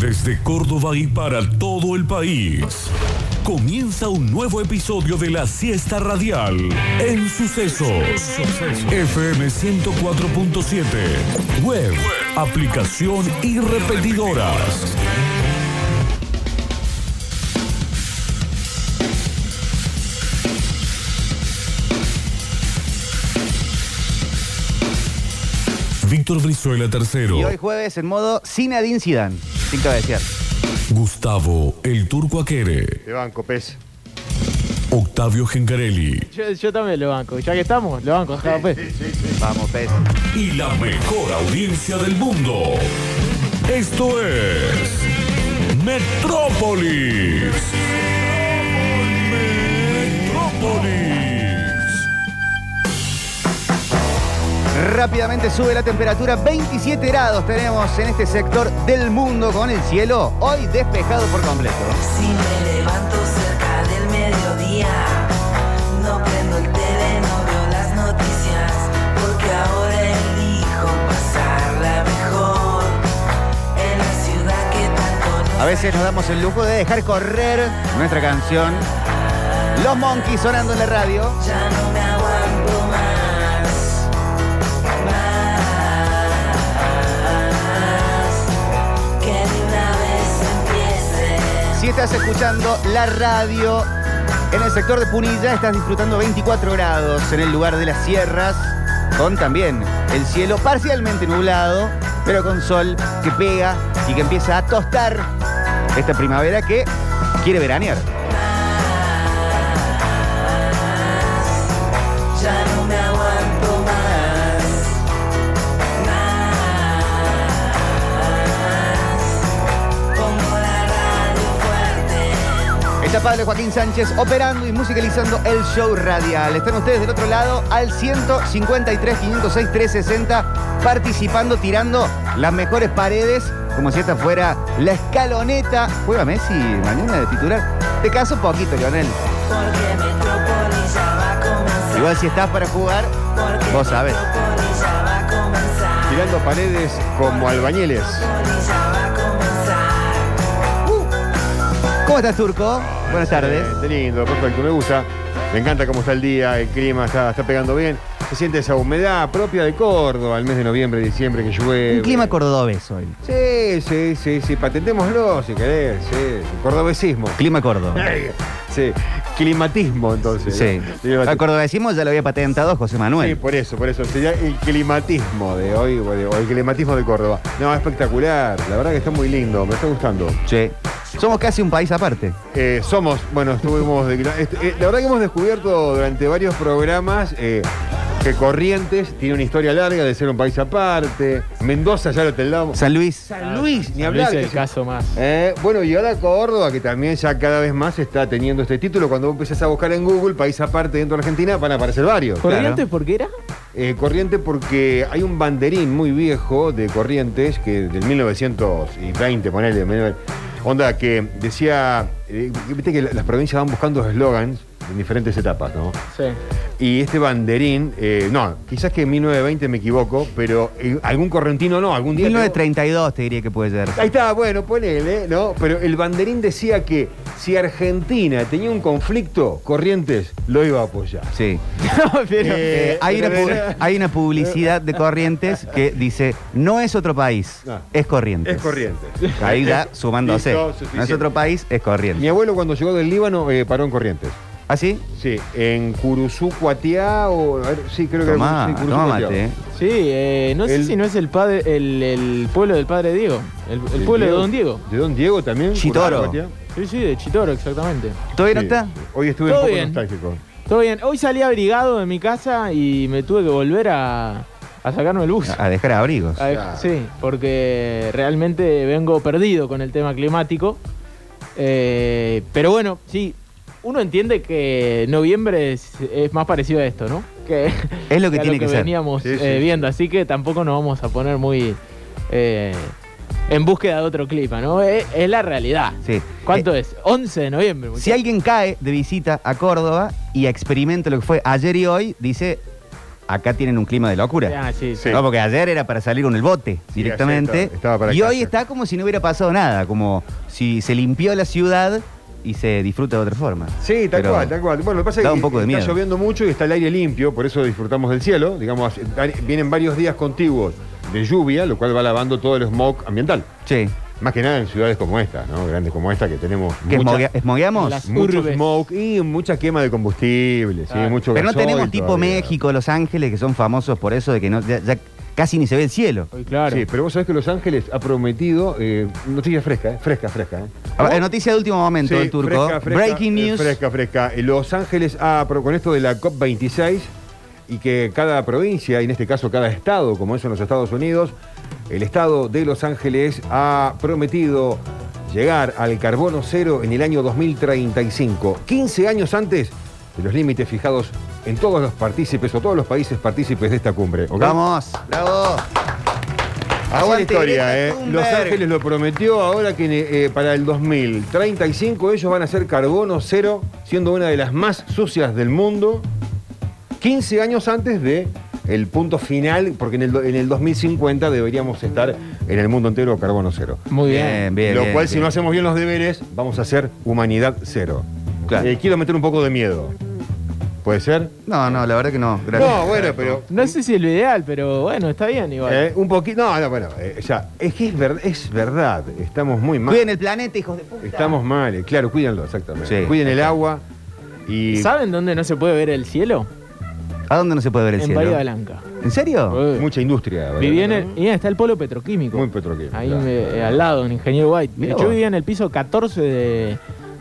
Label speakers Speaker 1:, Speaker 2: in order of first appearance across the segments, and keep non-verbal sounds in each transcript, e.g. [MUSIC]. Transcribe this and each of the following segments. Speaker 1: Desde Córdoba y para todo el país. Comienza un nuevo episodio de la siesta radial en Sucesos. FM 104.7. Web, aplicación y repetidoras. Víctor Brizuela
Speaker 2: Y hoy
Speaker 1: III,
Speaker 2: jueves en modo Zinedine Zidane, sin cabecear.
Speaker 1: Gustavo El Turco Aquere,
Speaker 3: Te banco, pez.
Speaker 1: Octavio Gencarelli
Speaker 4: Yo, yo también lo banco. Ya que estamos, lo banco. Java, pues.
Speaker 2: Vamos, pez.
Speaker 1: y la mejor audiencia del mundo. Esto es Metrópolis. Metrópolis.
Speaker 2: Rápidamente sube la temperatura, 27 grados tenemos en este sector del mundo con el cielo hoy despejado por completo.
Speaker 5: Si me levanto cerca del mediodía, no prendo el tele, no veo las noticias, porque ahora elijo pasarla mejor en la ciudad que tanto nos
Speaker 2: A veces nos damos el lujo de dejar correr nuestra canción. Los Monkeys sonando en la radio.
Speaker 5: ya no me aguanto más, más que de una vez empiece.
Speaker 2: Si estás escuchando la radio en el sector de Punilla, estás disfrutando 24 grados en el lugar de las sierras, con también el cielo parcialmente nublado, pero con sol que pega y que empieza a tostar esta primavera que quiere veranear.
Speaker 5: Ya no me aguanto más, más. Pongo la radio fuerte.
Speaker 2: Está Pablo Joaquín Sánchez operando y musicalizando el show radial. Están ustedes del otro lado al 153 506 360 participando, tirando las mejores paredes, como si esta fuera la escaloneta. Juega Messi mañana de titular. Te caso poquito, Lionel.
Speaker 5: Porque Metrópolis ya va a comenzar.
Speaker 2: Igual si estás para jugar,
Speaker 5: Porque
Speaker 2: vos sabés.
Speaker 5: Metrópolis ya va a comenzar.
Speaker 3: Tirando paredes como albañiles.
Speaker 5: Metrópolis ya va a comenzar.
Speaker 2: Uh. ¿Cómo estás, Turco? Buenas tardes.
Speaker 3: Eh, qué lindo, perfecto, me gusta. Me encanta cómo está el día, el clima está, está pegando bien. Se siente esa humedad propia de Córdoba, el mes de noviembre, diciembre, que llueve.
Speaker 2: Un clima cordobés hoy.
Speaker 3: Sí, sí, sí, sí, patentémoslo si querés, sí. Cordobesismo.
Speaker 2: Clima cordobés.
Speaker 3: Sí, climatismo entonces.
Speaker 2: Sí.
Speaker 3: ¿no?
Speaker 2: Al cordobesismo ya lo había patentado José
Speaker 3: Sí,
Speaker 2: Manuel.
Speaker 3: por eso, por eso. Sería el climatismo de hoy, o de- o el climatismo de Córdoba. No, espectacular. La verdad que está muy lindo, me está gustando.
Speaker 2: Sí. Somos casi un país aparte.
Speaker 3: Eh, somos, bueno, estuvimos. de- est- eh, la verdad que hemos descubierto durante varios programas eh, que Corrientes tiene una historia larga de ser un país aparte. Mendoza ya lo tendamos.
Speaker 2: San Luis.
Speaker 3: San Luis, ni
Speaker 4: Luis
Speaker 3: hablar.
Speaker 4: es
Speaker 3: que
Speaker 4: el
Speaker 3: se-
Speaker 4: caso más.
Speaker 3: Eh, bueno, y ahora Córdoba, que también ya cada vez más está teniendo este título. Cuando vos empezás a buscar en Google, país aparte dentro de Argentina, van a aparecer varios.
Speaker 4: ¿Corrientes por qué era?
Speaker 3: Eh, corriente porque hay un banderín muy viejo de Corrientes, que del 1920, ponele, mil- onda, que decía, eh, que viste que la- las provincias van buscando eslogans en diferentes etapas, ¿no?
Speaker 4: Sí.
Speaker 3: Y este banderín, eh, no, quizás que en 1920 me equivoco, pero eh, algún correntino no, algún día...
Speaker 2: 1932 te diría que puede ser.
Speaker 3: Ahí está, bueno, ponele, ¿no? Pero el banderín decía que si Argentina tenía un conflicto, Corrientes lo iba a apoyar. [LAUGHS]
Speaker 2: Sí.
Speaker 4: Pero-
Speaker 3: Eh,
Speaker 2: Eh, hay, una
Speaker 3: pero-
Speaker 2: pu- hay una publicidad de Corrientes que dice, no es otro país,
Speaker 3: No.
Speaker 2: es Corrientes.
Speaker 3: Es Corrientes. [LAUGHS]
Speaker 2: Ahí ya sumándose.
Speaker 3: Listo,
Speaker 2: no es
Speaker 3: suficiente.
Speaker 2: otro país,
Speaker 3: Mi
Speaker 2: es Corrientes.
Speaker 3: abuelo cuando llegó del Líbano eh, paró en Corrientes.
Speaker 2: ¿Así?
Speaker 3: Sí, en Curuzú, Cuatiá o... a ver, sí, creo que
Speaker 2: Tomá,
Speaker 3: sí, Curuzú,
Speaker 2: tomá
Speaker 3: Cuatiá.
Speaker 2: mate. eh.
Speaker 4: Sí, eh, no sé
Speaker 3: El-
Speaker 4: si no es el padre, el, el pueblo del padre Diego. El, el pueblo de Don Diego.
Speaker 3: ¿De Don Diego también?
Speaker 2: Chitoro.
Speaker 3: Curuzú, Cuatiá.
Speaker 4: Sí, sí, de Chitoro, exactamente.
Speaker 2: ¿Todavía no
Speaker 3: Sí.
Speaker 2: está?
Speaker 3: Hoy estuve un
Speaker 4: Todo
Speaker 3: poco
Speaker 4: bien.
Speaker 3: nostálgico.
Speaker 4: Todo bien. Hoy salí abrigado de mi casa y me tuve que volver a, a sacarme el bus.
Speaker 2: A a dejar abrigos.
Speaker 4: A ver,
Speaker 3: Claro.
Speaker 4: sí, porque realmente vengo perdido con el tema climático. Eh, pero bueno, sí, uno entiende que noviembre es, es más parecido a esto, ¿no? Que
Speaker 2: Es lo que
Speaker 4: a
Speaker 2: tiene
Speaker 4: lo que,
Speaker 2: que ser.
Speaker 4: veníamos
Speaker 3: Sí, sí,
Speaker 4: eh,
Speaker 3: sí.
Speaker 4: viendo, así que tampoco nos vamos a poner muy eh, en búsqueda de otro clima, ¿no? Es, es la realidad.
Speaker 2: Sí. Eh,
Speaker 4: ¿Cuánto es? 11 de noviembre.
Speaker 2: Si alguien cae de visita a Córdoba y experimenta lo que fue ayer y hoy, dice, acá tienen un clima de locura.
Speaker 4: Ah, sí,
Speaker 3: Sí.
Speaker 2: No, porque ayer era para salir con el bote
Speaker 3: Sí,
Speaker 2: directamente.
Speaker 3: ayer estaba- estaba para
Speaker 2: y
Speaker 3: casa.
Speaker 2: hoy está como si no hubiera pasado nada, como si se limpió la ciudad y se disfruta de otra forma.
Speaker 3: Sí, tal
Speaker 2: Pero
Speaker 3: cual, tal cual. Bueno, lo que pasa
Speaker 2: da
Speaker 3: es que
Speaker 2: un poco de
Speaker 3: está
Speaker 2: miedo.
Speaker 3: lloviendo mucho y está el aire limpio, por eso disfrutamos del cielo. Digamos, vienen varios días contiguos de lluvia, lo cual va lavando todo el smog ambiental.
Speaker 2: Sí.
Speaker 3: Más que nada en ciudades como esta, ¿no? Grandes como esta que tenemos
Speaker 2: ¿Qué
Speaker 3: mucha-
Speaker 2: esmogue- esmogueamos?
Speaker 4: Las-
Speaker 3: mucho
Speaker 4: Urbes.
Speaker 3: smoke y mucha quema de combustible, sí,
Speaker 4: Claro.
Speaker 3: mucho
Speaker 2: Pero no
Speaker 3: gasoil
Speaker 2: tenemos tipo
Speaker 3: todavía.
Speaker 2: México, Los Ángeles, que son famosos por eso de que no, ya, ya casi ni se ve el cielo.
Speaker 4: Uy, claro.
Speaker 3: Sí, pero vos sabés que Los Ángeles ha prometido eh, noticia fresca, eh, fresca, fresca. eh.
Speaker 2: A ver, noticia de último momento
Speaker 3: Sí,
Speaker 2: del turco.
Speaker 3: fresca, fresca,
Speaker 2: Breaking
Speaker 3: eh,
Speaker 2: news.
Speaker 3: Fresca, fresca. Eh, Los Ángeles, ah, pero con esto de la COP26 y que cada provincia, y en este caso cada estado, como es en los Estados Unidos, el estado de Los Ángeles ha prometido llegar al carbono cero en el año 2035, 15 años antes de los límites fijados en todos los partícipes o todos los países partícipes de esta cumbre. ¿ok?
Speaker 2: Vamos, bravo.
Speaker 3: Así la
Speaker 2: Aguante, Greta
Speaker 3: historia, ¿eh?
Speaker 2: Thunberg.
Speaker 3: Los Ángeles lo prometió ahora que eh, para el 2035 ellos van a ser carbono cero, siendo una de las más sucias del mundo, 15 años antes de el punto final, porque en el, do- en el 2050 deberíamos estar en el mundo entero carbono cero.
Speaker 4: Muy bien.
Speaker 2: Bien, bien.
Speaker 3: lo
Speaker 2: bien,
Speaker 3: cual, si
Speaker 2: bien.
Speaker 3: no hacemos bien los deberes, vamos a ser humanidad cero.
Speaker 2: Claro.
Speaker 3: Eh, quiero meter un poco de miedo. ¿Puede ser?
Speaker 2: No, no, la verdad que no. Gracias.
Speaker 3: No, bueno, pero
Speaker 4: No sé si es lo ideal, pero bueno, está bien igual.
Speaker 3: Eh, un poquito. No, no, bueno, eh, ya. Es que es, ver- es verdad. Estamos muy mal.
Speaker 2: Cuiden el planeta, hijos de puta.
Speaker 3: Estamos mal. eh, Claro, cuídenlo, exactamente.
Speaker 2: Sí.
Speaker 3: Cuiden el agua. Y
Speaker 4: ¿Saben dónde no se puede ver el cielo?
Speaker 2: ¿A dónde no se puede ver el
Speaker 4: en
Speaker 2: cielo?
Speaker 4: Bahía Blanca.
Speaker 2: ¿En serio?
Speaker 4: Uy.
Speaker 3: mucha industria. ¿verdad?
Speaker 4: Viví en el- y está el polo petroquímico.
Speaker 3: Muy petroquímico.
Speaker 4: Ahí
Speaker 3: claro.
Speaker 4: me- eh, al lado, en Ingeniero White.
Speaker 2: Mirá
Speaker 4: Yo
Speaker 2: vos.
Speaker 4: vivía en el piso 14 de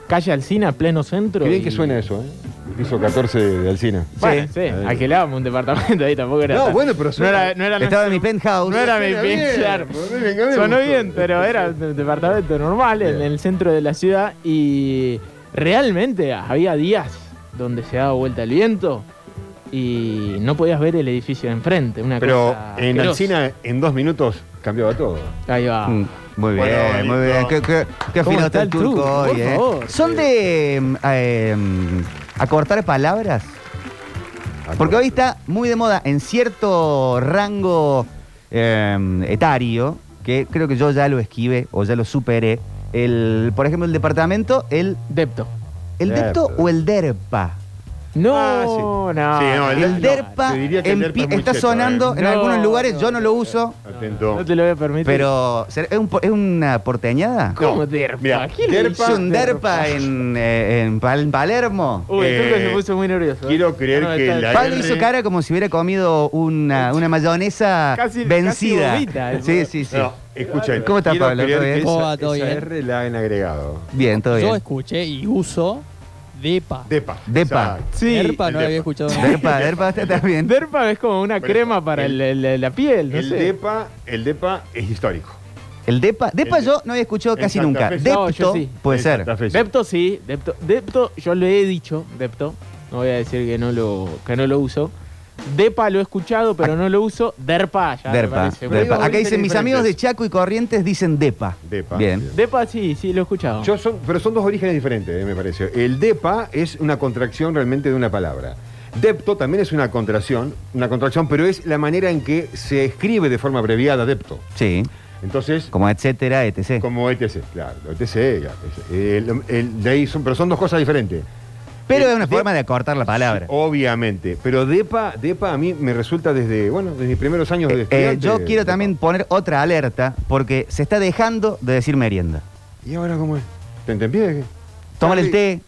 Speaker 4: calle Alcina, pleno centro.
Speaker 3: Qué bien
Speaker 4: y-
Speaker 3: que suena eso, ¿eh? El Piso 14 de, de Alcina. eh,
Speaker 4: Bueno, sí, alquilábamos un departamento ahí, tampoco era.
Speaker 3: No,
Speaker 4: tan-
Speaker 3: bueno, pero
Speaker 4: no
Speaker 3: suena-
Speaker 4: era, no era
Speaker 2: Estaba en mi penthouse.
Speaker 4: No era mi
Speaker 3: Suena bien,
Speaker 4: pinchar.
Speaker 3: pues, venga, me
Speaker 4: Sonó
Speaker 3: gustó.
Speaker 4: bien, pero
Speaker 3: [LAUGHS]
Speaker 4: era un departamento normal en
Speaker 3: Bien.
Speaker 4: el centro de la ciudad y realmente había días donde se daba vuelta el viento y no podías ver el edificio de enfrente. Una
Speaker 3: Pero
Speaker 4: cosa
Speaker 3: en
Speaker 4: asquerosa.
Speaker 3: Alcina, eh, en dos minutos, cambiaba todo.
Speaker 4: Ahí va.
Speaker 2: Mm, Muy bien,
Speaker 3: Bueno, listo.
Speaker 2: muy bien. Qué, qué, qué
Speaker 4: ¿Cómo está
Speaker 2: fino está el
Speaker 4: el truco?
Speaker 2: truco
Speaker 4: Por
Speaker 2: hoy, ¿eh?
Speaker 4: favor.
Speaker 2: Son de mm, eh, mm, acortar palabras. Porque hoy está muy de moda en cierto rango eh, etario, que creo que yo ya lo esquivé o ya lo superé. El, por ejemplo, el departamento, el,
Speaker 4: Depto.
Speaker 2: el depto
Speaker 3: Derpa.
Speaker 2: o el derpa.
Speaker 4: No,
Speaker 3: Ah, sí.
Speaker 4: no.
Speaker 3: Sí, no,
Speaker 2: El,
Speaker 3: El derpa-
Speaker 2: derpa,
Speaker 3: te diría que el
Speaker 2: empie-
Speaker 3: derpa es muy
Speaker 2: está
Speaker 3: cheto,
Speaker 2: sonando
Speaker 4: ¿eh?
Speaker 2: en
Speaker 4: No,
Speaker 2: algunos lugares,
Speaker 4: no,
Speaker 2: yo no lo uso,
Speaker 3: Atento.
Speaker 4: No te lo voy a permitir.
Speaker 2: pero ¿será- ¿es, un po- es una porteñada?
Speaker 4: ¿Cómo
Speaker 3: No,
Speaker 4: derpa?
Speaker 3: mira,
Speaker 4: ¿Quién le
Speaker 3: derpa-
Speaker 2: Hizo
Speaker 4: dice
Speaker 2: un derpa en, eh, en Pal- Palermo.
Speaker 4: Uy, el turco
Speaker 3: Eh,
Speaker 4: se puso muy nervioso. ¿eh?
Speaker 3: quiero creer
Speaker 4: No, no,
Speaker 3: que
Speaker 4: está-
Speaker 3: la-
Speaker 2: Pablo
Speaker 3: R.
Speaker 2: hizo cara como si hubiera comido una, una mayonesa
Speaker 4: Casi-
Speaker 2: vencida.
Speaker 4: casi vomita, el-
Speaker 2: sí, sí, sí.
Speaker 3: No, escuchen.
Speaker 2: ¿Cómo estás,
Speaker 3: quiero
Speaker 2: Pablo?
Speaker 3: creer
Speaker 2: ¿Todo
Speaker 3: que
Speaker 2: bien?
Speaker 6: ¿Cómo va?
Speaker 3: Esa,
Speaker 6: ¿Todo
Speaker 3: esa
Speaker 6: bien?
Speaker 3: R la han agregado.
Speaker 2: Bien, todo
Speaker 6: Yo
Speaker 2: bien.
Speaker 6: escuché y uso depa.
Speaker 3: Depa.
Speaker 2: Depa.
Speaker 3: Exacto.
Speaker 4: Sí.
Speaker 6: Erpa no
Speaker 3: el
Speaker 6: lo había
Speaker 3: depa. [LAUGHS]
Speaker 6: escuchado nunca.
Speaker 2: Derpa, derpa, está está bien.
Speaker 4: Derpa es como una
Speaker 3: Bueno,
Speaker 4: crema para el- el- la piel, no
Speaker 3: el,
Speaker 4: sé.
Speaker 3: depa, el DEPA es histórico.
Speaker 2: El depa, depa
Speaker 3: El-
Speaker 2: yo no había escuchado
Speaker 3: el
Speaker 2: casi
Speaker 3: Santa
Speaker 2: nunca.
Speaker 3: Fe.
Speaker 4: No, yo
Speaker 2: Depto
Speaker 4: sí.
Speaker 2: puede
Speaker 3: En
Speaker 2: ser.
Speaker 3: Santa Fe, sí.
Speaker 4: Depto sí, Depto, Depto, yo le he dicho, Depto, no voy a decir que no lo, que no lo uso. Depa lo he escuchado, pero no lo uso. Derpa, ya me
Speaker 2: Ah. Derpa,
Speaker 4: parece.
Speaker 3: Pero
Speaker 2: derpa. Acá dicen mis
Speaker 3: diferentes.
Speaker 2: amigos de Chaco y Corrientes dicen depa.
Speaker 3: Depa.
Speaker 2: Bien.
Speaker 4: Depa sí, sí, lo he escuchado.
Speaker 3: Yo son, pero son dos orígenes diferentes, eh, me parece. El DEPA es una contracción realmente de una palabra. Depto también es una contracción, una contracción, pero es la manera en que se escribe de forma abreviada depto.
Speaker 2: Sí,
Speaker 3: Entonces,
Speaker 2: como etcétera, etc.
Speaker 3: como ETC, claro, ETC, claro, el- el- de ahí son- pero son dos cosas diferentes.
Speaker 2: Pero es una
Speaker 3: de-
Speaker 2: forma de acortar la palabra.
Speaker 3: Obviamente, pero DEPA, DEPA a mí me resulta desde, bueno, desde mis primeros años de
Speaker 2: Eh, eh,
Speaker 3: estudiante.
Speaker 2: yo quiero
Speaker 3: DEPA.
Speaker 2: también poner otra alerta porque se está dejando de decir merienda.
Speaker 3: ¿Y ahora cómo es? ¿Te entendí?
Speaker 2: Tómale el té.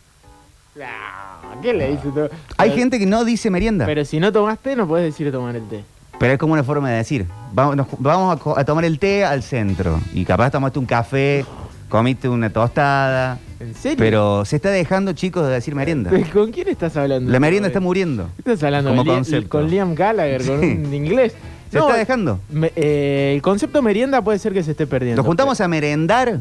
Speaker 4: No, Ah, ¿Qué le dices tú?
Speaker 2: Hay
Speaker 4: Pero-
Speaker 2: gente que no dice merienda.
Speaker 4: Pero si no tomaste, no puedes decir tomar el té.
Speaker 2: Pero es como una forma de decir, vamos, nos- vamos a co- a, tomar el té al centro. Y capaz tomaste un café, comiste una tostada.
Speaker 4: ¿En serio?
Speaker 2: Pero se está dejando, chicos, de decir merienda.
Speaker 4: [LAUGHS] ¿Con quién estás hablando?
Speaker 2: La merienda está muriendo.
Speaker 4: Estás hablando
Speaker 2: como
Speaker 4: de Li-
Speaker 2: concepto.
Speaker 4: con Liam Gallagher, con
Speaker 2: Sí.
Speaker 4: un inglés.
Speaker 2: Se está dejando.
Speaker 4: me- eh, el concepto merienda puede ser que se esté perdiendo.
Speaker 2: Nos juntamos a merendar,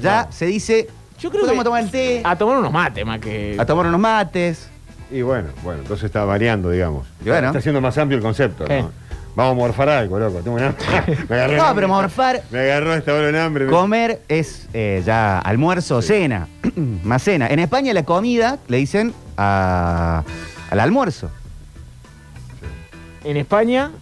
Speaker 2: ya se dice,
Speaker 4: Yo creo que-
Speaker 2: vamos a tomar el té, a,
Speaker 4: a tomar unos mates más que.
Speaker 2: tomar unos mates.
Speaker 3: Y bueno, bueno, entonces está variando, digamos.
Speaker 2: Y bueno.
Speaker 3: Está siendo más amplio el concepto,
Speaker 4: Eh.
Speaker 3: ¿no? Vamos a morfar algo, loco. Tengo un hambre. [LAUGHS] Me agarró un
Speaker 2: No,
Speaker 3: hambre.
Speaker 2: pero morfar,
Speaker 3: Me agarró esta hora un hambre.
Speaker 2: comer es eh, ya almuerzo, cena, [CLEARS THROAT] más cena. En España la comida le dicen a- al almuerzo.
Speaker 4: en España,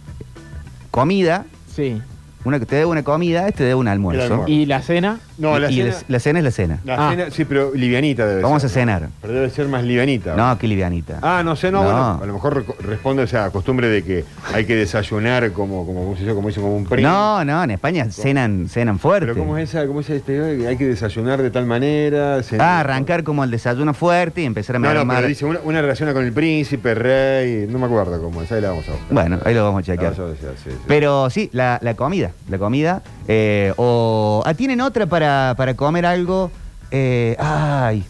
Speaker 2: Comida,
Speaker 4: sí.
Speaker 2: una que te dé una comida, este te dé un almuerzo.
Speaker 3: El almuerzo.
Speaker 4: Y la cena,
Speaker 3: No, la
Speaker 2: y y
Speaker 3: cena,
Speaker 2: la, la cena es la cena.
Speaker 3: la
Speaker 4: Ah.
Speaker 3: cena- Sí, pero livianita debe
Speaker 2: Vamos a
Speaker 3: ser.
Speaker 2: cenar.
Speaker 3: Pero debe ser más livianita.
Speaker 2: No, qué livianita.
Speaker 3: Ah, no sé, no,
Speaker 2: No.
Speaker 3: bueno, a lo mejor reco- responde a esa costumbre de que hay que desayunar como, como, como, se dice, como dicen, como un primo.
Speaker 2: no, no, en España cenan, cenan fuerte.
Speaker 3: Pero ¿cómo es esa, cómo es este, hay que desayunar de tal manera? cenar-
Speaker 2: Ah, arrancar como el desayuno fuerte y empezar a
Speaker 3: No, no,
Speaker 2: mermar.
Speaker 3: pero dice una, una relaciona con el príncipe, rey, no me acuerdo cómo es, ahí la vamos a buscar.
Speaker 2: Bueno, ahí lo vamos a
Speaker 3: La
Speaker 2: chequear.
Speaker 3: vamos a buscar, sí, sí.
Speaker 2: Pero sí, la, la comida, la comida. eh, o ah, tienen otra para, para comer algo. eh, ay,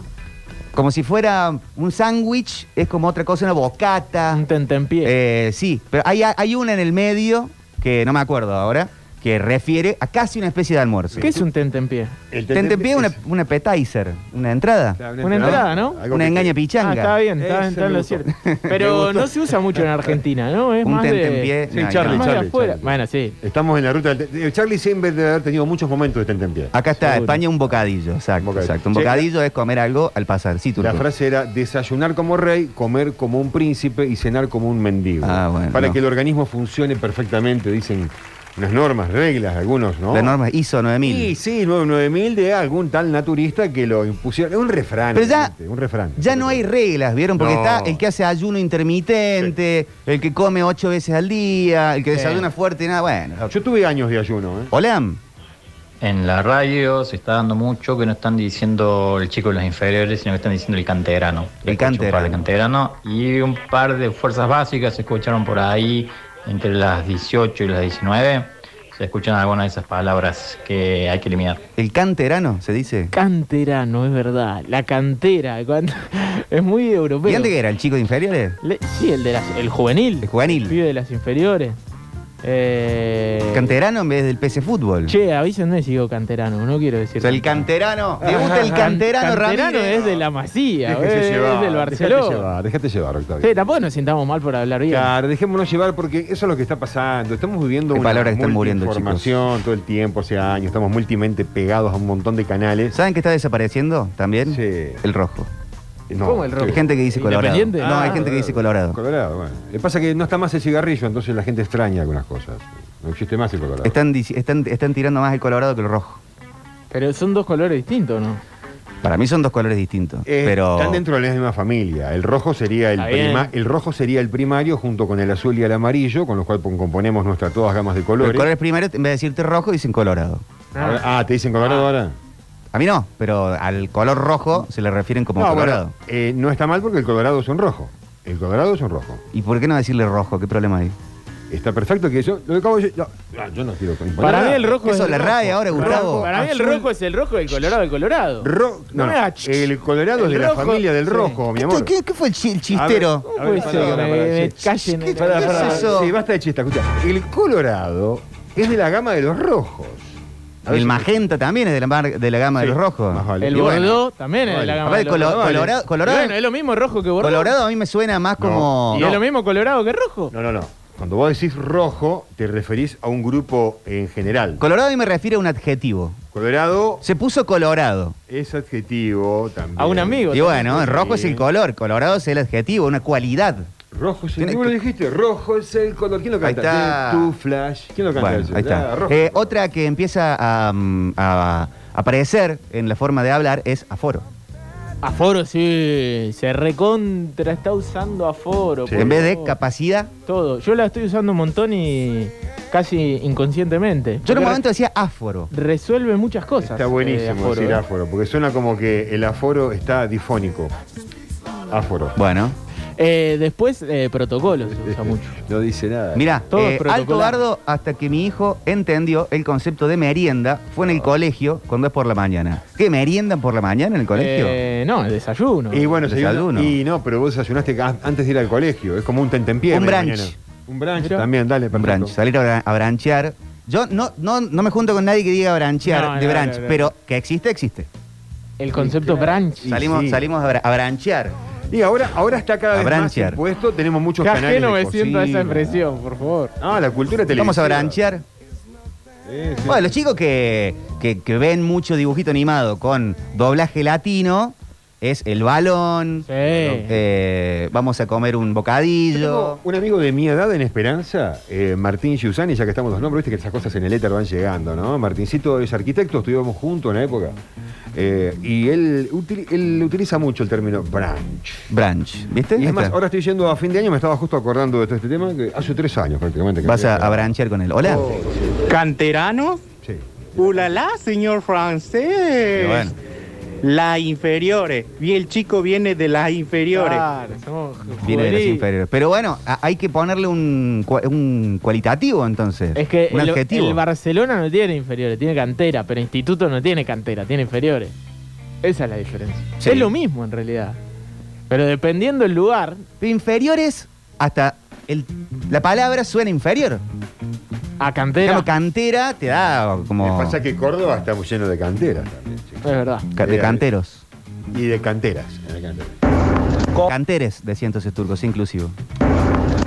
Speaker 2: como si fuera un sándwich, es como otra cosa, una bocata.
Speaker 4: un tentempié.
Speaker 2: Eh, sí, pero hay, hay una en el medio, que no me acuerdo ahora, que refiere a casi una especie de almuerzo.
Speaker 4: ¿Qué es un tentempié?
Speaker 3: El
Speaker 2: Te envié una, una appetizer, una entrada,
Speaker 3: Claro,
Speaker 4: Una entrada, ¿no?
Speaker 3: Algo
Speaker 2: una
Speaker 3: que-
Speaker 2: engaña
Speaker 4: Ah,
Speaker 2: pichanga.
Speaker 4: está bien, está,
Speaker 3: Ese
Speaker 4: está en
Speaker 3: me
Speaker 4: lo
Speaker 3: gustó.
Speaker 4: cierto.
Speaker 3: [LAUGHS] Me
Speaker 4: Pero
Speaker 3: gustó.
Speaker 4: no se usa mucho en Argentina, ¿no? Es
Speaker 2: Un
Speaker 4: más
Speaker 2: tentempié.
Speaker 4: de,
Speaker 3: Sí,
Speaker 2: No,
Speaker 3: Charlie,
Speaker 2: no.
Speaker 4: más de
Speaker 3: Charlie,
Speaker 4: afuera.
Speaker 3: Charlie.
Speaker 4: Bueno, sí.
Speaker 3: Estamos en la ruta del... eh, Charlie siempre debe haber tenido muchos momentos de tentempié.
Speaker 2: Acá está,
Speaker 4: Seguro.
Speaker 2: España, un bocadillo, exacto,
Speaker 3: Bocadillo.
Speaker 2: exacto. Un
Speaker 3: Che,
Speaker 2: bocadillo es comer algo al pasar, sí,
Speaker 3: La
Speaker 2: turco.
Speaker 3: frase era desayunar como rey, comer como un príncipe y cenar como un mendigo.
Speaker 2: Ah, bueno,
Speaker 3: Para
Speaker 2: no.
Speaker 3: que el organismo funcione perfectamente, dicen unas normas, reglas, algunos, ¿no?
Speaker 2: La norma es ISO 9000.
Speaker 3: Sí, sí, nueve- 9000 de algún tal naturista que lo impusieron. Es un refrán.
Speaker 2: Pero ya-
Speaker 3: gente, un refrán.
Speaker 2: Ya no hay reglas, ¿vieron? Porque
Speaker 3: No.
Speaker 2: está el que hace ayuno intermitente, el que come ocho veces al día, el que
Speaker 4: Sí.
Speaker 2: desayuna fuerte y nada, bueno.
Speaker 3: Yo tuve años de ayuno, ¿eh?
Speaker 2: Hola.
Speaker 7: En la radio se está dando mucho que no están diciendo el chico de los inferiores, sino que están diciendo el canterano.
Speaker 2: El
Speaker 7: Escuché un par
Speaker 2: canterano.
Speaker 7: de canterano y un par de fuerzas básicas se escucharon por ahí entre las 18 y las 19. Se escuchan algunas de esas palabras que hay que eliminar.
Speaker 2: El canterano, se dice.
Speaker 4: Canterano, es verdad. La cantera. cuando- [LAUGHS] Es muy europeo.
Speaker 2: ¿Y antes qué era? ¿El chico de inferiores?
Speaker 4: Le- sí, el, de las, el juvenil.
Speaker 2: El juvenil.
Speaker 4: pibe de las inferiores. Eh,
Speaker 2: Canterano en vez del PC Fútbol.
Speaker 4: Che, avísenme si digo canterano, no quiero decir.
Speaker 2: O sea, el canterano. ¿Te
Speaker 4: [LAUGHS]
Speaker 2: gusta el canterano,
Speaker 4: Canterano
Speaker 2: Ramírez?
Speaker 4: es de la Masía,
Speaker 3: Déjese
Speaker 4: eh, es del
Speaker 3: Déjate
Speaker 4: Barcelona.
Speaker 3: llevar, déjate llevar, Octavio.
Speaker 4: Sí, tampoco nos sintamos mal por hablar bien.
Speaker 3: Claro, dejémonos llevar porque eso es lo que está pasando. Estamos viviendo
Speaker 2: Qué
Speaker 3: una
Speaker 2: palabras que están muriendo, chicos.
Speaker 3: información todo el tiempo, hace años. Estamos multimente pegados a un montón de canales.
Speaker 2: ¿Saben que está desapareciendo también?
Speaker 3: Sí.
Speaker 2: El rojo.
Speaker 3: No,
Speaker 4: ¿Cómo el rock?
Speaker 2: Hay gente que dice colorado.
Speaker 4: ¿Independiente?
Speaker 2: No, hay
Speaker 4: Ah,
Speaker 2: gente que dice colorado.
Speaker 3: Colorado, bueno. Le pasa que no está más el cigarrillo, entonces la gente extraña algunas cosas. No existe más el colorado.
Speaker 2: Están, dic- están, están tirando más el colorado que el rojo.
Speaker 4: Pero son dos colores distintos, ¿no?
Speaker 2: Para mí son dos colores distintos.
Speaker 3: Eh,
Speaker 2: pero
Speaker 3: Están dentro de la misma familia. El rojo sería el,
Speaker 4: Está bien.
Speaker 3: prima- el rojo sería el primario junto con el azul y el amarillo, con los cuales componemos nuestras todas gamas de
Speaker 2: los
Speaker 3: colores.
Speaker 2: colores primarios, en vez de decirte rojo, dicen colorado.
Speaker 3: Ahora- [LAUGHS] ah, te dicen colorado ahora.
Speaker 2: A mí no, pero al color rojo se le refieren como
Speaker 3: no,
Speaker 2: colorado.
Speaker 3: bueno, eh, no está mal porque el colorado es un rojo. El colorado es un rojo.
Speaker 2: ¿Y por qué no decirle rojo? ¿Qué problema hay?
Speaker 3: Está perfecto que yo. Lo que acabo de decir- no, no, yo no quiero.
Speaker 4: Para mí el rojo
Speaker 2: Eso
Speaker 4: es.
Speaker 2: le
Speaker 4: el
Speaker 2: RAE
Speaker 4: rojo.
Speaker 2: ahora, Gustavo.
Speaker 4: Para mí el
Speaker 3: Azul.
Speaker 4: rojo es el rojo, el colorado, el colorado.
Speaker 3: Ro- no,
Speaker 4: No me
Speaker 3: no.
Speaker 4: hagas-
Speaker 3: El colorado es
Speaker 4: El
Speaker 3: de la
Speaker 4: rojo-
Speaker 3: familia del
Speaker 4: sí.
Speaker 3: rojo, mi amor.
Speaker 2: Este, ¿Qué, qué- qué fue el, chi- el chistero?
Speaker 3: A ver,
Speaker 4: Uy,
Speaker 3: pará,
Speaker 4: se
Speaker 3: pará,
Speaker 4: me-
Speaker 3: pará,
Speaker 4: me
Speaker 3: sí.
Speaker 4: callen en
Speaker 2: Pará,
Speaker 4: el-
Speaker 2: pará.
Speaker 3: Ah,
Speaker 2: es eso?
Speaker 3: Sí, basta de chiste, escucha. El colorado es de la gama de los rojos. A ver
Speaker 2: El
Speaker 3: si-
Speaker 2: magenta también es de la, mar- de la gama de
Speaker 3: Sí,
Speaker 2: los rojos.
Speaker 3: más vale.
Speaker 4: El
Speaker 3: Y bueno,
Speaker 4: bordeaux también es de la
Speaker 3: vale.
Speaker 4: gama.
Speaker 2: Aparte,
Speaker 4: de los
Speaker 2: colo-
Speaker 4: colores.
Speaker 2: colorado, colorado,
Speaker 4: Y bueno, es lo mismo rojo que bordeaux.
Speaker 2: colorado a mí me suena más como...
Speaker 4: Y es lo mismo colorado que rojo.
Speaker 3: No, no, no. Cuando vos decís rojo, te referís a un grupo eh, en general.
Speaker 2: Colorado a mí me refiere a un adjetivo.
Speaker 3: Colorado
Speaker 2: Se puso colorado.
Speaker 3: es adjetivo también.
Speaker 4: A un amigo.
Speaker 2: Y bueno, el rojo es
Speaker 3: Sí.
Speaker 2: el color, colorado es el adjetivo, una cualidad.
Speaker 3: Rojo es el
Speaker 2: Tiene
Speaker 3: ¿Cómo lo
Speaker 2: que-
Speaker 3: dijiste? Rojo es el color. ¿Quién lo
Speaker 2: Ahí
Speaker 3: canta?
Speaker 2: está.
Speaker 3: Tu flash. ¿Quién lo canta?
Speaker 2: Bueno,
Speaker 3: eso?
Speaker 2: ahí
Speaker 3: Ah,
Speaker 2: está.
Speaker 3: rojo.
Speaker 2: Eh, otra que empieza a, mm, a aparecer en la forma de hablar es aforo.
Speaker 4: Aforo, sí. Se recontra está usando aforo.
Speaker 3: Sí.
Speaker 4: por
Speaker 2: En vez de
Speaker 4: favor.
Speaker 2: capacidad.
Speaker 4: Todo. Yo la estoy usando un montón y casi inconscientemente.
Speaker 2: Yo en un
Speaker 4: Porque
Speaker 2: momento decía aforo.
Speaker 4: Resuelve muchas cosas.
Speaker 3: Está
Speaker 4: eh,
Speaker 3: buenísimo
Speaker 4: aforo,
Speaker 3: decir
Speaker 4: ¿eh?
Speaker 3: aforo, porque suena como que el aforo está difónico. Aforo.
Speaker 2: Bueno,
Speaker 4: Eh, después, eh, protocolo se
Speaker 3: [LAUGHS]
Speaker 4: usa mucho.
Speaker 3: No dice nada.
Speaker 2: mira,
Speaker 4: Todo es
Speaker 2: eh, Alto
Speaker 4: protocolar.
Speaker 2: Bardo, hasta que mi hijo entendió el concepto de merienda, fue
Speaker 3: Ah.
Speaker 2: en el colegio cuando es por la mañana. ¿Qué meriendan por la mañana en el colegio?
Speaker 4: Eh, no, el desayuno.
Speaker 3: Y bueno,
Speaker 2: Desayuno.
Speaker 3: desayuno. Y no, pero vos desayunaste a- antes de ir al colegio. Es como un tentempié.
Speaker 2: Un
Speaker 3: de
Speaker 2: brunch.
Speaker 3: mañana. Un brunch.
Speaker 4: Mirá.
Speaker 3: También, dale,
Speaker 2: Un
Speaker 3: perfecto.
Speaker 2: brunch, salir a, bra- a branchear. Yo no, no, no me junto con nadie que diga branchear
Speaker 4: No,
Speaker 2: de
Speaker 4: no,
Speaker 2: branch,
Speaker 4: no, no.
Speaker 2: pero que existe, existe.
Speaker 4: el concepto branch.
Speaker 3: Sí,
Speaker 2: salimos
Speaker 3: sí.
Speaker 2: salimos a, bra- a branchear.
Speaker 3: Y ahora, ahora está cada
Speaker 2: A
Speaker 3: vez
Speaker 2: branchear.
Speaker 3: más impuesto. Tenemos muchos
Speaker 4: Que
Speaker 3: canales.
Speaker 4: ajeno
Speaker 3: de
Speaker 4: me siento a esa
Speaker 3: cocina.
Speaker 4: impresión, por favor.
Speaker 3: Ah, la cultura televisiva.
Speaker 2: Vamos a branchear.
Speaker 3: Sí, sí.
Speaker 2: Bueno, los chicos que, que- que ven mucho dibujito animado con doblaje latino, es el balón.
Speaker 4: Sí.
Speaker 2: eh, vamos a comer un bocadillo.
Speaker 3: Tengo un amigo de mi edad en Esperanza, eh, Martín Giussani, ya que estamos los nombres, viste que esas cosas en el éter van llegando, ¿no? Martincito es arquitecto, estuvimos juntos en la época. Eh, y él, util- él utiliza mucho el término branch.
Speaker 2: Branch. ¿Viste?
Speaker 3: Y
Speaker 2: Ahí
Speaker 3: es más,
Speaker 2: está.
Speaker 3: ahora estoy yendo a fin de año, me estaba justo acordando de todo este tema, que hace tres años prácticamente. que
Speaker 2: Vas a,
Speaker 3: empecé.
Speaker 2: a branchear con él. Hola.
Speaker 3: Oh, sí,
Speaker 8: Canterano,
Speaker 3: sí.
Speaker 8: ulala, señor
Speaker 2: Y
Speaker 8: francés.
Speaker 2: bueno,
Speaker 8: Las inferiores. Y el chico viene de las inferiores.
Speaker 4: Claro, somos
Speaker 2: viene de las
Speaker 4: juvenil.
Speaker 2: inferiores. Pero bueno, a- hay que ponerle un, cua- un cualitativo entonces.
Speaker 4: Es que
Speaker 2: un
Speaker 4: el,
Speaker 2: adjetivo.
Speaker 4: el Barcelona no tiene inferiores, tiene cantera, pero Instituto no tiene cantera, tiene inferiores. Esa es la diferencia.
Speaker 2: Sí.
Speaker 4: Es lo mismo en realidad. Pero dependiendo el lugar,
Speaker 2: Inferiores hasta el- la palabra suena inferior.
Speaker 4: a cantera
Speaker 2: Digamos, cantera te da como
Speaker 3: Lo que pasa es que Córdoba está lleno de canteras también,
Speaker 4: es
Speaker 3: chicos.
Speaker 4: verdad.
Speaker 2: ca- de canteros.
Speaker 3: Y de canteras. en la cantera.
Speaker 2: Canteres, decía entonces turcos, inclusivo.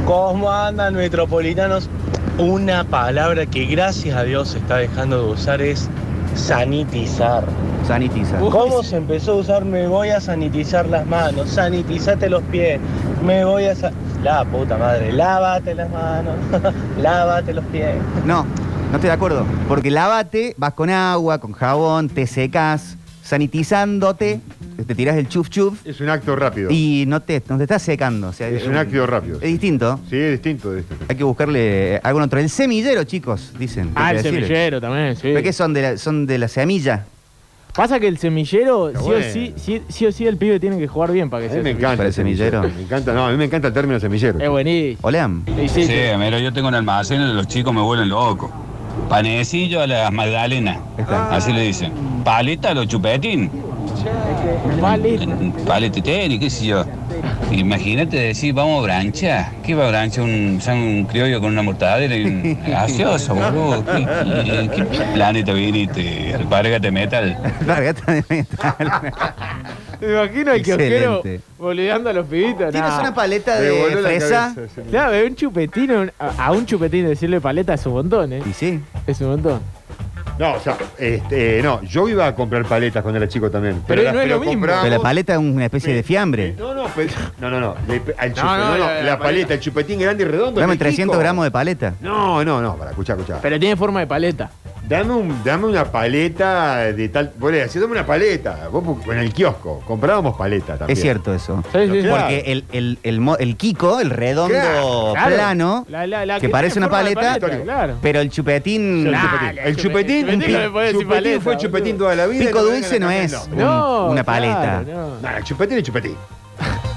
Speaker 9: ¿Cómo andan metropolitanos? Una palabra que gracias a Dios se está dejando de usar es sanitizar.
Speaker 2: Sanitiza.
Speaker 9: ¿Cómo se empezó a usar? Me voy a sanitizar las manos, sanitizate los pies, me voy a... sa- La puta madre, lávate las manos, [LAUGHS] lávate los pies.
Speaker 2: No, no estoy de acuerdo. Porque lavate, vas con agua, con jabón, te secas, sanitizándote, te tiras el chuf chuf
Speaker 3: Es un acto rápido.
Speaker 2: y no te, no te estás secando. o sea,
Speaker 3: Es un acto rápido.
Speaker 2: Es distinto.
Speaker 3: Sí, es distinto de esto.
Speaker 2: Hay que buscarle eh, algún otro. El semillero, chicos, dicen.
Speaker 4: Ah,
Speaker 2: Hay
Speaker 4: el
Speaker 2: que decirle. [LAUGHS]
Speaker 4: semillero también, sí.
Speaker 2: ¿Pero qué son? De la, son de la semilla.
Speaker 4: Pasa que el semillero, sí,
Speaker 3: Pero
Speaker 4: o
Speaker 3: bueno.
Speaker 4: sí, sí- sí o sí, el pibe tiene que jugar bien para que sea
Speaker 3: A mí me
Speaker 4: semillero.
Speaker 3: encanta.
Speaker 2: ¿Para el semillero?
Speaker 3: Me encanta, no, a mí me encanta el término semillero.
Speaker 4: Es buenísimo.
Speaker 2: Oleam.
Speaker 4: Y sí,
Speaker 10: Sí, mira, yo tengo un almacén, los chicos me vuelven loco. Panecillo a las magdalenas,
Speaker 2: Está.
Speaker 10: así le dicen. Paleta a los chupetín.
Speaker 4: Vale.
Speaker 2: [LAUGHS]
Speaker 10: Paleta y qué sé yo. Imagínate decir, vamos a brancha. ¿Qué va a brancha? Un, san- un criollo con una mortadela y
Speaker 2: [LAUGHS]
Speaker 10: un gaseoso, boludo. ¿Qué, qué- qué planeta viniste? Alpárgate metal.
Speaker 2: Largata de metal.
Speaker 4: Me imagino el kiosquero
Speaker 2: Excelente.
Speaker 4: boludeando a los pibitos.
Speaker 2: Tienes
Speaker 4: nah.
Speaker 2: una paleta
Speaker 3: Me
Speaker 2: de
Speaker 3: voló la
Speaker 2: fresa.
Speaker 3: cabeza, sí.
Speaker 4: Claro, es un chupetín, un- a, a un chupetín decirle paleta es un montón, ¿eh?
Speaker 2: Y sí.
Speaker 4: Es un montón.
Speaker 3: No, o sea, este, eh, no, yo iba a comprar paletas cuando era chico también.
Speaker 4: Pero
Speaker 3: las-
Speaker 4: no es lo mismo.
Speaker 3: compramos-
Speaker 2: Pero la paleta es una especie de fiambre.
Speaker 3: No, no, pe- no, no, no, le- pe- al chupe-
Speaker 4: no,
Speaker 3: no,
Speaker 4: la-
Speaker 3: no,
Speaker 4: la
Speaker 3: la,
Speaker 4: paleta.
Speaker 3: paleta, el chupetín grande y redondo.
Speaker 2: Dame
Speaker 3: qué
Speaker 2: 300
Speaker 3: chico.
Speaker 2: gramos de paleta.
Speaker 3: No, no, no, para, escuchá, escuchá.
Speaker 4: Pero tiene forma de paleta.
Speaker 3: Dame, un, dame una paleta de tal. Bueno, así dame una paleta. Vos pu- en el kiosco comprábamos paleta también.
Speaker 2: Es cierto eso.
Speaker 4: Sí, sí, sí.
Speaker 3: Claro.
Speaker 2: Porque el, el, el, mo- el Kiko, el redondo
Speaker 3: Claro,
Speaker 4: Claro.
Speaker 2: plano,
Speaker 4: La- la- la
Speaker 2: que parece
Speaker 4: tiene
Speaker 2: una
Speaker 4: forma de
Speaker 2: paleta,
Speaker 4: claro.
Speaker 2: pero el chupetín.
Speaker 3: El
Speaker 4: Nah,
Speaker 3: chupetín.
Speaker 4: el
Speaker 3: El chupetín,
Speaker 4: chupetín no le podés decir
Speaker 3: chupetín
Speaker 4: paleta,
Speaker 3: fue
Speaker 4: boludo.
Speaker 3: chupetín toda la vida.
Speaker 2: Pico
Speaker 3: no me
Speaker 2: dulce
Speaker 3: vengan
Speaker 2: no
Speaker 3: a
Speaker 2: es.
Speaker 3: cambiar,
Speaker 4: No,
Speaker 2: un- una paleta.
Speaker 4: claro, no.
Speaker 3: No, el chupetín es chupetín.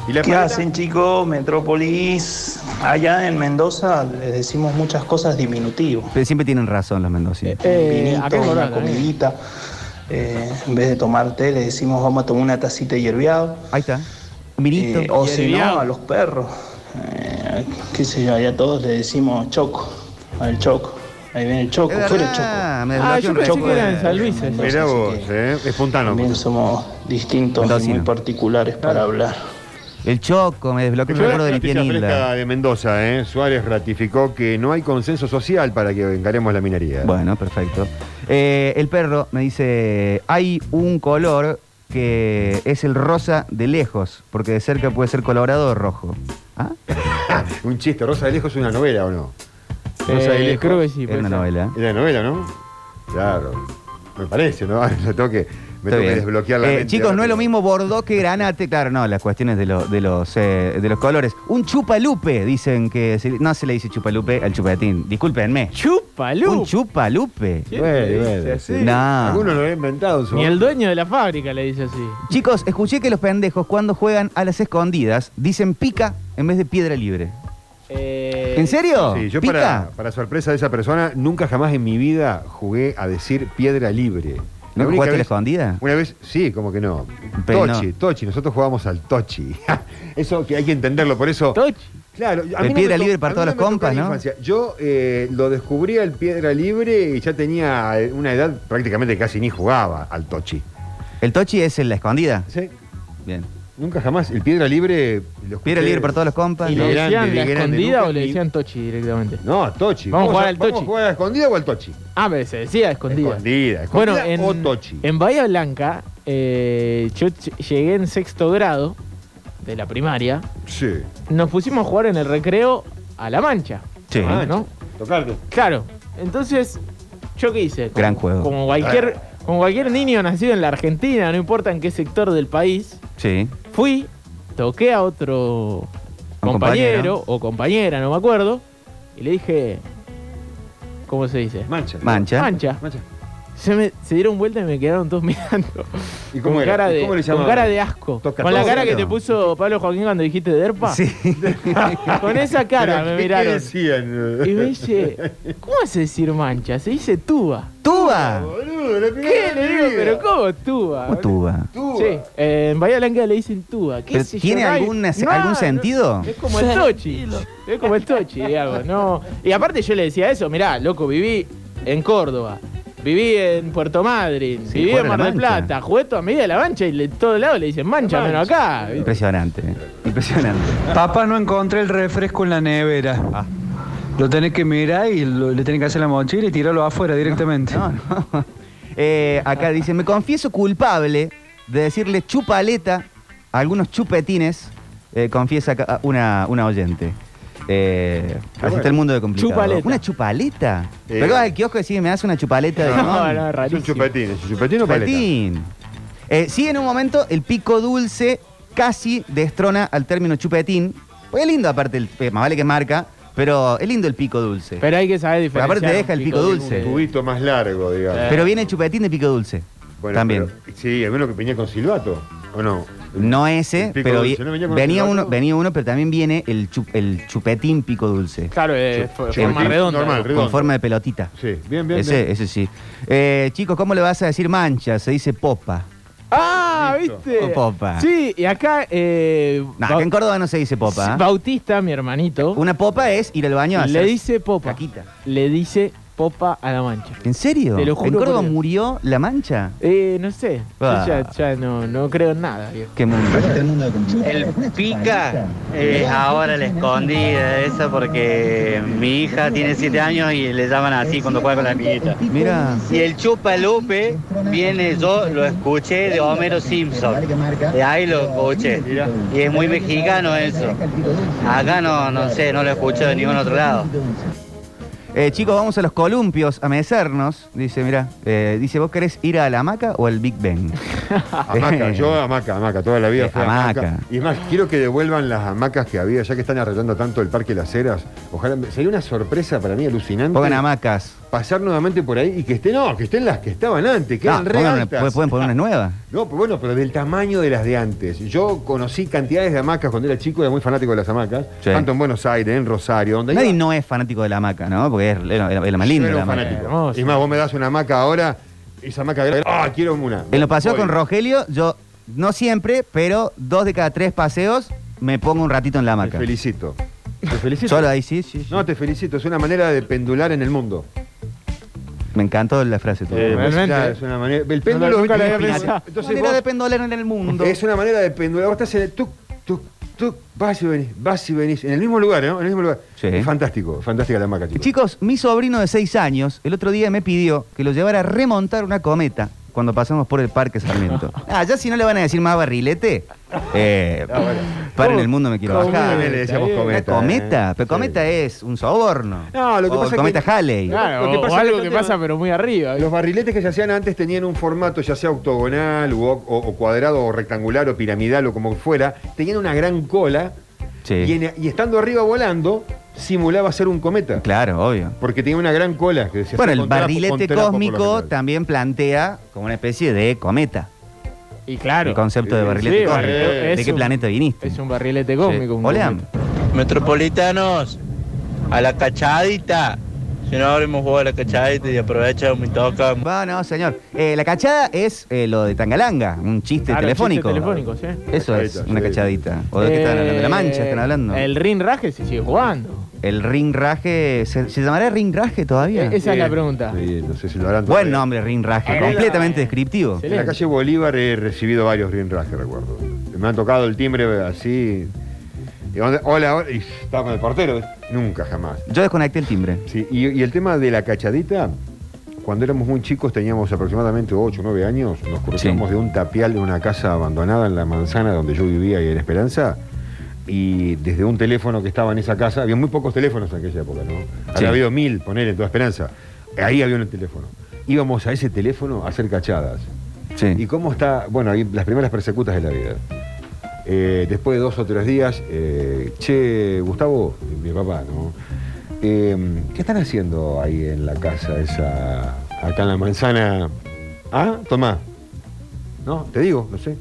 Speaker 3: Y la
Speaker 9: ¿Qué
Speaker 3: paleta-
Speaker 9: hacen chicos? Metrópolis. Allá en Mendoza les decimos muchas cosas diminutivos.
Speaker 2: Pero siempre tienen razón los mendocinos.
Speaker 9: Un
Speaker 4: Eh, acá
Speaker 9: vinito,
Speaker 4: en
Speaker 9: una
Speaker 4: Colón, ¿eh?
Speaker 9: comidita. Eh, en vez de tomar té, le decimos vamos a tomar una tacita de hierbeado.
Speaker 2: Ahí está. Un vinito.
Speaker 9: Eh, o si
Speaker 4: hierbeado.
Speaker 9: no, a los perros. Eh, qué sé yo, allá todos le decimos choco. Al choco. Ahí viene el choco.
Speaker 2: Es
Speaker 9: Fuera el choco.
Speaker 2: verdad, me
Speaker 4: Ah, yo
Speaker 2: desbloqueó un
Speaker 4: pensé
Speaker 2: choco
Speaker 4: que era
Speaker 2: de-
Speaker 4: en San Luis. eh.
Speaker 9: Mendoza,
Speaker 3: Mirá
Speaker 9: así
Speaker 3: vos,
Speaker 9: que
Speaker 3: eh, es puntano.
Speaker 9: También somos distintos y
Speaker 2: Mendocino.
Speaker 9: muy particulares para hablar.
Speaker 2: El choco, me desbloqueó el
Speaker 3: Yo
Speaker 2: recuerdo de mi tía
Speaker 3: noticia
Speaker 2: Nilda.
Speaker 3: fresca de Mendoza, ¿eh? Suárez ratificó que no hay consenso social para que encaremos la minería.
Speaker 2: Bueno, perfecto. Eh, el perro me dice, hay un color que es el rosa de lejos, porque de cerca puede ser colorado o rojo. ¿Ah?
Speaker 3: Un chiste, Rosa de Lejos es una novela o no? Rosa de
Speaker 4: Eh,
Speaker 3: Lejos.
Speaker 4: creo que sí.
Speaker 2: es
Speaker 4: puede
Speaker 2: una
Speaker 4: ser.
Speaker 2: novela.
Speaker 3: Era novela, ¿no? Claro. Me parece, ¿no? [LAUGHS] Me tengo que, me
Speaker 2: Está
Speaker 3: tengo que
Speaker 2: bien.
Speaker 3: desbloquear la
Speaker 2: Eh,
Speaker 3: mente
Speaker 2: Chicos, no es
Speaker 3: rápido.
Speaker 2: lo mismo Bordeaux que Granate. Claro, no, las cuestiones de, lo- de los, eh, de los colores. Un chupalupe, dicen que... se- no se le dice chupalupe al chupetín. Discúlpenme.
Speaker 4: Chupalu.
Speaker 2: Un chupalupe.
Speaker 4: ¿Quién
Speaker 3: Bueno,
Speaker 4: le
Speaker 3: bueno,
Speaker 4: dice así?
Speaker 3: sí.
Speaker 2: No.
Speaker 3: Algunos lo han inventado. en su
Speaker 4: Ni el
Speaker 3: momento.
Speaker 4: dueño de la fábrica le dice así.
Speaker 2: Chicos, escuché que los pendejos cuando juegan a las escondidas dicen pica en vez de piedra libre.
Speaker 4: Eh,
Speaker 2: ¿En serio?
Speaker 3: Sí, yo
Speaker 2: ¿Pica?
Speaker 3: para, Ah, para sorpresa de esa persona, nunca jamás en mi vida jugué a decir piedra libre. La
Speaker 2: ¿No
Speaker 3: única
Speaker 2: jugaste a la
Speaker 3: vez-
Speaker 2: escondida?
Speaker 3: Una vez, sí, como que no.
Speaker 2: Pero
Speaker 3: tochi, tochi, nosotros jugábamos al tochi. [LAUGHS] eso que hay que entenderlo, por eso.
Speaker 4: Toch.
Speaker 3: Claro, a
Speaker 2: El
Speaker 3: mí
Speaker 2: piedra
Speaker 3: me to-
Speaker 2: libre para
Speaker 3: a mí
Speaker 2: todos
Speaker 3: no
Speaker 2: los
Speaker 3: me tocó
Speaker 2: compas,
Speaker 3: la
Speaker 2: ¿no?
Speaker 3: infancia. Yo eh, lo descubrí al piedra libre y ya tenía eh, una edad prácticamente casi ni jugaba al tochi.
Speaker 2: El tochi es en la escondida.
Speaker 3: ¿Sí?
Speaker 2: Bien.
Speaker 3: Nunca jamás. El piedra libre. lo escuché-
Speaker 2: Piedra libre para todos los compas.
Speaker 4: ¿Y
Speaker 3: lo-
Speaker 4: le
Speaker 3: de
Speaker 4: decían
Speaker 3: grande,
Speaker 4: la
Speaker 3: de grande,
Speaker 4: escondida
Speaker 3: nunca
Speaker 4: o le
Speaker 3: ni-
Speaker 4: decían Tochi directamente?
Speaker 3: No, a tochi.
Speaker 4: Vamos a jugar al
Speaker 3: ¿Vamos
Speaker 4: tochi.
Speaker 3: a jugar a la escondida o al tochi?
Speaker 4: Ah, pero se decía escondida.
Speaker 3: Escondida, escondida
Speaker 4: Bueno, en,
Speaker 3: o tochi.
Speaker 4: en Bahía Blanca eh, yo ch- llegué en sexto grado de la primaria.
Speaker 3: Sí.
Speaker 4: Nos pusimos a jugar en el recreo a la mancha.
Speaker 2: Sí.
Speaker 4: ¿No?
Speaker 3: Tocarte.
Speaker 4: Claro. Entonces, ¿yo qué hice? Como-
Speaker 2: Gran juego.
Speaker 4: Como cualquier, como cualquier niño nacido en la Argentina, no importa en qué sector del país,
Speaker 2: Sí.
Speaker 4: fui, toqué a otro
Speaker 2: Un
Speaker 4: compañero,
Speaker 2: compañero.
Speaker 4: o compañera, no me acuerdo, y le dije, ¿cómo se dice?
Speaker 3: Mancha.
Speaker 2: Mancha.
Speaker 4: Mancha.
Speaker 3: Mancha.
Speaker 4: Se, me- se dieron vuelta y me quedaron todos [LAUGHS] mirando.
Speaker 3: ¿Y cómo
Speaker 4: con
Speaker 3: era?
Speaker 4: Cara
Speaker 3: ¿Y
Speaker 4: de,
Speaker 3: cómo le
Speaker 4: con
Speaker 3: llamaban?
Speaker 4: cara de asco.
Speaker 3: Toca
Speaker 4: con la
Speaker 3: todo,
Speaker 4: cara que
Speaker 3: claro.
Speaker 4: te puso Pablo Joaquín cuando dijiste Derpa.
Speaker 2: Sí.
Speaker 4: [LAUGHS] Con esa cara
Speaker 3: Pero,
Speaker 4: me
Speaker 3: ¿qué- ¿Qué
Speaker 4: miraron.
Speaker 3: decían?
Speaker 4: Y me dice, ¿cómo hace decir mancha? Se dice tuba.
Speaker 2: Tuba.
Speaker 3: Boludo, la primera
Speaker 4: ¿Qué?
Speaker 3: vez
Speaker 4: Le
Speaker 3: en mi
Speaker 4: digo,
Speaker 3: vida.
Speaker 4: pero ¿cómo tuba?
Speaker 2: ¿Cómo tuba?
Speaker 3: Tú.
Speaker 4: Sí, eh, en Bahía Blanca le dicen tuba. ¿Qué
Speaker 2: ¿Pero
Speaker 4: sé yo?
Speaker 2: tiene
Speaker 4: No hay-
Speaker 2: algún-
Speaker 4: no,
Speaker 2: algún
Speaker 4: no,
Speaker 2: sentido?
Speaker 4: Es como el tochi. Es como el tochi, digamos. No. Y aparte yo le decía eso, mirá, loco, viví en Córdoba. Viví en Puerto Madryn,
Speaker 2: Sí,
Speaker 4: viví
Speaker 2: jugar
Speaker 4: en
Speaker 2: a la
Speaker 4: Mar del
Speaker 2: Mancha.
Speaker 4: Plata, jugué toda mi vida a la mancha y de todos lados le dicen mancha, menos acá.
Speaker 2: Impresionante. eh. Impresionante.
Speaker 11: Papá, no encontré el refresco en la nevera.
Speaker 2: Ah.
Speaker 11: Lo tenés que mirar y lo- le tenés que hacer la mochila y tirarlo afuera directamente.
Speaker 2: No, no. [LAUGHS] Eh, acá dice, me confieso culpable de decirle chupaleta a algunos chupetines, eh, confiesa acá- una, una oyente. Eh, así
Speaker 3: bueno.
Speaker 2: está el mundo de complicado.
Speaker 4: Chupaleta.
Speaker 2: ¿Una chupaleta?
Speaker 3: Eh.
Speaker 2: Pero al kiosco y decís, me hace una chupaleta de limón?
Speaker 4: no, es
Speaker 3: Es un
Speaker 4: rarísimo.
Speaker 3: chupetín, es un chupetín o paleta.
Speaker 2: Chupetín. Eh, sí, en un momento el pico dulce casi destrona al término chupetín. Pues es lindo, aparte, el, eh, más vale que marca, pero es lindo el pico dulce. Pero,
Speaker 4: Pero hay que saber diferenciar.
Speaker 2: aparte te deja
Speaker 4: un
Speaker 2: el pico dulce.
Speaker 3: Un tubito más largo, digamos.
Speaker 4: Eh.
Speaker 2: viene el chupetín de pico dulce.
Speaker 3: Bueno,
Speaker 2: también.
Speaker 3: pero- sí, alguno que venía con silbato, ¿o no?
Speaker 2: No
Speaker 3: El
Speaker 2: ese,
Speaker 3: pico
Speaker 2: pero
Speaker 3: dulce,
Speaker 2: vi-
Speaker 3: ¿no venía con
Speaker 2: venía,
Speaker 3: el
Speaker 2: uno,
Speaker 3: pico?
Speaker 2: venía uno, pero también viene el, chu- el chupetín pico dulce.
Speaker 4: Claro, de
Speaker 3: Chu-
Speaker 4: fo-
Speaker 3: chupetín
Speaker 4: forma redonda.
Speaker 3: Normal, redondo.
Speaker 2: Con forma de pelotita.
Speaker 3: Sí, bien, bien.
Speaker 2: Ese,
Speaker 3: bien.
Speaker 2: ese sí. Eh, chicos, ¿cómo le vas a decir mancha? Se dice popa.
Speaker 4: Ah,
Speaker 3: Listo.
Speaker 4: ¿viste?
Speaker 2: O Oh, popa.
Speaker 4: Sí, y acá... Eh,
Speaker 2: No,
Speaker 4: Bau-
Speaker 2: acá en Córdoba no se dice popa. ¿eh?
Speaker 4: Bautista, mi hermanito,
Speaker 2: Una popa es ir al baño a
Speaker 4: le
Speaker 2: hacer
Speaker 4: dice popa.
Speaker 2: caquita.
Speaker 4: Le dice popa a la mancha.
Speaker 2: ¿En serio?
Speaker 4: Te lo juro
Speaker 2: ¿En Córdoba
Speaker 4: por Dios.
Speaker 2: murió la mancha?
Speaker 4: Eh, no sé. Yo
Speaker 2: Ah.
Speaker 4: ya, ya no, no creo en nada, viejo.
Speaker 2: Qué mundo.
Speaker 9: El pica es eh, ahora la escondida esa porque mi hija tiene 7 años y le llaman así cuando juega con la amiguita.
Speaker 2: Mira,
Speaker 9: Y el chupalupe viene, yo lo escuché de Homero Simpson. De ahí lo escuché. Y es muy mexicano eso. Acá no, no sé, no lo escucho de ningún otro lado.
Speaker 2: eh, chicos, vamos a los columpios a mecernos. Dice, mira, eh, dice, ¿vos querés ir a la hamaca o al Big
Speaker 3: [LAUGHS]
Speaker 2: Ben?
Speaker 3: Hamaca, yo hamaca, hamaca, toda la vida
Speaker 2: Eh,
Speaker 3: fui a
Speaker 2: hamaca.
Speaker 3: Y es más, quiero que devuelvan las hamacas que había, ya que están arreglando tanto el Parque Las Heras. Ojalá, me- sería una sorpresa para mí alucinante
Speaker 2: Pongan hamacas.
Speaker 3: pasar nuevamente por ahí y que estén, no, que estén las que estaban antes, que
Speaker 2: No,
Speaker 3: eran re
Speaker 2: pongan una-
Speaker 3: altas. [LAUGHS]
Speaker 2: pueden poner una nueva.
Speaker 3: No, pero bueno, pero del tamaño de las de antes. Yo conocí cantidades de hamacas cuando era chico, era muy fanático de las hamacas.
Speaker 2: Sí.
Speaker 3: Tanto en Buenos Aires, en Rosario, donde
Speaker 2: Nadie
Speaker 3: iba.
Speaker 2: no es fanático de la hamaca, ¿no? Porque es, es lo- es lo más
Speaker 3: Yo
Speaker 2: lindo
Speaker 3: era
Speaker 2: la
Speaker 3: un
Speaker 2: hamaca.
Speaker 3: fanático.
Speaker 4: Hermoso.
Speaker 3: Es más, vos me das una hamaca ahora, esa hamaca grande, ah, quiero una.
Speaker 2: En los paseos
Speaker 3: Voy.
Speaker 2: con Rogelio, yo no siempre, pero dos de cada tres paseos me pongo un ratito en la
Speaker 3: Te
Speaker 2: hamaca.
Speaker 3: felicito. Te felicito.
Speaker 2: Solo ahí sí, sí, sí.
Speaker 3: No, te felicito, es una manera de pendular en el mundo.
Speaker 2: Me encantó la frase. tu.
Speaker 3: Eh,
Speaker 4: Realmente.
Speaker 3: claro, es una manera. El péndulo
Speaker 4: nunca la había
Speaker 3: Espinal.
Speaker 4: pensado.
Speaker 3: Entonces
Speaker 2: manera
Speaker 3: vos-
Speaker 2: de pendoler en el mundo.
Speaker 3: es una manera de pendular. Vos estás en el tuk, tuk, tuk, vas y venís, vas y venís. En el mismo lugar, ¿no? En el mismo lugar.
Speaker 2: Sí.
Speaker 3: Es fantástico, fantástica la hamaca, chicos.
Speaker 2: Chicos, mi sobrino de seis años el otro día me pidió que lo llevara a remontar una cometa cuando pasamos por el
Speaker 3: [LAUGHS]
Speaker 2: Parque Sarmiento. Ah, ya si no le van a decir más barrilete, eh,
Speaker 3: Ah, bueno.
Speaker 2: paren el mundo, me quiero
Speaker 3: ¿Cómo
Speaker 2: bajar.
Speaker 3: le decíamos
Speaker 2: Una
Speaker 3: cometa,
Speaker 2: cometa,
Speaker 3: eh?
Speaker 2: pero cometa
Speaker 3: Sí.
Speaker 2: es un soborno.
Speaker 3: No, lo que
Speaker 2: O
Speaker 3: pasa es
Speaker 2: cometa
Speaker 3: que-
Speaker 2: Halley.
Speaker 4: Claro,
Speaker 3: Lo que
Speaker 4: o-
Speaker 3: pasa
Speaker 4: o
Speaker 3: es que
Speaker 4: algo
Speaker 3: no
Speaker 4: que
Speaker 3: te-
Speaker 4: pasa, pero muy arriba.
Speaker 3: Los barriletes que se hacían antes tenían un formato ya sea octogonal o, o- o cuadrado o rectangular o piramidal o como fuera, tenían una gran cola
Speaker 2: Sí.
Speaker 3: y, en- y estando arriba volando simulaba ser un cometa.
Speaker 2: Claro, obvio.
Speaker 3: Porque tenía una gran cola. Que se
Speaker 2: Bueno,
Speaker 3: hacía
Speaker 2: el
Speaker 3: con trapo-
Speaker 2: barrilete
Speaker 3: con trapo, por lo
Speaker 2: cósmico
Speaker 3: general.
Speaker 2: también plantea como una especie de cometa.
Speaker 4: Y claro,
Speaker 2: El concepto de
Speaker 3: Sí,
Speaker 2: barrilete
Speaker 4: sí,
Speaker 2: cósmico.
Speaker 4: barrilete-
Speaker 2: ¿De
Speaker 4: es
Speaker 2: qué
Speaker 4: un-
Speaker 2: planeta viniste?
Speaker 4: es un barrilete cósmico. un
Speaker 2: Hola.
Speaker 4: cómico.
Speaker 9: Metropolitanos, a la cachadita. Si no abrimos juego a la cachadita y aprovechamos mi toca.
Speaker 2: Bueno, señor. Eh, la cachada es eh, lo de Tangalanga, un chiste
Speaker 4: Claro,
Speaker 2: Este telefónico.
Speaker 4: chiste telefónico, sí.
Speaker 2: Eso es,
Speaker 3: Cachadita,
Speaker 2: una
Speaker 3: sí.
Speaker 2: cachadita. ¿O de qué están hablando? ¿De la mancha están hablando?
Speaker 4: Eh, El
Speaker 2: El,
Speaker 4: rinraje se sigue jugando.
Speaker 2: ringraje, ¿se, se llamará ringraje todavía?
Speaker 4: E- Esa es la
Speaker 3: Sí,
Speaker 4: pregunta.
Speaker 3: sí, no sé si lo harán
Speaker 2: Buen
Speaker 3: todavía.
Speaker 2: nombre, ringraje, completamente descriptivo.
Speaker 4: Excelente.
Speaker 3: En la calle Bolívar he recibido varios rinras, que recuerdo. Me han tocado el timbre así. y onda, hola, hola. Y estaba con el portero. Nunca, jamás.
Speaker 2: Yo desconecté el timbre.
Speaker 3: Sí, y, y el tema de la cachadita, cuando éramos muy chicos, teníamos aproximadamente 8 o 9 años, nos cruzamos de un tapial de una casa abandonada en la manzana donde yo vivía y en Esperanza, y desde un teléfono que estaba en esa casa, había muy pocos teléfonos en aquella época, ¿no? Había
Speaker 12: Sí.
Speaker 3: habido mil, poner en toda Esperanza. Ahí había un teléfono. Íbamos a ese teléfono a hacer cachadas. ¿Y cómo está? Bueno, ahí las primeras persecutas de la vida. Eh, después de dos o tres días, eh, che, Gustavo, mi papá, ¿no? Eh, ¿Qué están haciendo ahí en la casa esa, acá en la manzana? Ah, tomá. No, te digo, no sé.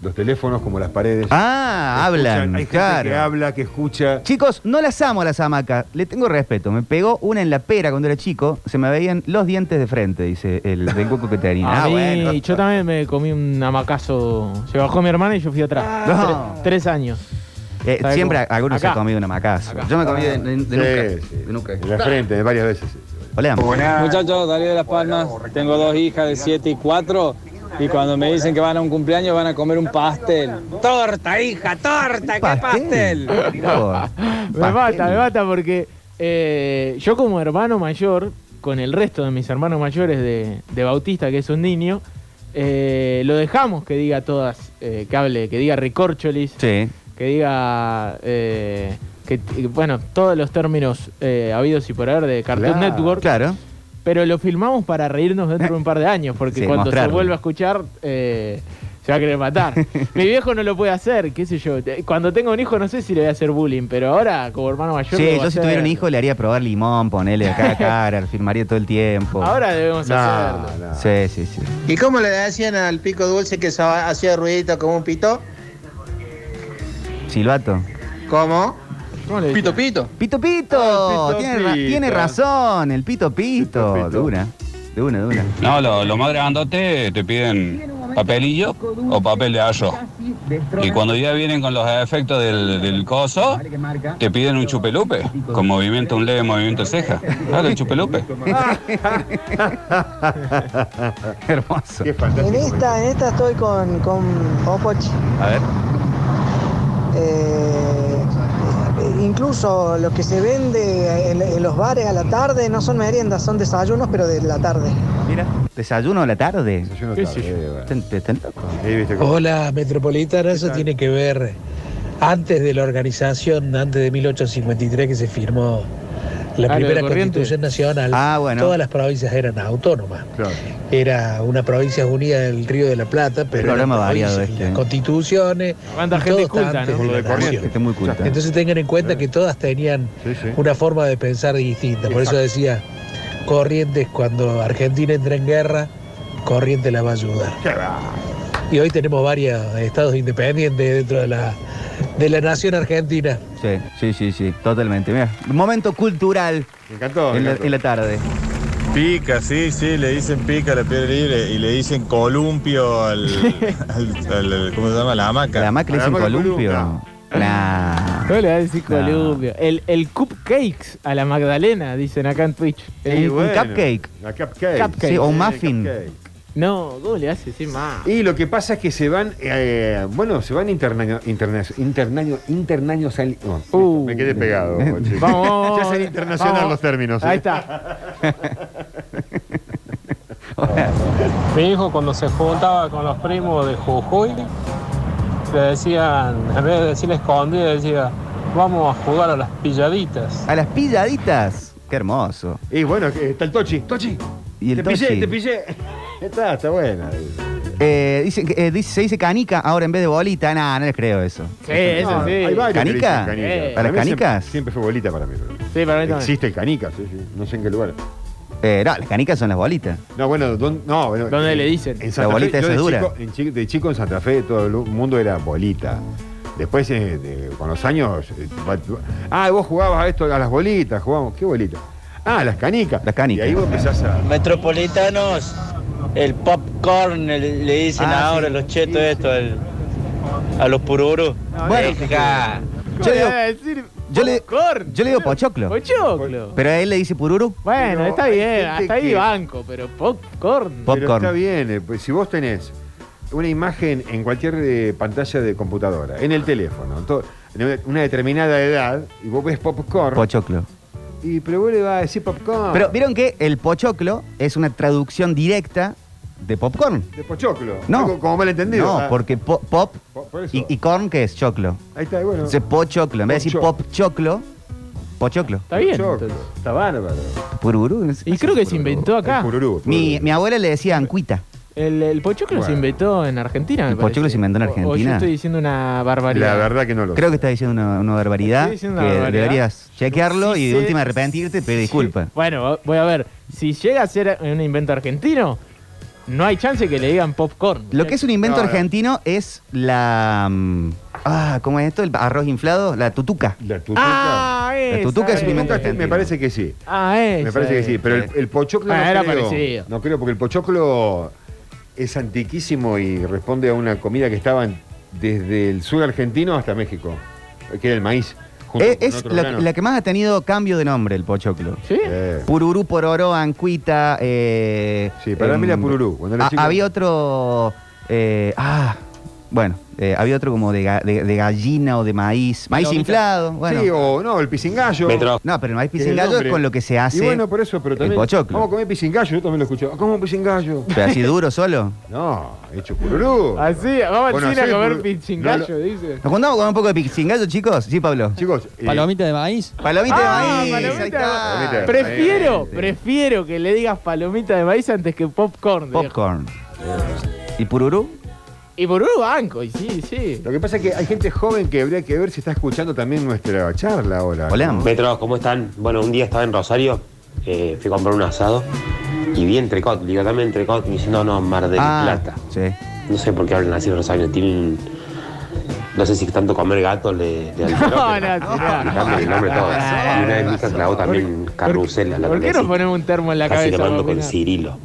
Speaker 3: Los teléfonos como las paredes.
Speaker 2: Ah,
Speaker 3: Escuchan,
Speaker 2: hablan,
Speaker 3: hay gente
Speaker 2: claro.
Speaker 3: que habla, que escucha.
Speaker 2: Chicos, no las amo a las hamacas. Le tengo respeto. Me pegó una en la pera cuando era chico. Se me veían los dientes de frente, dice el del cuco que te harina.
Speaker 4: A
Speaker 2: Ah,
Speaker 4: mí-
Speaker 2: bueno.
Speaker 4: Yo también me comí un amacazo. Se bajó mi hermana y yo fui atrás.
Speaker 2: No.
Speaker 4: Tres, tres años.
Speaker 2: Eh,
Speaker 4: ¿Sabe
Speaker 2: siempre
Speaker 4: cómo?
Speaker 2: algunos se ha
Speaker 4: Acá.
Speaker 2: comido una macazo.
Speaker 4: Acá.
Speaker 2: Yo me comí de, de- de nuca.
Speaker 3: Sí, sí.
Speaker 2: De nuca.
Speaker 3: En la frente, varias veces.
Speaker 2: Hola.
Speaker 13: Muchachos, Darío de las Palmas, tengo dos hijas de 7 y 4 y cuando me dicen que van a un cumpleaños van a comer un pastel. Torta, hija, torta, ¿qué pastel?
Speaker 4: me mata, me mata porque eh, yo como hermano mayor, con el resto de mis hermanos mayores de, de Bautista, que es un niño, eh, lo dejamos que diga todas, eh, que hable, que diga recorcholis,
Speaker 2: Sí.
Speaker 4: que diga, eh, que t- bueno, todos los términos eh, habidos y por haber de Cartoon
Speaker 2: Claro.
Speaker 4: Network.
Speaker 2: Claro.
Speaker 4: Pero lo filmamos para reírnos dentro de un par de años, porque
Speaker 2: Sí,
Speaker 4: cuando
Speaker 2: mostrarlo.
Speaker 4: se vuelva a escuchar... eh, se va a querer
Speaker 2: [LAUGHS]
Speaker 4: matar. Mi viejo no lo puede hacer, qué sé yo. Te- Cuando tenga un hijo no sé si le voy a hacer bullying, pero ahora como hermano mayor...
Speaker 2: Sí,
Speaker 4: lo voy a
Speaker 2: yo si
Speaker 4: hacer.
Speaker 2: tuviera un hijo le haría probar limón, ponerle de cara a cara, le firmaría todo el tiempo.
Speaker 4: Ahora debemos
Speaker 2: No,
Speaker 4: hacerlo.
Speaker 2: no. Sí, sí, sí.
Speaker 14: ¿Y cómo le decían al pico dulce que sa- hacía ruidito como un pito?
Speaker 2: Silvato.
Speaker 14: ¿Cómo?
Speaker 2: Pito
Speaker 14: pito.
Speaker 2: Pito pito.
Speaker 14: Ah, el pito
Speaker 2: tiene, ra-
Speaker 14: pito.
Speaker 2: tiene razón, el pito pito.
Speaker 6: pito.
Speaker 2: De una, de una, de una.
Speaker 6: No, los lo más grandotes te piden papelillo o papel de ayo. Y cuando ya vienen con los efectos del, del coso, te piden un chupelupe, con movimiento, un leve movimiento de ceja. Dale, chupelupe.
Speaker 2: [LAUGHS] Hermoso.
Speaker 3: Qué
Speaker 15: En
Speaker 3: fantástico.
Speaker 15: esta, en esta estoy con, con Opochi.
Speaker 2: A ver.
Speaker 15: Eh, incluso lo que se vende en, en los bares a la tarde no son meriendas, son desayunos, pero de la tarde.
Speaker 2: Mira, desayuno a la tarde.
Speaker 3: Desayuno
Speaker 2: ¿Qué
Speaker 3: tarde,
Speaker 2: ¿Están, están locos?
Speaker 9: Hola, Metropolitana. Eso tiene que ver antes de la organización, antes de 1853 que se firmó la
Speaker 2: Ah, lo de
Speaker 9: primera
Speaker 2: Corrientes.
Speaker 9: constitución nacional.
Speaker 2: Ah, bueno.
Speaker 9: Todas las provincias eran autónomas. Era una provincia unida del Río de la Plata, pero eran
Speaker 2: programa
Speaker 9: provincias
Speaker 2: variado
Speaker 9: y
Speaker 2: este,
Speaker 9: las
Speaker 2: ¿eh?
Speaker 9: constituciones.
Speaker 4: ¿Cuánta
Speaker 9: y
Speaker 4: gente
Speaker 9: todo está
Speaker 4: culta,
Speaker 9: antes
Speaker 4: no?
Speaker 9: de
Speaker 4: Lo de
Speaker 9: la
Speaker 4: Corrientes.
Speaker 9: nación.
Speaker 4: Gente muy culta.
Speaker 9: Entonces tengan en cuenta que todas tenían una forma de pensar distinta. Por eso decía, Corrientes, cuando Argentina entra en guerra, Corrientes la va a ayudar. Y hoy tenemos varios estados independientes dentro de la, de la nación argentina.
Speaker 2: Sí, sí, sí, sí, totalmente. Mira, momento cultural.
Speaker 3: Me encantó.
Speaker 2: En la, en la tarde.
Speaker 16: Pica, sí, sí, le dicen pica a la piedra libre y le dicen columpio al.
Speaker 2: [LAUGHS]
Speaker 16: al- al- al- ¿Cómo se llama? La hamaca.
Speaker 2: La hamaca le
Speaker 16: A
Speaker 2: dicen columpio.
Speaker 16: No.
Speaker 2: Nah.
Speaker 4: ¿Cómo le va a decir
Speaker 2: No.
Speaker 4: columpio? El, el cupcakes a la Magdalena, dicen acá en Twitch. El-
Speaker 2: un bueno. cupcake.
Speaker 3: La cupcake.
Speaker 4: Cupcake. Sí, o un muffin.
Speaker 3: cupcake.
Speaker 4: No, ¿cómo le hace? Sí, más.
Speaker 3: Y lo que pasa es que se van, eh, bueno, se van internaño, internaño, internaño, internaño sal- no, me quedé pegado. [LAUGHS] Pochi.
Speaker 4: Vamos, vamos,
Speaker 3: ya
Speaker 4: vamos.
Speaker 3: son internacional
Speaker 4: Vamos.
Speaker 3: los términos. ¿eh?
Speaker 4: Ahí
Speaker 3: [LAUGHS]
Speaker 4: está.
Speaker 17: Mi hijo cuando se juntaba [LAUGHS] con los primos de Jujuy, le decían, en vez de decir escondida, decía, vamos a jugar a las pilladitas.
Speaker 2: A las pilladitas. Qué hermoso.
Speaker 3: Y bueno, que está el Tochi. Tochi.
Speaker 2: Y el
Speaker 3: te pillé,
Speaker 2: Tochi.
Speaker 3: te pillé. Está, está buena.
Speaker 2: Eh, dicen que- eh, dice, se dice canica ahora en vez de bolita. Nah, no les creo eso.
Speaker 4: Sí, eso
Speaker 3: No,
Speaker 4: sí.
Speaker 3: Hay varios que dicen
Speaker 2: ¿Canica?
Speaker 3: canica.
Speaker 2: Eh.
Speaker 3: Para
Speaker 2: ¿Para
Speaker 3: mí
Speaker 2: canicas?
Speaker 3: Siempre, siempre fue bolita para mí. pero
Speaker 4: Sí, para mí también.
Speaker 3: Existe el canica, sí, sí. No sé en qué lugar.
Speaker 2: Eh, no, las canicas son las bolitas.
Speaker 3: No, bueno, ¿dónde, no, bueno,
Speaker 4: ¿Dónde
Speaker 3: en-
Speaker 4: le dicen?
Speaker 3: En Santa
Speaker 2: La bolita
Speaker 3: Fe, yo
Speaker 2: esa
Speaker 3: de
Speaker 2: dura.
Speaker 3: Chico, en chi- de chico en Santa Fe todo el mundo era bolita. Después, eh, de- con los años... eh, va- ah, vos jugabas a esto, a las bolitas, jugamos. ¿Qué bolita? Ah, las canicas. Las canicas. Y ahí vos empezás a...
Speaker 18: Metropolitanos, el popcorn el- le dicen
Speaker 2: Ah,
Speaker 18: ahora
Speaker 2: sí.
Speaker 18: los chetos esto, al- a los pururos.
Speaker 2: Bueno.
Speaker 18: Hija.
Speaker 2: Yo digo-
Speaker 4: decir?
Speaker 2: Yo le, yo le digo pochoclo.
Speaker 4: Pochoclo.
Speaker 2: Pero a él le dice pururu.
Speaker 4: Bueno,
Speaker 3: Pero
Speaker 4: está
Speaker 3: hay
Speaker 4: bien,
Speaker 3: gente
Speaker 4: hasta ahí
Speaker 3: que-
Speaker 4: banco, pero popcorn.
Speaker 3: Pero está bien, eh, pues, si vos tenés una imagen en cualquier eh, pantalla de computadora, en el teléfono, en to- en una determinada edad, y vos ves popcorn,
Speaker 2: Pochoclo.
Speaker 3: Y, pero vos le vas a decir popcorn.
Speaker 2: Pero vieron que el pochoclo es una traducción directa de popcorn.
Speaker 3: De pochoclo.
Speaker 2: No.
Speaker 3: Algo Como mal entendido.
Speaker 2: No,
Speaker 3: Ah,
Speaker 2: porque po- pop
Speaker 3: po- por eso.
Speaker 2: y, y corn, ¿qué es? Choclo.
Speaker 3: Ahí está, bueno.
Speaker 2: Entonces, pochoclo. En vez de decir
Speaker 3: Pochoclo.
Speaker 2: pop choclo, pochoclo.
Speaker 4: Está bien.
Speaker 3: Pochoclo.
Speaker 4: entonces.
Speaker 3: Está bárbaro.
Speaker 2: Pururú. no sé.
Speaker 4: Y creo que se inventó acá.
Speaker 2: Mi, mi abuela le decía ancuita.
Speaker 4: El, el pochoclo se
Speaker 2: Bueno.
Speaker 4: inventó en Argentina. me
Speaker 2: El pochoclo
Speaker 4: parece.
Speaker 2: se inventó en
Speaker 4: O- O, yo
Speaker 2: Argentina.
Speaker 4: estoy diciendo una barbaridad.
Speaker 3: La verdad que no lo sé.
Speaker 2: Creo que está diciendo una, una barbaridad.
Speaker 4: Estoy diciendo una
Speaker 2: que
Speaker 4: barbaridad.
Speaker 2: deberías chequearlo
Speaker 4: Sí
Speaker 2: y de
Speaker 4: sé.
Speaker 2: última arrepentirte, pero disculpa.
Speaker 4: Bueno, voy a ver. Si llega a ser un invento argentino, no hay chance que le digan popcorn.
Speaker 2: Lo que es un invento
Speaker 4: No, no.
Speaker 2: argentino es la. mm, Ah, ¿cómo es esto? El arroz inflado, la tutuca.
Speaker 3: La tutuca.
Speaker 4: Ah,
Speaker 2: La
Speaker 4: esa
Speaker 2: tutuca es un
Speaker 3: Nunca-
Speaker 2: invento argentino.
Speaker 3: Me parece que sí.
Speaker 4: Ah, esa
Speaker 3: Me parece que
Speaker 4: es.
Speaker 3: sí. Pero el, el pochoclo
Speaker 4: Ah,
Speaker 3: no
Speaker 4: era
Speaker 3: creo.
Speaker 4: parecido.
Speaker 3: No creo, porque el pochoclo es antiquísimo y responde a una comida que estaba en- desde el sur argentino hasta México, que era el maíz. junto
Speaker 2: Eh, Es,
Speaker 3: con
Speaker 2: es
Speaker 3: otros
Speaker 2: la,
Speaker 3: granos.
Speaker 2: la que más ha tenido cambio de nombre, el pochoclo.
Speaker 4: ¿Sí?
Speaker 3: Eh,
Speaker 2: Pururú, Pororó, Ancuita. Eh,
Speaker 3: Sí, para mí era
Speaker 2: em,
Speaker 3: Pururú. Cuando era
Speaker 2: ha-
Speaker 3: chico-
Speaker 2: había otro. eh, ah, bueno, eh, había otro como de, ga- de- de gallina o de maíz. Maíz
Speaker 3: Palomita.
Speaker 2: inflado. Bueno.
Speaker 3: Sí, o no, el pisingallo.
Speaker 2: No, pero el maíz
Speaker 3: Que es el
Speaker 2: pisingallo es
Speaker 3: nombre.
Speaker 2: con lo que se hace.
Speaker 3: Y bueno, por eso, pero
Speaker 2: el
Speaker 3: también.
Speaker 2: pochoclo.
Speaker 3: Vamos a comer pisingallo, yo también lo escuché. ¿Cómo pisingallo?
Speaker 2: Pero así duro solo.
Speaker 3: [LAUGHS] No, Ah, hecho pururú.
Speaker 4: Así, vamos
Speaker 3: Bueno,
Speaker 4: al cine a
Speaker 3: sí,
Speaker 4: comer
Speaker 3: por-
Speaker 4: pichingallo,
Speaker 3: no, no.
Speaker 4: dice.
Speaker 2: ¿Nos juntamos con un poco de pisingallo, chicos? Sí, Pablo.
Speaker 3: Chicos, eh,
Speaker 6: Palomita de maíz.
Speaker 2: Palomita
Speaker 4: Ah,
Speaker 2: de maíz.
Speaker 4: palomita
Speaker 2: ahí está.
Speaker 3: de maíz.
Speaker 4: Prefiero, prefiero que le digas palomita de maíz antes que popcorn. viejo.
Speaker 2: Popcorn. ¿Y pururú?
Speaker 4: Y por un banco, y sí, sí.
Speaker 3: Lo que pasa es que hay gente joven que habría que ver si está escuchando también nuestra charla ahora.
Speaker 2: Hola.
Speaker 19: Metro, ¿cómo están? Bueno, un día estaba en Rosario, eh, fui a comprar un asado y vi entrecot, digo, dame entrecot, y me dice, no, no, Mar del
Speaker 2: Ah,
Speaker 19: Plata.
Speaker 2: Sí.
Speaker 19: No sé por qué hablan así en Rosario, tienen, no sé si tanto comer gato le, le
Speaker 4: [LAUGHS]
Speaker 19: alteró,
Speaker 4: No,
Speaker 19: pero
Speaker 4: no, no,
Speaker 19: le cambian el nombre todo.
Speaker 4: no,
Speaker 19: Y una vez mi hija clavó también carrusel a la
Speaker 4: ¿Por qué
Speaker 19: cabeza,
Speaker 4: nos ponemos un termo en la
Speaker 19: casi
Speaker 4: cabeza?
Speaker 19: tomando
Speaker 4: papi?
Speaker 19: con Cirilo.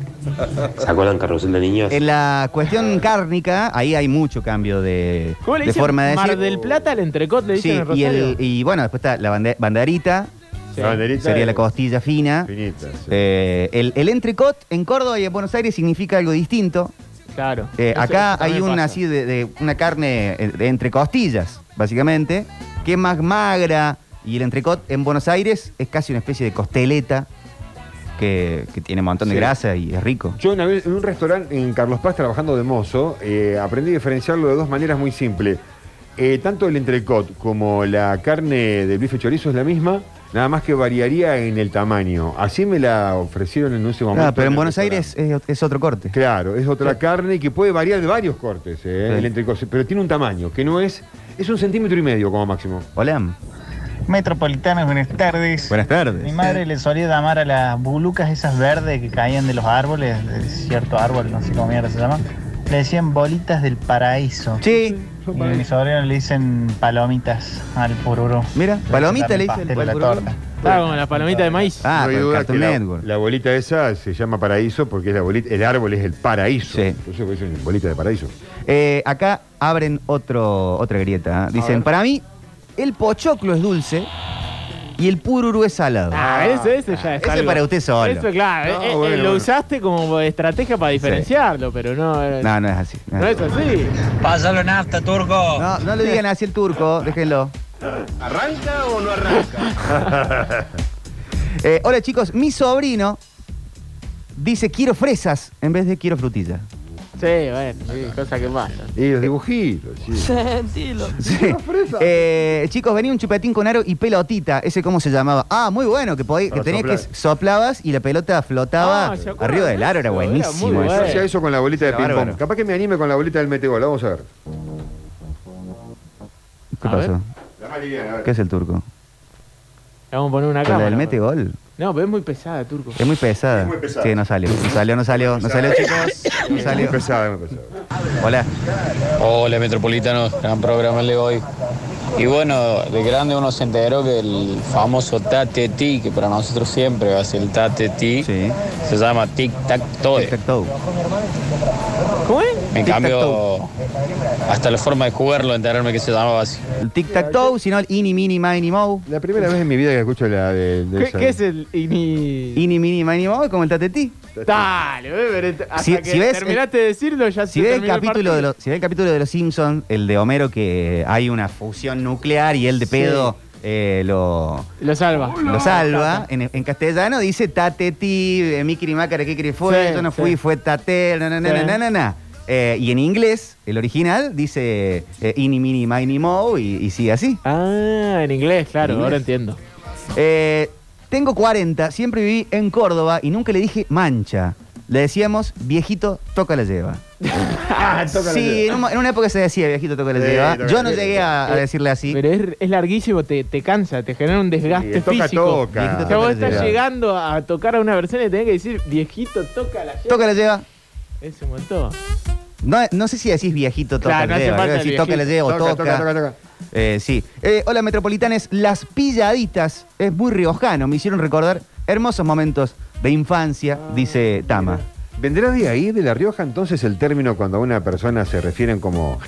Speaker 19: ¿Se acuerdan carrusel de niños?
Speaker 2: En la
Speaker 4: [LAUGHS]
Speaker 2: cuestión cárnica, ahí hay mucho cambio de,
Speaker 4: ¿Cómo le
Speaker 2: de
Speaker 4: dicen?
Speaker 2: forma de decir.
Speaker 4: Mar del Plata al entrecot le dicen
Speaker 2: Sí,
Speaker 4: en
Speaker 2: y,
Speaker 4: Rosario.
Speaker 2: el, y bueno, después está la bande- banderita,
Speaker 3: La banderita
Speaker 2: sería
Speaker 3: es
Speaker 2: la costilla fina.
Speaker 3: finita, sí.
Speaker 2: Eh, el, el entrecot en Córdoba y en Buenos Aires significa algo distinto.
Speaker 4: Claro.
Speaker 2: Eh,
Speaker 4: Eso-
Speaker 2: acá
Speaker 4: eso
Speaker 2: hay
Speaker 4: también
Speaker 2: una
Speaker 4: pasa.
Speaker 2: así de, de una carne eh, de entre costillas, básicamente, que es más magra. Y el entrecot en Buenos Aires es casi una especie de costeleta que, que tiene un montón de
Speaker 3: Sí.
Speaker 2: grasa y es rico.
Speaker 3: Yo una vez en un restaurante en Carlos Paz trabajando de mozo, eh, aprendí a diferenciarlo de dos maneras muy simples. Eh, tanto el entrecot como la carne del bife chorizo es la misma, nada más que variaría en el tamaño. Así me la ofrecieron en ese momento.
Speaker 2: Ah, pero en
Speaker 3: el
Speaker 2: Buenos
Speaker 3: restaurante.
Speaker 2: Aires es, es otro corte.
Speaker 3: Claro, es otra carne que puede variar de varios cortes, eh,
Speaker 2: Sí.
Speaker 3: el entrecot, pero tiene un tamaño que no es... Es un centímetro y medio como máximo.
Speaker 2: Hola.
Speaker 20: Metropolitanos, buenas tardes.
Speaker 2: Buenas tardes.
Speaker 20: Mi madre le solía llamar a las bulucas esas verdes que caían de los árboles, de cierto árbol, no sé cómo mierda se llama. Le decían bolitas del paraíso.
Speaker 2: Sí.
Speaker 20: Y a mis sobrinos le dicen palomitas al pururú.
Speaker 2: Mira, palomita le dice
Speaker 20: el
Speaker 2: el
Speaker 20: pastel de la
Speaker 2: pururú.
Speaker 20: torta.
Speaker 4: Estaba como Ah, la palomita de maíz.
Speaker 2: Ah,
Speaker 3: No hay
Speaker 2: por
Speaker 3: duda
Speaker 2: Cartoon
Speaker 3: que la-
Speaker 2: Network.
Speaker 3: La, bolita esa se llama paraíso porque es la bolita, el árbol es el paraíso. Entonces por eso es bolita de paraíso.
Speaker 2: Eh, acá abren otro, otra grieta. ¿eh? Dicen, para mí, el pochoclo es dulce y el pururu es salado.
Speaker 4: Ah, ese, ese ya es
Speaker 2: Ese
Speaker 4: algo.
Speaker 2: para usted solo.
Speaker 4: Eso, claro.
Speaker 2: No,
Speaker 4: eh, eh,
Speaker 2: bueno,
Speaker 4: lo
Speaker 2: bueno.
Speaker 4: usaste como estrategia para diferenciarlo, pero no, eh,
Speaker 2: No, no es así.
Speaker 4: no es así.
Speaker 2: Pásalo nafta, turco. No, no le digan así el turco, déjenlo.
Speaker 15: ¿Arranca o no arranca?
Speaker 3: [LAUGHS]
Speaker 2: Eh, hola chicos, mi sobrino dice quiero fresas en vez de quiero frutilla.
Speaker 4: Sí, bueno, sí, cosa que pasa.
Speaker 3: Y los dibujitos, sí.
Speaker 4: Sentilo.
Speaker 2: Sí. [LAUGHS] Eh, chicos, venía un chupetín con aro y pelotita. ¿Ese cómo se llamaba? Ah, muy bueno, que, podí- que
Speaker 3: Para
Speaker 2: tenías que
Speaker 3: soplar.
Speaker 2: soplabas y la pelota flotaba
Speaker 4: Ah, ¿se acuerdan
Speaker 2: arriba
Speaker 4: de
Speaker 2: del
Speaker 4: eso?
Speaker 2: aro. Era
Speaker 4: Era
Speaker 2: buenísimo.
Speaker 4: muy
Speaker 2: eso.
Speaker 3: Yo hacía eso con la bolita de
Speaker 2: Era
Speaker 3: ping-pong.
Speaker 2: bárbaro.
Speaker 3: Capaz que me anime con la bolita del metegol. Vamos a ver.
Speaker 2: ¿Qué
Speaker 4: A
Speaker 2: pasó?
Speaker 3: La más liviana, a ver.
Speaker 2: ¿Qué es el turco?
Speaker 4: Le Vamos a poner una
Speaker 2: ¿Con
Speaker 4: cámara.
Speaker 2: la del mete gol?
Speaker 4: No, pero es muy pesada, turco.
Speaker 2: Es muy pesada.
Speaker 4: Es muy pesada.
Speaker 2: Sí, no salió. No salió, no salió. No salió, chicos. No salió. Hola.
Speaker 21: Hola, Metropolitanos, gran programa el de hoy. Y bueno, de grande uno se enteró que el famoso Tate Ti, que para nosotros siempre va a ser el Tate Ti, se llama Tic Tac Toe.
Speaker 4: ¿Cómo es?
Speaker 21: En cambio, hasta la forma de jugarlo, enterarme que se llamaba así.
Speaker 2: El tic-tac-toe, si no el ini, mini, mini, mo.
Speaker 3: La primera vez en mi vida que escucho la de. de
Speaker 4: ¿Qué,
Speaker 3: esa.
Speaker 4: qué es el ini?
Speaker 2: Ini, mini, mini, mo, es como el tatetí.
Speaker 4: Dale, ve, pero hasta
Speaker 2: Si-
Speaker 4: que
Speaker 2: si ves el-
Speaker 4: terminaste de decirlo ya
Speaker 2: Si
Speaker 4: se
Speaker 2: ves, el
Speaker 4: terminó
Speaker 2: capítulo de
Speaker 4: partido.
Speaker 2: los, si ves el capítulo de Los Simpsons, el de Homero, que hay una fusión nuclear y él de
Speaker 4: Sí.
Speaker 2: pedo eh, lo,
Speaker 4: Lo salva.
Speaker 2: lo salva. En, en castellano dice tate ti, eh, mi quirimácara, qué quiri fue,
Speaker 4: Sí,
Speaker 2: yo no
Speaker 4: sí.
Speaker 2: fui, fue tate, na, na, na,
Speaker 4: Sí.
Speaker 2: na, na, na, na. Eh, y en inglés, el original, dice eh, ini, mini, mini, mo, y, y sigue así.
Speaker 4: Ah, en inglés, claro,
Speaker 2: En inglés.
Speaker 4: ahora entiendo.
Speaker 2: Eh, tengo 40, siempre viví en Córdoba y nunca le dije mancha. Le decíamos, viejito, toca la lleva. Ah, sí, en, un- en una época se decía, viejito, toca la
Speaker 4: Sí,
Speaker 2: lleva.
Speaker 4: toca
Speaker 2: Yo
Speaker 4: la
Speaker 2: no
Speaker 4: lleva.
Speaker 2: llegué a, a
Speaker 4: Eh,
Speaker 2: decirle así.
Speaker 4: Pero es, es larguísimo, te, te cansa, te genera un desgaste
Speaker 2: Sí, toca,
Speaker 4: físico.
Speaker 2: toca.
Speaker 4: O sea, vos
Speaker 2: Viejito, toca la
Speaker 4: estás
Speaker 2: lleva.
Speaker 4: llegando a tocar a una versión y tenés que decir, viejito, toca la lleva.
Speaker 2: Toca la lleva.
Speaker 4: Es un montón.
Speaker 2: No, no sé si decís viejito, toca
Speaker 4: Claro, no
Speaker 2: la
Speaker 4: hace
Speaker 2: lleva.
Speaker 4: falta
Speaker 2: creo que
Speaker 4: el
Speaker 2: decís, toca la lleva
Speaker 4: viejito.
Speaker 2: o toca.
Speaker 4: Toca, toca, toca, toca.
Speaker 2: Eh, sí. Eh, hola, metropolitanes. Las pilladitas es muy riojano. Me hicieron recordar hermosos momentos de infancia, dice Tama.
Speaker 3: ¿Vendrá de ahí, de La Rioja, entonces el término cuando a una persona se refieren
Speaker 2: [LAUGHS]
Speaker 3: como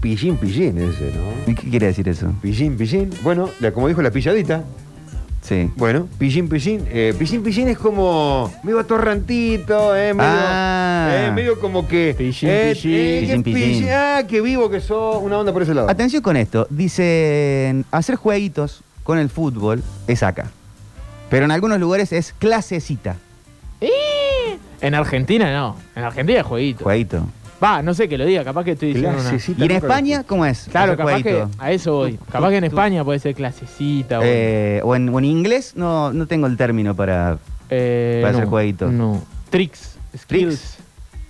Speaker 3: pillín, pillín ese, ¿no?
Speaker 2: ¿Y qué quiere decir eso?
Speaker 3: Pillín, pillín. Bueno, la- como dijo la pilladita.
Speaker 2: Sí.
Speaker 3: Bueno, pillín, pillín. Eh, pillín, pillín es como medio atorrantito, eh, medio,
Speaker 2: Ah.
Speaker 3: eh, medio como que...
Speaker 2: Pillín,
Speaker 3: eh,
Speaker 2: pillín.
Speaker 3: eh, que
Speaker 2: Pillín, pillín.
Speaker 3: pillín, Ah, qué vivo que sos, una onda por ese lado.
Speaker 2: eh. Atención con esto. Dicen, hacer jueguitos con el fútbol es acá. Pero en algunos lugares es clasecita.
Speaker 4: En Argentina no. En Argentina es jueguito.
Speaker 2: Jueguito.
Speaker 4: Va, no sé que lo diga, capaz que estoy diciendo una-
Speaker 2: ¿Y en España cómo es?
Speaker 4: Claro,
Speaker 2: Hacer
Speaker 4: capaz que
Speaker 2: jueguito.
Speaker 4: a eso voy. Capaz que en España puede ser clasecita. o-
Speaker 2: Eh, o, en, o en inglés no, no tengo el término para,
Speaker 4: eh,
Speaker 2: para hacer
Speaker 4: no,
Speaker 2: jueguito.
Speaker 4: No. Tricks. Skills.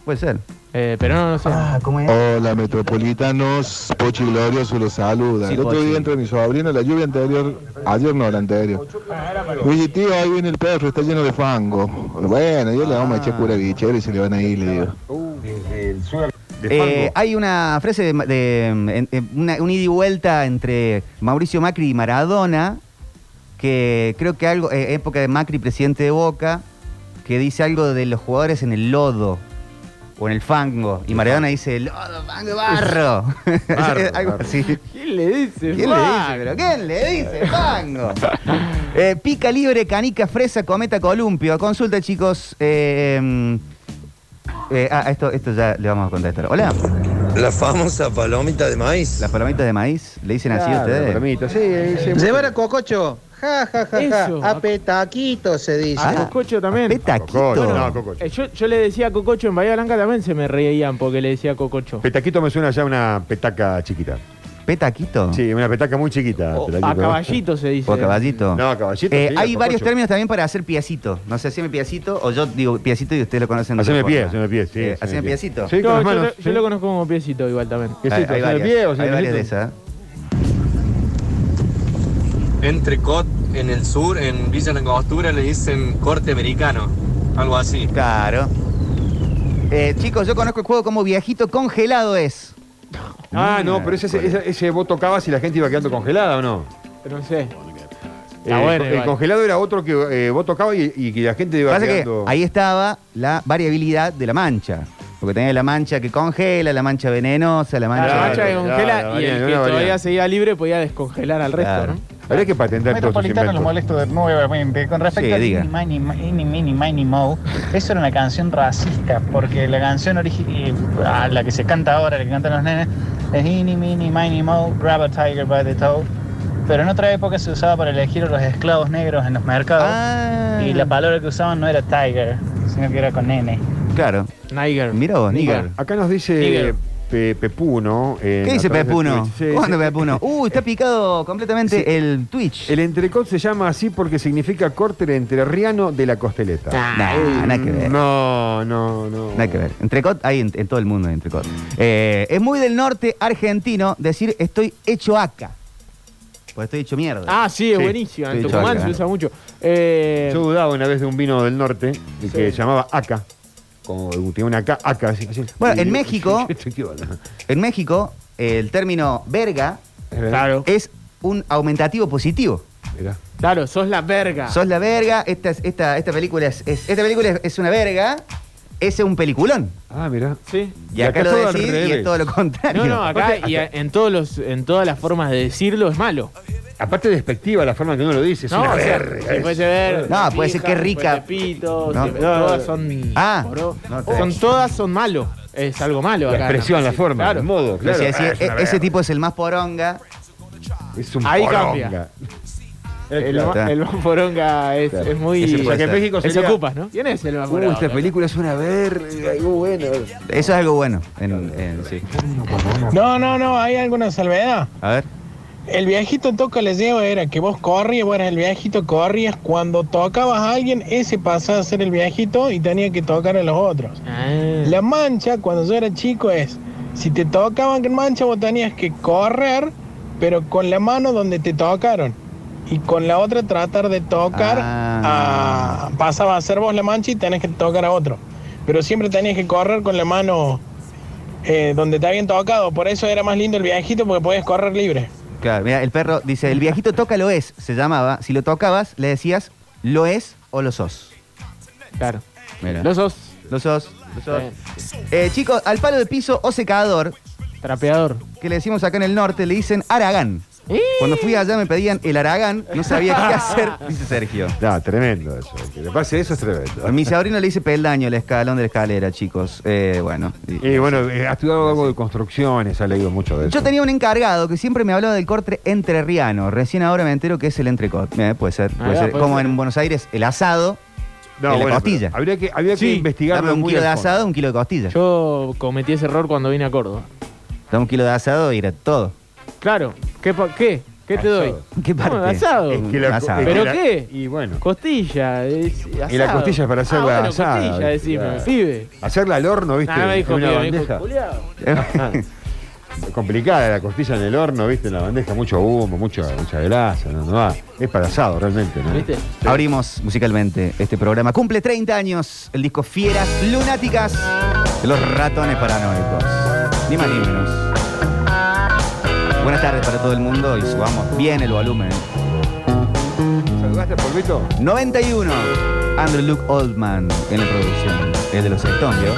Speaker 2: Puede ser.
Speaker 4: Eh, pero no, no sé.
Speaker 22: Hola metropolitanos, Pochi Glorioso los saluda.
Speaker 4: Sí,
Speaker 22: el otro
Speaker 4: Pochi.
Speaker 22: día entra mi sobrino, la lluvia anterior, ayer no, la anterior. Oye tío, ahí viene el perro, está lleno de fango. Bueno, yo le vamos a echar
Speaker 2: Ah.
Speaker 22: cura bichero y se le van a ir, le digo.
Speaker 3: Uh,
Speaker 2: Eh, hay una frase de, de- em, en- en- una- un ida y vuelta entre Mauricio Macri y Maradona, que creo que algo, eh, época de Macri, presidente de Boca, que dice algo de los jugadores en el lodo o en el fango. Y Maradona dice, lodo, fango, barro. [LAUGHS] algo así.
Speaker 4: ¿Quién le dice?
Speaker 2: ¿Quién le dice?
Speaker 4: Juan?
Speaker 2: ¿Pero quién le dice? Fango. Eh, pica libre, canica, fresa, cometa, columpio. Consulta, chicos. eh, eh, ah, esto, esto ya le vamos a contestar. Hola.
Speaker 23: La famosa palomita de maíz.
Speaker 2: Las palomitas de maíz, le dicen así a ustedes.
Speaker 3: sí, sí.
Speaker 24: Llevar a Cococho. Ja, ja, ja, ja.
Speaker 4: Eso. Ah,
Speaker 24: A petaquito se dice.
Speaker 4: A Cococho también.
Speaker 3: Cococho, no, Cococho.
Speaker 4: Eh, yo, yo le decía a Cococho en Bahía Blanca también se me reían porque le decía Cococho.
Speaker 3: Petaquito me suena ya a una petaca chiquita.
Speaker 2: ¿Petaquito?
Speaker 3: Sí, una petaca muy chiquita. petaquito.
Speaker 4: A caballito se dice.
Speaker 2: O caballito.
Speaker 3: No, caballito.
Speaker 2: Eh,
Speaker 3: sí,
Speaker 2: hay
Speaker 3: a
Speaker 2: varios
Speaker 3: cococho.
Speaker 2: términos también para hacer piecito. No sé, haceme piecito o yo digo piecito y ustedes lo conocen. de otra
Speaker 3: Haceme pie,
Speaker 2: forma.
Speaker 3: haceme pie, sí.
Speaker 2: Eh, haceme
Speaker 3: pie.
Speaker 2: piecito.
Speaker 3: Sí, con
Speaker 4: No,
Speaker 3: las
Speaker 4: yo,
Speaker 3: manos.
Speaker 4: lo- yo lo conozco como piecito igual también.
Speaker 2: Hay- hay varias, hay varias de esas.
Speaker 17: Entrecot en el sur, en Villa Langostura le dicen corte americano, algo así.
Speaker 2: Claro. Eh, chicos, yo conozco el juego como viejito congelado es.
Speaker 3: Ah, no, pero ese, ese, ese vos tocabas y la gente iba quedando congelada o no.
Speaker 4: No sé.
Speaker 3: Eh, el co- el congelado era otro que eh, vos tocabas y, y que la gente iba
Speaker 2: Pasa que
Speaker 3: quedando.
Speaker 2: ahí estaba la variabilidad de la mancha. Porque tenés la mancha que congela, la mancha venenosa, la mancha.
Speaker 4: La mancha que
Speaker 3: claro,
Speaker 4: congela
Speaker 3: claro,
Speaker 4: y el
Speaker 3: variante,
Speaker 4: que
Speaker 3: una variante.
Speaker 4: todavía seguía libre podía descongelar al resto,
Speaker 2: Claro.
Speaker 4: ¿no?
Speaker 3: Habría que patentar todos esos
Speaker 20: Metropolitano los
Speaker 3: inventos.
Speaker 20: molesto de nuevamente. Con respecto
Speaker 3: Sí,
Speaker 20: a
Speaker 3: diga.
Speaker 20: Mini Mini Mini Mini Mini Mo, eso era una canción racista, porque la canción original, la que se canta ahora, la que cantan los nenes, es Mini Mini Mini Mo, Grab a Tiger by the Toe. Pero en otra época se usaba para elegir a los esclavos negros en los mercados.
Speaker 3: Ah.
Speaker 20: Y la palabra que usaban no era tiger, sino que era con nene.
Speaker 2: Claro.
Speaker 4: Niger.
Speaker 2: Mira vos, Niger.
Speaker 3: Acá nos dice
Speaker 2: Níger.
Speaker 3: Pe- Pepuno. eh,
Speaker 2: ¿Qué
Speaker 3: a
Speaker 2: dice
Speaker 3: través de
Speaker 2: Pepuno?
Speaker 3: Twitch. Sí,
Speaker 2: ¿Cuándo
Speaker 3: sí.
Speaker 2: Pepuno? Uy,
Speaker 4: [LAUGHS]
Speaker 2: está picado completamente
Speaker 3: Sí.
Speaker 2: el Twitch.
Speaker 3: El entrecot se llama así porque significa corte entrerriano de la costeleta.
Speaker 2: Nah, nada que ver.
Speaker 3: No, no, no.
Speaker 2: Nada que ver. Entrecot hay en, en todo el mundo hay entrecot. Eh, es muy del norte argentino decir estoy hecho acá. Pues estoy hecho mierda.
Speaker 4: Ah, sí, es buenísimo. En
Speaker 2: estoy hecho
Speaker 4: Tucumán
Speaker 2: acá.
Speaker 4: se usa mucho. Eh,
Speaker 3: Yo dudaba una vez de un vino del norte el que se llamaba Aca. Como tiene una Aca, Aca. así, así.
Speaker 2: Bueno,
Speaker 3: Y
Speaker 2: en
Speaker 3: digo,
Speaker 2: México-
Speaker 3: ¿qué onda?
Speaker 2: En México, el término verga es un aumentativo positivo.
Speaker 3: Mirá.
Speaker 4: Claro, sos la verga.
Speaker 2: Sos la verga, esta, es- esta, esta película, es, es- esta película es, es una verga, ese es un peliculón.
Speaker 3: Ah, mirá.
Speaker 4: Sí.
Speaker 2: Y, acá, lo
Speaker 4: todo al
Speaker 2: decís y es
Speaker 4: revés.
Speaker 2: todo lo contrario.
Speaker 4: No, no, acá y a- en todos los, en todas las formas de decirlo es malo.
Speaker 3: Aparte despectiva la forma en que uno lo dice. Es
Speaker 4: No,
Speaker 3: una
Speaker 4: o sea,
Speaker 3: verga,
Speaker 4: sí,
Speaker 3: es-
Speaker 4: puede ser
Speaker 2: No, puede ser que
Speaker 4: pija,
Speaker 2: rica.
Speaker 4: puede ser pito,
Speaker 2: No.
Speaker 4: sí, todas son.
Speaker 2: Ah,
Speaker 4: moro.
Speaker 2: no te-
Speaker 4: son todas son malo. Es algo malo
Speaker 3: La
Speaker 4: acá.
Speaker 3: expresión, la forma, el modo,
Speaker 2: Pero
Speaker 3: claro.
Speaker 2: si decís,
Speaker 3: Ah, es una
Speaker 2: "E- ese
Speaker 3: verga".
Speaker 2: tipo es el más poronga.
Speaker 3: Es un [LAUGHS]
Speaker 4: Ahí
Speaker 3: poronga.
Speaker 4: cambia. El,
Speaker 3: Claro.
Speaker 4: el Vaporonga es,
Speaker 3: Claro.
Speaker 4: es muy.
Speaker 3: Ese puede
Speaker 4: porque
Speaker 3: ser.
Speaker 4: México
Speaker 3: Ese
Speaker 4: sería-
Speaker 3: ocupas,
Speaker 2: ¿no?
Speaker 4: ¿Quién es el
Speaker 3: Uh,
Speaker 4: Vaporonga?
Speaker 3: esta película es una verga, algo bueno.
Speaker 2: Eso es algo bueno. en- en- sí.
Speaker 25: No, no, no, hay alguna salvedad.
Speaker 2: A ver.
Speaker 25: El viejito toca les lleva era que vos corrías, bueno, el viejito corrías, cuando tocabas a alguien, ese pasaba a ser el viejito y tenía que tocar a los otros. La mancha, cuando yo era chico, es, si te tocaban en mancha, vos tenías que correr, pero con la mano donde te tocaron. Y con la otra tratar de tocar, a, pasaba a ser vos la mancha y tenés que tocar a otro. Pero siempre tenías que correr con la mano eh, donde te habían tocado. Por eso era más lindo el viejito porque podías correr libre.
Speaker 2: Claro, mira, el perro dice, el viejito toca lo es, se llamaba. Si lo tocabas, le decías, ¿lo es o lo sos?
Speaker 4: Claro.
Speaker 2: Mira.
Speaker 4: Los sos.
Speaker 2: Los sos. Los sos. Eh, chicos, al palo de piso o secador.
Speaker 4: Trapeador. ¡Eh!
Speaker 2: Que le decimos acá en el norte, le dicen aragán. Cuando fui allá me pedían el aragán, no sabía
Speaker 4: [LAUGHS]
Speaker 3: [LAUGHS]
Speaker 2: qué hacer. Dice Sergio.
Speaker 3: No, tremendo eso. Que le pase eso es tremendo.
Speaker 2: A mi sobrino le hice peldaño el escalón de la escalera, chicos. Eh, bueno. y-
Speaker 3: Y bueno, eh, ha estudiado algo de construcciones, ha leído mucho de eso.
Speaker 2: Yo tenía un encargado que siempre me hablaba del corte entrerriano. Recién ahora me entero que es el entrecot. Eh, puede ser, puede
Speaker 3: Ah,
Speaker 2: ser.
Speaker 3: puede
Speaker 2: Como
Speaker 3: ser.
Speaker 2: en Buenos Aires, el asado
Speaker 3: No,
Speaker 2: en la
Speaker 3: bueno,
Speaker 2: costilla.
Speaker 3: pero Habría que, habría que
Speaker 4: Sí,
Speaker 3: investigarlo
Speaker 2: Dame un
Speaker 3: muy
Speaker 2: kilo
Speaker 3: a
Speaker 2: de
Speaker 3: fondo.
Speaker 2: asado, un kilo de costilla.
Speaker 4: Yo cometí ese error cuando vine a Córdoba.
Speaker 2: Dame un kilo de asado y era todo.
Speaker 4: Claro. ¿Qué? pa- ¿Qué, ¿Qué te doy?
Speaker 2: ¿Qué
Speaker 4: No,
Speaker 2: parte?
Speaker 4: asado.
Speaker 2: Es que la- Asado. es que
Speaker 4: ¿Pero
Speaker 2: la-
Speaker 4: qué?
Speaker 3: Y bueno.
Speaker 4: Costilla. es
Speaker 3: Y la
Speaker 4: asado.
Speaker 3: costilla es para hacerla
Speaker 4: ah, bueno,
Speaker 3: asada.
Speaker 4: Costilla, decime,
Speaker 3: Claro.
Speaker 4: pibe.
Speaker 3: Hacerla al horno, ¿viste?
Speaker 4: Nada, me Ah, dijo,
Speaker 3: en una
Speaker 4: pibe, me dijo,
Speaker 3: bandeja. [LAUGHS]
Speaker 4: "Culeado".
Speaker 3: Complicada la costilla en el horno, ¿viste? En la bandeja, mucho humo, mucha, mucha grasa, no, no va. Es para asado realmente, ¿no?
Speaker 2: ¿Viste? Abrimos musicalmente este programa. Cumple 30 años el disco Fieras Lunáticas de los ratones paranoicos. Ni más ni menos. Buenas tardes para todo el mundo y subamos bien el volumen.
Speaker 3: ¿Saludaste, Polvito?
Speaker 2: 91. Andrew Luke Oldman en la producción. El de los Stones, ¿vio?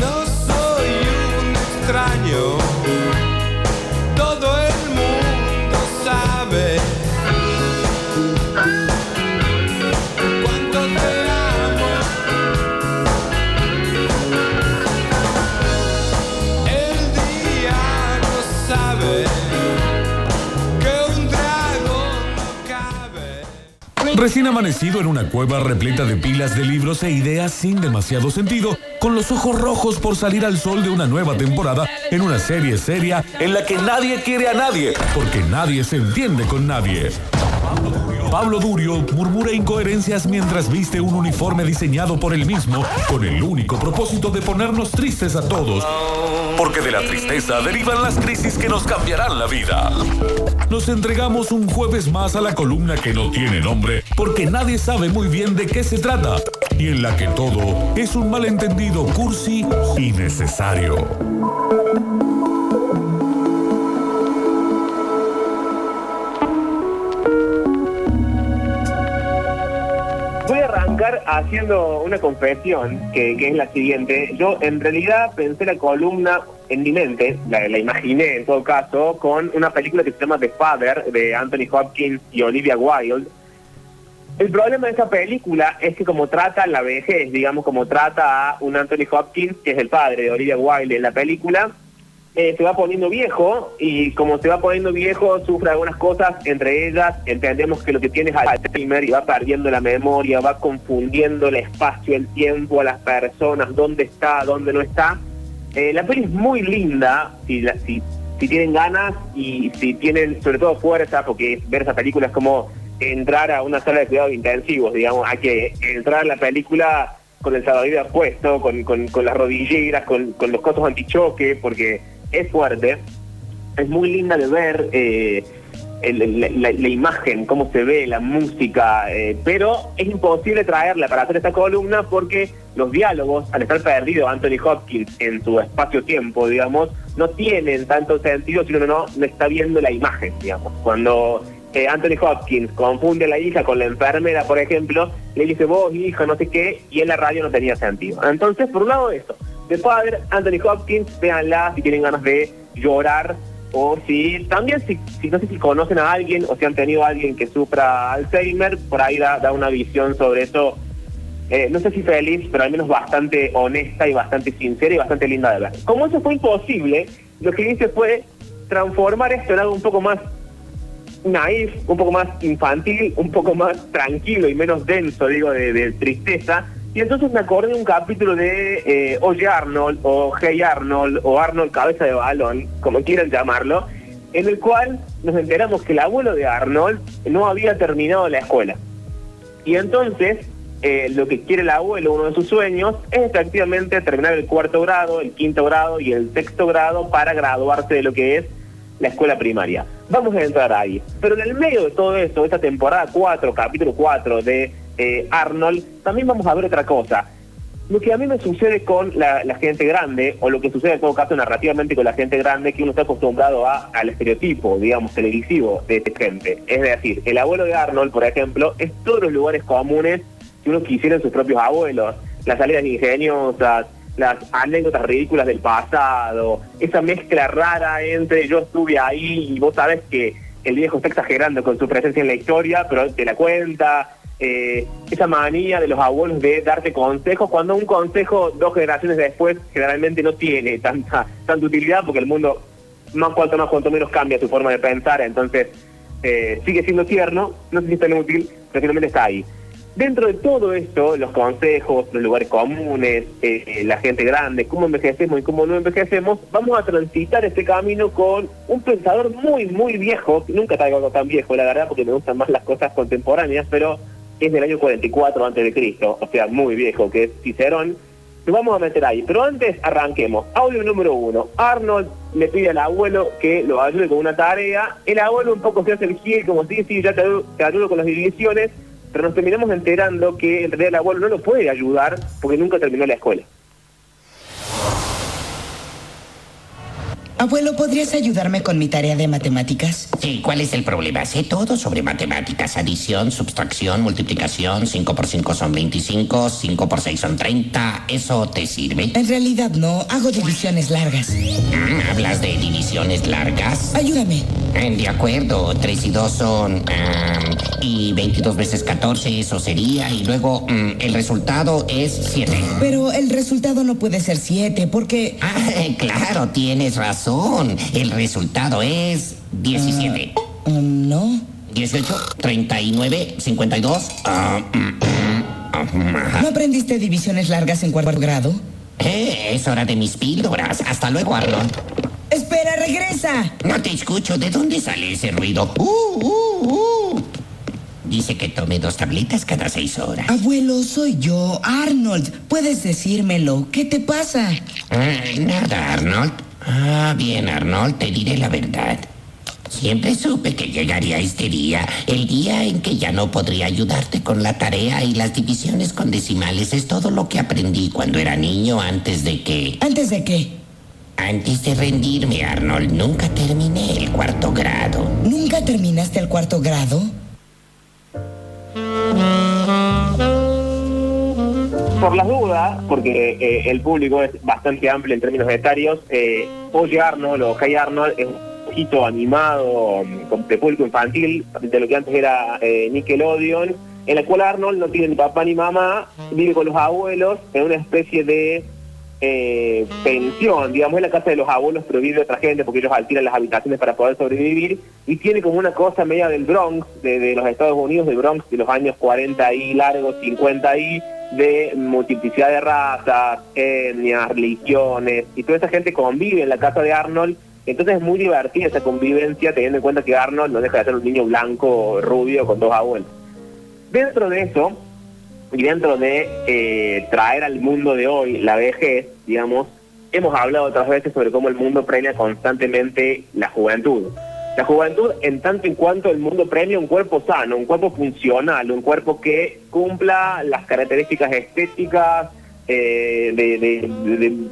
Speaker 15: No soy un extraño, todo el mundo sabe cuánto te amo. El día no sabe que un dragón no cabe.
Speaker 1: Recién amanecido en una cueva repleta de pilas de libros e ideas sin demasiado sentido, con los ojos rojos por salir al sol de una nueva temporada en una serie seria en la que nadie quiere a nadie, porque nadie se entiende con nadie. Pablo Durio murmura incoherencias mientras viste un uniforme diseñado por él mismo con el único propósito de ponernos tristes a todos, porque de la tristeza derivan las crisis que nos cambiarán la vida. Nos entregamos un jueves más a la columna que no tiene nombre, porque nadie sabe muy bien de qué se trata, y en la que todo es un malentendido cursi y necesario.
Speaker 5: Voy a arrancar haciendo una confesión, que, que es la siguiente. Yo en realidad pensé la columna en mi mente, la, la imaginé en todo caso, con una película que se llama The Father, de Anthony Hopkins y Olivia Wilde. El problema de esta película es que como trata la vejez, digamos, como trata a un Anthony Hopkins, que es el padre de Olivia Wilde en la película, eh, se va poniendo viejo y como se va poniendo viejo sufre algunas cosas, entre ellas entendemos que lo que tiene es Alzheimer y va perdiendo la memoria, va confundiendo el espacio, el tiempo, a las personas, dónde está, dónde no está. Eh, la peli es muy linda, si, la- si, si tienen ganas y si tienen sobre todo fuerza, porque ver esa película es como entrar a una sala de cuidados intensivos, digamos, hay que entrar a la película con el salvavidas puesto, con, con, con las rodilleras, con, con los cotos antichoque, porque es fuerte. Es muy linda de ver eh, el- el- la, la imagen, cómo se ve, la música, eh, pero es imposible traerla para hacer esta columna porque los diálogos, al estar perdido Anthony Hopkins en su espacio-tiempo, digamos, no tienen tanto sentido si uno no, no está viendo la imagen, digamos. Cuando eh, Anthony Hopkins confunde a la hija con la enfermera, por ejemplo, le dice vos, hija, no sé qué, y en la radio no tenía sentido. Entonces, por un lado eso, de padre, Anthony Hopkins, véanla si tienen ganas de llorar o si también, si, si- no sé si conocen a alguien o si han tenido a alguien que sufra Alzheimer, por ahí da, da una visión sobre eso, eh, no sé si feliz, pero al menos bastante honesta y bastante sincera y bastante linda de ver. Como eso fue imposible, lo que hice fue transformar esto en algo un poco más naif, un poco más infantil, un poco más tranquilo y menos denso, digo, de, de tristeza. Y entonces me acordé de un capítulo de eh, Oye Arnold, o Hey Arnold, o Arnold Cabeza de Balón, como quieran llamarlo, en el cual nos enteramos que el abuelo de Arnold no había terminado la escuela. Y entonces, eh, lo que quiere el abuelo, uno de sus sueños, es efectivamente terminar el cuarto grado, el quinto grado y el sexto grado para graduarse de lo que es la escuela primaria. Vamos a entrar ahí. Pero en el medio de todo esto, esta temporada 4, capítulo 4 de eh, Arnold, también vamos a ver otra cosa. Lo que a mí me sucede con la, la gente grande, o lo que sucede en todo caso narrativamente con la gente grande, que uno está acostumbrado a, al estereotipo, digamos, televisivo de esta gente. Es decir, el abuelo de Arnold, por ejemplo, es todos los lugares comunes que uno quisiera en sus propios abuelos. Las salidas ingeniosas, las anécdotas ridículas del pasado, esa mezcla rara entre yo estuve ahí y vos sabes que el viejo está exagerando con su presencia en la historia, pero te la cuenta. eh, esa manía de los abuelos de darte consejos cuando un consejo dos generaciones después generalmente no tiene tanta, tanta utilidad porque el mundo más cuanto más cuanto menos cambia su forma de pensar, entonces eh, sigue siendo tierno, no sé si es tan útil, pero finalmente está ahí. Dentro de todo esto, los consejos, los lugares comunes, eh, eh, la gente grande, cómo envejecemos y cómo no envejecemos, vamos a transitar este camino con un pensador muy, muy viejo, nunca traigo algo tan viejo, la verdad, porque me gustan más las cosas contemporáneas, pero es del año 44 antes de Cristo, o sea, muy viejo, que es Cicerón. Lo vamos a meter ahí, pero antes arranquemos. Audio número uno. Arnold le pide al abuelo que lo ayude con una tarea. El abuelo un poco se hace el gil, como si, sí, ya te, ayu- te ayudo con las divisiones, pero nos terminamos enterando que en realidad el abuelo no lo puede ayudar porque nunca terminó la escuela.
Speaker 7: Abuelo, ¿podrías ayudarme con mi tarea de matemáticas? Sí, ¿cuál es el problema? Sé todo sobre matemáticas. Adición, subtracción, multiplicación. 5 por 5 son 25, 5 por 6 son 30. ¿Eso te sirve? En realidad no, hago divisiones largas. Mm, ¿Hablas de divisiones largas? Ayúdame. Mm, De acuerdo, 3 y 2 son... mm, y 22 veces 14, eso sería. Y luego mm, el resultado es 7. Pero el resultado no puede ser 7 porque... Ah, [LAUGHS] claro, tienes razón. El resultado es 17. um, No. 18, 39, 52. Ah, mm, mm, ah, mm, ajá. ¿No aprendiste divisiones largas en cuarto grado? Eh, es hora de mis píldoras. Hasta luego, Arnold. Espera, regresa. No te escucho. ¿De dónde sale ese ruido? Uh, uh, uh. Dice que tome dos tabletas cada seis horas. Abuelo, soy yo, Arnold. Puedes decírmelo. ¿Qué te pasa? Ah, nada, Arnold. Ah, bien, Arnold, te diré la verdad. Siempre supe que llegaría este día, el día en que ya no podría ayudarte con la tarea y las divisiones con decimales es todo lo que aprendí cuando era niño antes de que... ¿Antes de qué? Antes de rendirme, Arnold, nunca terminé el cuarto grado. ¿Nunca terminaste el cuarto grado?
Speaker 5: Por las dudas, porque eh, el público es bastante amplio en términos etarios, eh, Oye Arnold o Hey Arnold es un poquito animado mm, con de público infantil, de lo que antes era eh, Nickelodeon, en la cual Arnold no tiene ni papá ni mamá, vive con los abuelos en una especie de eh, pensión, digamos, es la casa de los abuelos, pero vive otra gente porque ellos alquilan las habitaciones para poder sobrevivir y tiene como una cosa media del Bronx, de, de los Estados Unidos, del Bronx de los años 40 y largos, 50 y de multiplicidad de razas, etnias, religiones y toda esa gente convive en la casa de Arnold. Entonces es muy divertida esa convivencia teniendo en cuenta que Arnold no deja de ser un niño blanco, rubio, con dos abuelos. Dentro de eso, y dentro de eh, traer al mundo de hoy la vejez, digamos, hemos hablado otras veces sobre cómo el mundo premia constantemente la juventud. La juventud, en tanto en cuanto el mundo premia un cuerpo sano, un cuerpo funcional, un cuerpo que cumpla las características estéticas eh, de- de- de-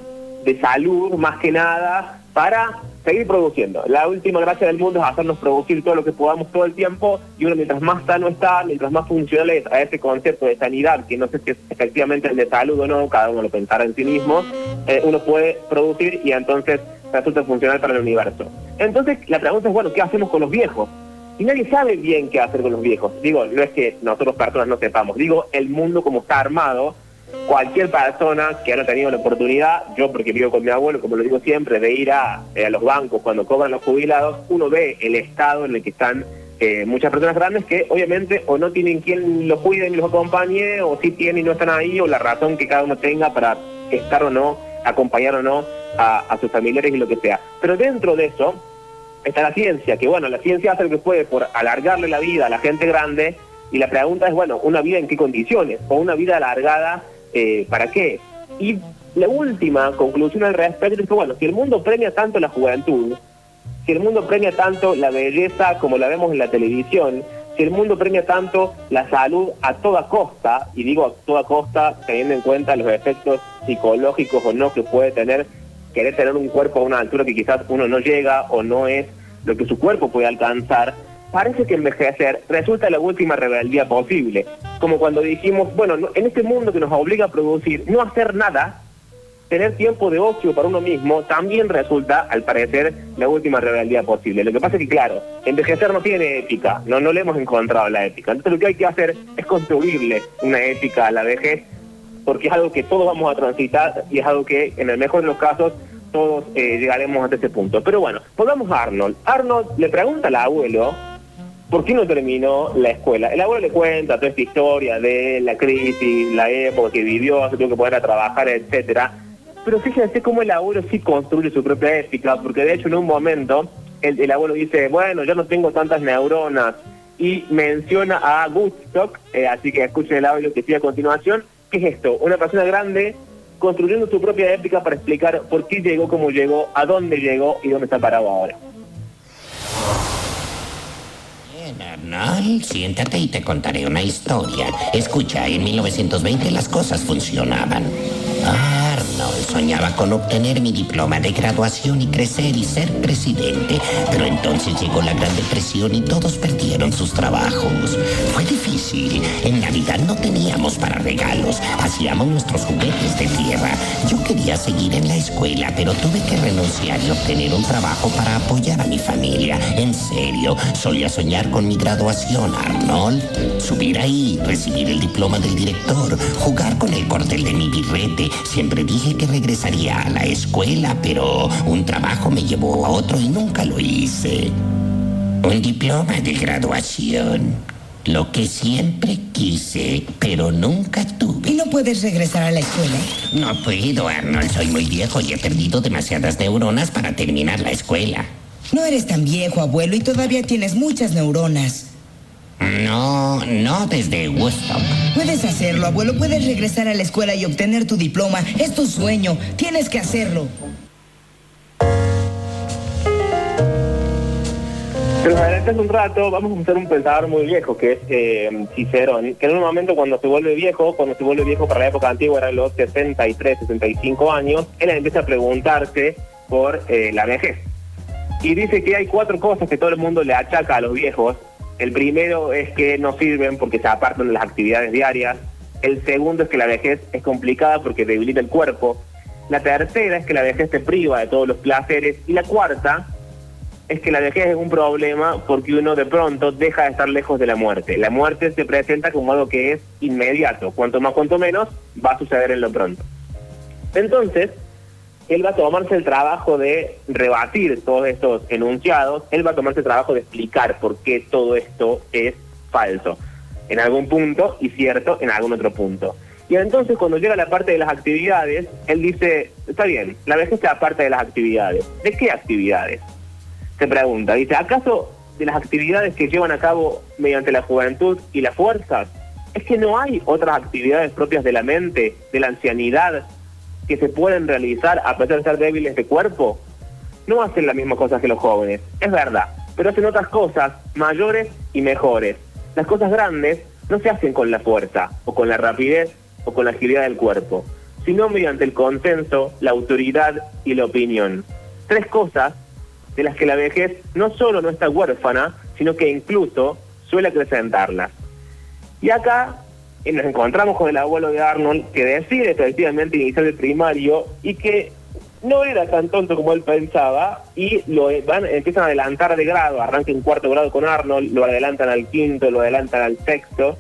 Speaker 5: de salud más que nada para seguir produciendo. La última gracia del mundo es hacernos producir todo lo que podamos todo el tiempo y uno mientras más sano está, mientras más funcional es a ese concepto de sanidad, que no sé si es efectivamente el de salud o no, cada uno lo pensará en sí mismo, eh, uno puede producir y entonces resulta funcional para el universo. Entonces la pregunta es, bueno, ¿qué hacemos con los viejos? Y nadie sabe bien qué hacer con los viejos. Digo, no es que nosotros personas no sepamos, digo, el mundo como está armado cualquier persona que haya tenido la oportunidad, yo porque vivo con mi abuelo, como lo digo siempre, de ir a, eh, a los bancos cuando cobran los jubilados, uno ve el estado en el que están eh, muchas personas grandes que obviamente o no tienen quien los cuide ni los acompañe, o sí tienen y no están ahí, o la razón que cada uno tenga para estar o no, acompañar o no a, a sus familiares y lo que sea. Pero dentro de eso está la ciencia, que bueno, la ciencia hace lo que puede por alargarle la vida a la gente grande, y la pregunta es, bueno, ¿una vida en qué condiciones? ¿O una vida alargada eh, para qué? Y la última conclusión al respecto es que, bueno, si el mundo premia tanto la juventud, si el mundo premia tanto la belleza como la vemos en la televisión, si el mundo premia tanto la salud a toda costa, y digo a toda costa teniendo en cuenta los efectos psicológicos o no que puede tener querer tener un cuerpo a una altura que quizás uno no llega o no es lo que su cuerpo puede alcanzar, parece que envejecer resulta la última rebeldía posible. Como cuando dijimos, bueno, no- en este mundo que nos obliga a producir, no hacer nada, tener tiempo de ocio para uno mismo también resulta, al parecer, la última rebeldía posible. Lo que pasa es que, claro, envejecer no tiene ética, no, no le hemos encontrado la ética. Entonces lo que hay que hacer es construirle una ética a la vejez, porque es algo que todos vamos a transitar y es algo que, en el mejor de los casos, todos eh, llegaremos hasta este punto. Pero bueno, volvamos a Arnold. Arnold le pregunta al abuelo ¿por qué no terminó la escuela? El abuelo le cuenta toda esta historia de la crisis, la época que vivió, se tuvo que poner a trabajar, etcétera. Pero fíjense cómo el abuelo sí construye su propia ética, porque de hecho en un momento el, el abuelo dice, bueno, yo no tengo tantas neuronas, y menciona a Woodstock, eh, así que escuchen el audio que sigue a continuación, ¿qué es esto? Una persona grande construyendo su propia ética para explicar por qué llegó, cómo llegó, a dónde llegó y dónde está parado ahora.
Speaker 7: Arnold, siéntate y te contaré una historia. Escucha, en 1920 las cosas funcionaban. Arnold soñaba con obtener mi diploma de graduación y crecer y ser presidente, pero entonces llegó la Gran Depresión y todos perdieron sus trabajos. Fue difícil. En Navidad no teníamos para regalos, hacíamos nuestros juguetes de tierra. Yo quería seguir en la escuela, pero tuve que renunciar y obtener un trabajo para apoyar a mi familia. En serio, solía soñar con mi graduación, Arnold. Subir ahí, recibir el diploma del director, jugar con el cordel de mi birrete. Siempre dije que regresaría a la escuela, pero un trabajo me llevó a otro y nunca lo hice. Un diploma de graduación. Lo que siempre quise, pero nunca tuve. ¿Y no puedes regresar a la escuela? No puedo, Arnold. Soy muy viejo y he perdido demasiadas neuronas para terminar la escuela.
Speaker 8: No eres tan viejo, abuelo, y todavía tienes muchas neuronas.
Speaker 7: No, no desde Woodstock.
Speaker 8: Puedes hacerlo, abuelo. Puedes regresar a la escuela y obtener tu diploma. Es tu sueño. Tienes que hacerlo.
Speaker 5: Se nos adelantas un rato, vamos a usar un pensador muy viejo, que es eh, Cicerón, que en un momento cuando se vuelve viejo, cuando se vuelve viejo para la época antigua, eran los 73, 65 años, él empieza a preguntarse por eh, la vejez. Y dice que hay cuatro cosas que todo el mundo le achaca a los viejos. El primero es que no sirven porque se apartan de las actividades diarias. El segundo es que la vejez es complicada porque debilita el cuerpo. La tercera es que la vejez te priva de todos los placeres. Y la cuarta es que la vejez es un problema porque uno de pronto deja de estar lejos de la muerte. La muerte se presenta como algo que es inmediato. Cuanto más, cuanto menos, va a suceder en lo pronto. Entonces, él va a tomarse el trabajo de rebatir todos estos enunciados, él va a tomarse el trabajo de explicar por qué todo esto es falso en algún punto y cierto en algún otro punto. Y entonces cuando llega la parte de las actividades, él dice, está bien, la vejez se aparta de las actividades. ¿De qué actividades? se pregunta, dice, ¿acaso de las actividades que llevan a cabo mediante la juventud y las fuerzas, es que no hay otras actividades propias de la mente, de la ancianidad, que se pueden realizar a pesar de ser débiles de cuerpo? No hacen las mismas cosas que los jóvenes, es verdad, pero hacen otras cosas mayores y mejores. Las cosas grandes no se hacen con la fuerza, o con la rapidez, o con la agilidad del cuerpo, sino mediante el consenso, la autoridad y la opinión. Tres cosas de las que la vejez no solo no está huérfana, sino que incluso suele acrecentarlas. Y acá eh, nos encontramos con el abuelo de Arnold, que decide efectivamente iniciar el primario y que no era tan tonto como él pensaba, y lo eh, van, empiezan a adelantar de grado, arranca en cuarto grado con Arnold, lo adelantan al quinto, lo adelantan al sexto,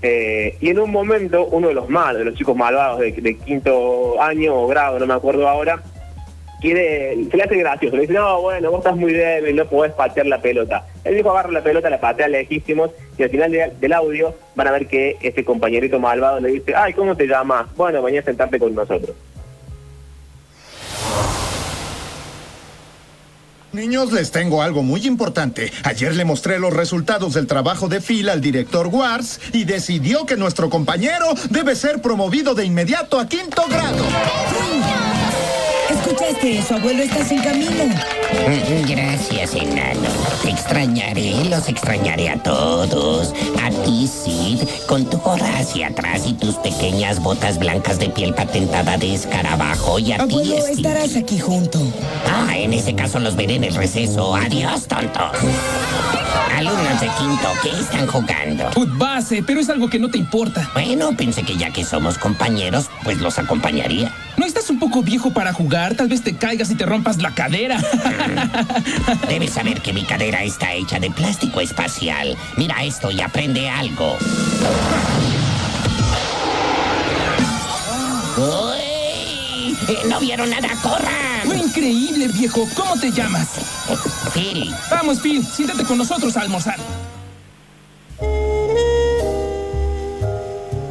Speaker 5: Eh, y en un momento, uno de los malos, de los chicos malvados de, de quinto año o grado, no me acuerdo ahora, quiere, se le hace gracioso. Le dice, no, bueno, vos estás muy débil, no podés patear la pelota. El viejo agarra la pelota, la patea lejísimos y al final de- del audio van a ver que este compañerito malvado le dice, ay, ¿cómo te llamas? Bueno, venía a sentarte con nosotros.
Speaker 10: Niños, les tengo algo muy importante. Ayer le mostré los resultados del trabajo de fila al director Wars y decidió que nuestro compañero debe ser promovido de inmediato a quinto grado.
Speaker 8: ¿Escuchaste eso, abuelo? Estás en camino.
Speaker 7: Mm, Gracias, enano. Te extrañaré, los extrañaré a todos. A ti, Sid, con tu gorra hacia atrás y tus pequeñas botas blancas de piel patentada de escarabajo. Y a ti,
Speaker 8: Abuelo,
Speaker 7: Steve.
Speaker 8: estarás aquí junto.
Speaker 7: Ah, en ese caso los veré en el receso. Adiós, tontos. Alumnos de quinto, ¿qué están jugando? Pues Base, pero es algo que no te importa. Bueno, pensé que ya que somos compañeros, pues los acompañaría.
Speaker 11: ¿No estás un poco viejo para jugar? Tal vez te caigas y te rompas la cadera.
Speaker 7: [LAUGHS] Debes saber que mi cadera está hecha de plástico espacial. Mira esto y aprende algo. ¡Uy! ¡No vieron nada! ¡Corran!
Speaker 11: Fue increíble, viejo. ¿Cómo te llamas?
Speaker 7: Phil.
Speaker 11: Vamos, Phil, siéntate con nosotros a almorzar.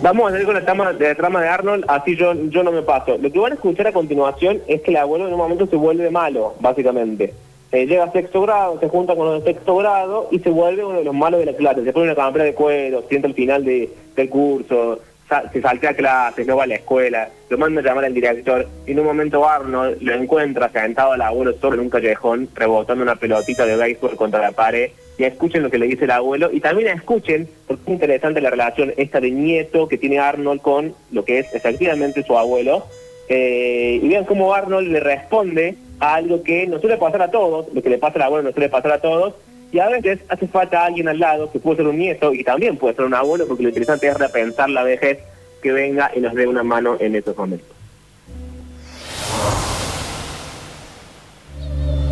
Speaker 5: Vamos a hacer con la trama de, la trama de Arnold, así yo, yo no me paso. Lo que van a escuchar a continuación es que el abuelo en un momento se vuelve malo, básicamente. Eh, llega a sexto grado, se junta con los de sexto grado y se vuelve uno de los malos de la clase. Se pone una campera de cuero, sienta al final de- del curso, sa- se saltea clases, no va a la escuela, lo manda a llamar al director y en un momento Arnold lo encuentra sentado al abuelo solo en un callejón, rebotando una pelotita de béisbol contra la pared y escuchen lo que le dice el abuelo y también escuchen, porque es interesante la relación esta de nieto que tiene Arnold con lo que es efectivamente su abuelo, eh, y vean cómo Arnold le responde a algo que nos suele pasar a todos, lo que le pasa al abuelo nos suele pasar a todos, y a veces hace falta alguien al lado que puede ser un nieto y también puede ser un abuelo, porque lo interesante es repensar la vejez que venga y nos dé una mano en esos momentos.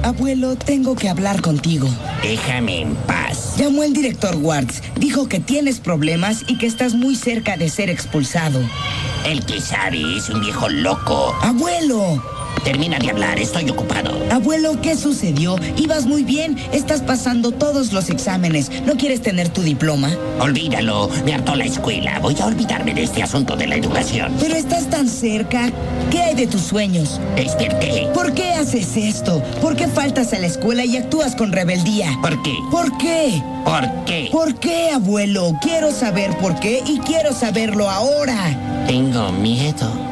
Speaker 8: Abuelo, tengo que hablar contigo.
Speaker 7: Déjame en paz.
Speaker 8: Llamó el director Wards. Dijo que tienes problemas y que estás muy cerca de ser expulsado.
Speaker 7: El que sabe es un viejo loco.
Speaker 8: Abuelo,
Speaker 7: Termina de hablar, estoy ocupado.
Speaker 8: abuelo, ¿qué sucedió? Ibas muy bien, estás pasando todos los exámenes. ¿No quieres tener tu diploma?
Speaker 7: Olvídalo, me hartó la escuela. Voy a olvidarme de este asunto de la educación.
Speaker 8: Pero estás tan cerca. ¿Qué hay de tus sueños?
Speaker 7: Desperté.
Speaker 8: ¿Por qué haces esto? ¿Por qué faltas a la escuela y actúas con rebeldía?
Speaker 7: ¿Por qué?
Speaker 8: ¿Por qué?
Speaker 7: ¿Por qué?
Speaker 8: ¿Por qué, abuelo? Quiero saber por qué y quiero saberlo ahora.
Speaker 7: Tengo miedo.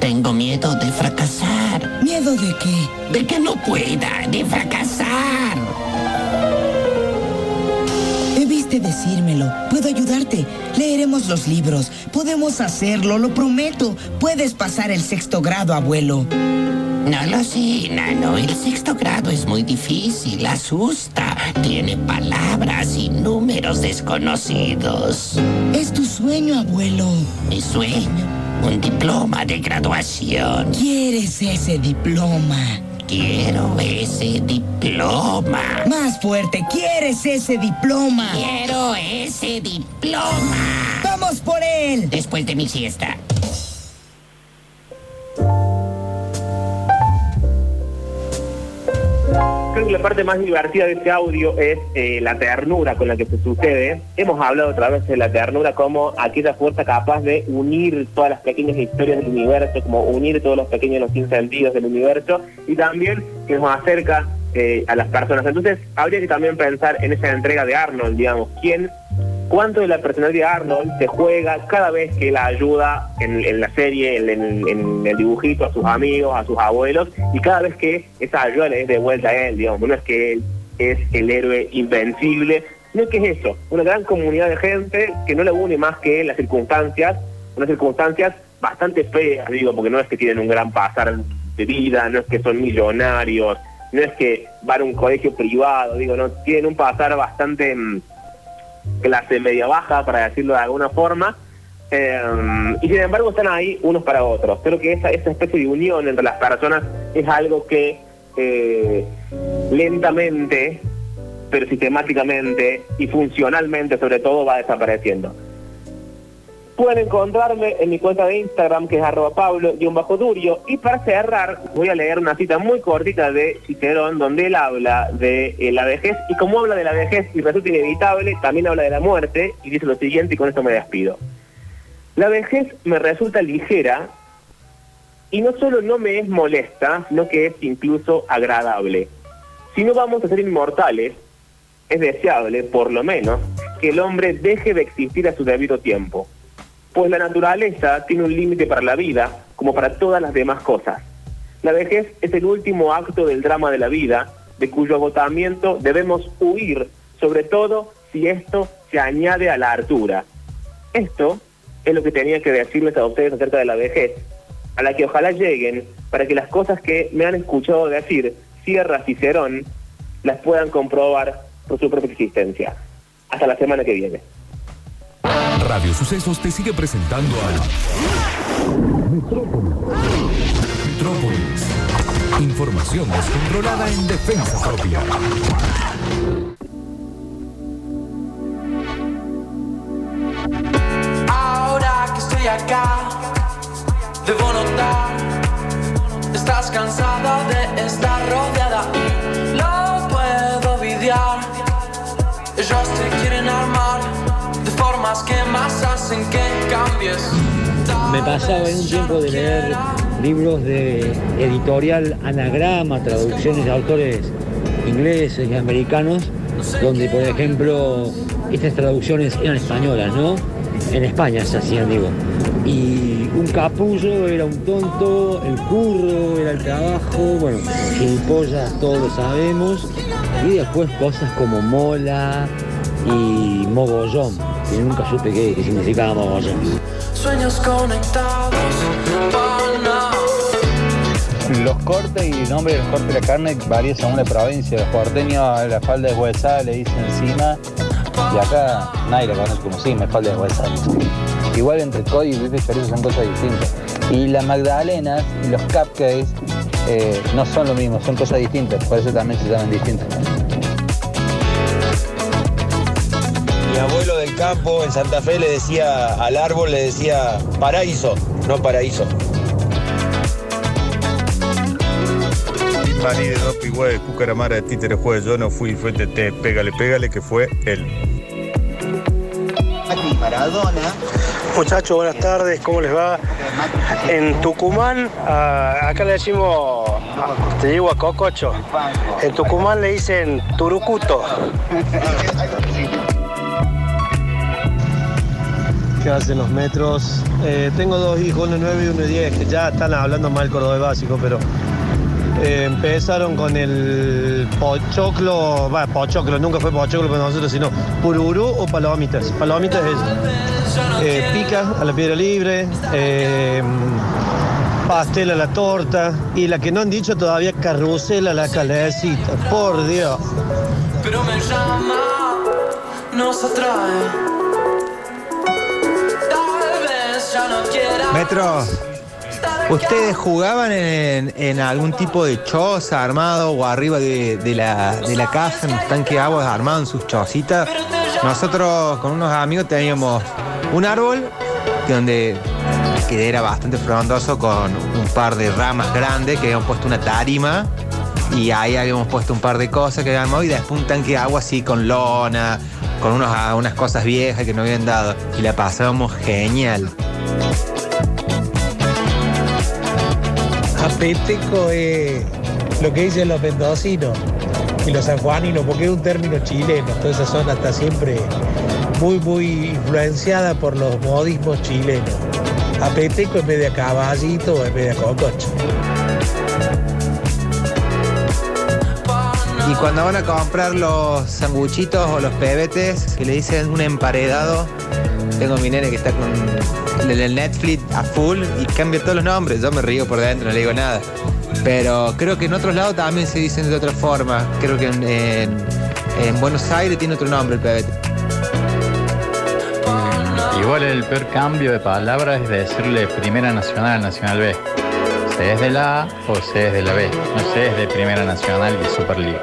Speaker 7: Tengo miedo de fracasar.
Speaker 8: ¿Miedo de qué?
Speaker 7: De que no pueda, de fracasar.
Speaker 8: Debiste decírmelo. Puedo ayudarte. Leeremos los libros. Podemos hacerlo, lo prometo. Puedes pasar el sexto grado, abuelo.
Speaker 7: No lo sé, nano. El sexto grado es muy difícil, asusta. Tiene palabras y números desconocidos.
Speaker 8: Es tu sueño, abuelo.
Speaker 7: Mi sueño, un diploma de graduación.
Speaker 8: ¿Quieres ese diploma?
Speaker 7: Quiero ese diploma.
Speaker 8: Más fuerte, ¿quieres ese diploma?
Speaker 7: Quiero ese diploma.
Speaker 8: ¡Vamos por él!
Speaker 7: Después de mi siesta.
Speaker 5: Creo que la parte más divertida de este audio es eh, la ternura con la que se sucede. Hemos hablado otra vez de la ternura como aquella fuerza capaz de unir todas las pequeñas historias del universo, como unir todos los pequeños los incendios del universo y también que nos acerca eh, a las personas. Entonces habría que también pensar en esa entrega de Arnold, digamos, quién, cuánto de la personalidad de Arnold se juega cada vez que la ayuda en, en la serie, en, en- en el dibujito, a sus amigos, a sus abuelos, y cada vez que esa ayuda le es de vuelta a él, digamos, no es que él es el héroe invencible, sino que es eso, una gran comunidad de gente que no le une más que las circunstancias, unas circunstancias bastante feas, digo, porque no es que tienen un gran pasar de vida, no es que son millonarios, no es que van a un colegio privado, digo, no, tienen un pasar bastante mm, clase media baja, para decirlo de alguna forma, eh, y sin embargo están ahí unos para otros. Creo que esa, esa especie de unión entre las personas es algo que eh, lentamente, pero sistemáticamente y funcionalmente sobre todo va desapareciendo. Pueden encontrarme en mi cuenta de Instagram, que es arroba pablo y un bajo durio. Y para cerrar, voy a leer una cita muy cortita de Cicerón, donde él habla de eh, la vejez. Y como habla de la vejez y resulta inevitable, también habla de la muerte. Y dice lo siguiente, y con esto me despido. La vejez me resulta ligera y no solo no me es molesta, sino que es incluso agradable. Si no vamos a ser inmortales, es deseable, por lo menos, que el hombre deje de existir a su debido tiempo, pues la naturaleza tiene un límite para la vida, como para todas las demás cosas. La vejez es el último acto del drama de la vida, de cuyo agotamiento debemos huir, sobre todo si esto se añade a la hartura. Esto es lo que tenía que decirles a ustedes acerca de la vejez, a la que ojalá lleguen para que las cosas que me han escuchado decir Sierra Cicerón las puedan comprobar por su propia existencia. Hasta la semana que viene.
Speaker 1: Radio Sucesos te sigue presentando a Metrópolis. Información descontrolada en defensa propia.
Speaker 15: Ahora que estoy acá, debo notar, estás cansada de estar rodeada y lo puedo videar. Ellos te quieren armar de formas que más hacen que cambies.
Speaker 9: Me pasaba en un tiempo de leer libros de editorial anagrama, traducciones de autores ingleses y americanos, donde por ejemplo estas traducciones eran españolas, ¿no? En España se hacían, digo. Y un capullo era un tonto, el curro era el trabajo, bueno, gilipollas todos lo sabemos, y después cosas como mola y mogollón, que nunca supe qué, qué significaba mogollón.
Speaker 15: Sueños conectados, pana.
Speaker 19: Los cortes y el nombre del corte de la carne varía según la provincia. Los porteños a la falda deshuesada le dicen encima y acá nadie la conoce como cima, es falda deshuesada. Igual entre Cody y Bife Chorizo son cosas distintas. Y las magdalenas y los cupcakes eh, no son lo mismo, son cosas distintas, por eso también se llaman distintas.
Speaker 26: Mi abuelo del campo en Santa Fe le decía al árbol, le decía paraíso, no paraíso.
Speaker 3: Marí de dos pigües, cucaramara de títere juez, yo no fui, fue TT, pégale, pégale, que fue él.
Speaker 25: Maradona. Muchachos, buenas tardes, ¿cómo les va? En Tucumán, a- acá le decimos, a- te digo a Cococho, en Tucumán le dicen Turucuto.
Speaker 27: ¿Qué hacen los metros? Eh, tengo dos hijos, uno 9 y uno 10, que ya están hablando mal cordobés básico, pero eh, empezaron con el pochoclo, va, pochoclo, nunca fue pochoclo para nosotros, sino pururú o palomitas. Palomitas es eh, pica a la piedra libre, eh, pastel a la torta y la que no han dicho todavía, carrusel a la calecita. Por Dios.
Speaker 15: Pero me llama, nos atrae. Tal vez ya no quiera.
Speaker 27: Metro, ¿ustedes jugaban en, en algún tipo de choza armado o arriba de, de la, de la casa, en los tanques de agua armados en sus chocitas? Nosotros con unos amigos teníamos un árbol donde que era bastante frondoso con un par de ramas grandes que habíamos puesto una tarima y ahí habíamos puesto un par de cosas que habíamos y después un tanque de agua así con lona, con unos, unas cosas viejas que nos habían dado y la pasábamos genial.
Speaker 28: Apeteco es lo que dicen los mendocinos y los sanjuaninos, porque es un término chileno. Toda esa zona está siempre muy, muy influenciada por los modismos chilenos. Apeteco es media caballito, es media cococho.
Speaker 27: Y cuando van a comprar los sanguchitos o los pebetes, que le dicen un emparedado, tengo mi nene que está con el el Netflix a full y cambia todos los nombres. Yo me río por dentro, no le digo nada. Pero creo que en otros lados también se dicen de otra forma. Creo que en, en- en Buenos Aires tiene otro nombre el pebete.
Speaker 29: Igual el peor cambio de palabras es decirle Primera Nacional a Nacional B. Se es de la A o se es de la B. No se es de Primera Nacional y Superliga.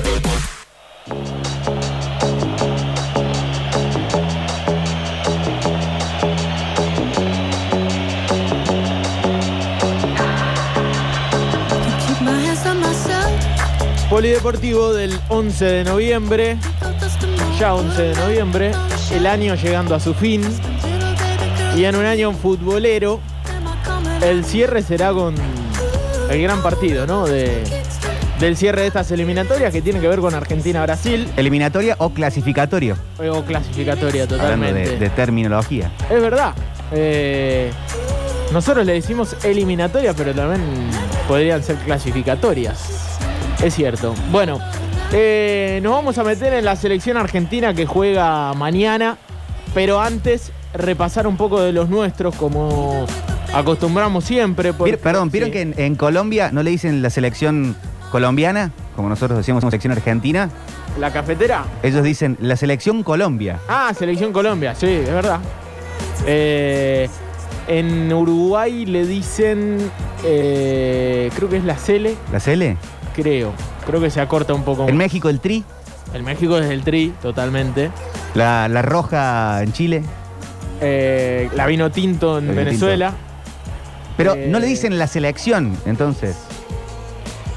Speaker 4: Polideportivo del 11 de noviembre, ya 11 de noviembre, el año llegando a su fin. Y en un año futbolero, el cierre será con el gran partido, ¿no? De, del cierre de estas eliminatorias que tienen que ver con Argentina-Brasil.
Speaker 2: ¿Eliminatoria o clasificatorio?
Speaker 4: O clasificatoria
Speaker 2: Hablando de-
Speaker 4: totalmente.
Speaker 2: de terminología.
Speaker 4: Es verdad. Eh, nosotros le decimos eliminatoria, pero también podrían ser clasificatorias. Es cierto. Bueno, eh, nos vamos a meter en la selección argentina que juega mañana, pero antes repasar un poco de los nuestros como acostumbramos siempre. porque-
Speaker 2: Vir- Perdón, ¿vieron
Speaker 4: Sí.
Speaker 2: que en, en Colombia no le dicen la selección colombiana? Como nosotros decíamos selección argentina.
Speaker 4: ¿La cafetera?
Speaker 2: Ellos dicen la selección Colombia.
Speaker 4: Ah, selección Colombia, sí, es verdad. Eh, en Uruguay le dicen, eh, creo que es la Cele.
Speaker 2: ¿La Cele?
Speaker 4: Creo, creo que se acorta un poco. más.
Speaker 2: En México el Tri.
Speaker 4: El México es el tri, totalmente.
Speaker 2: La, la roja en Chile.
Speaker 4: Eh, la vino tinto en
Speaker 2: La vino
Speaker 4: Venezuela.
Speaker 2: Pero
Speaker 4: Eh,
Speaker 2: no le dicen la selección, entonces.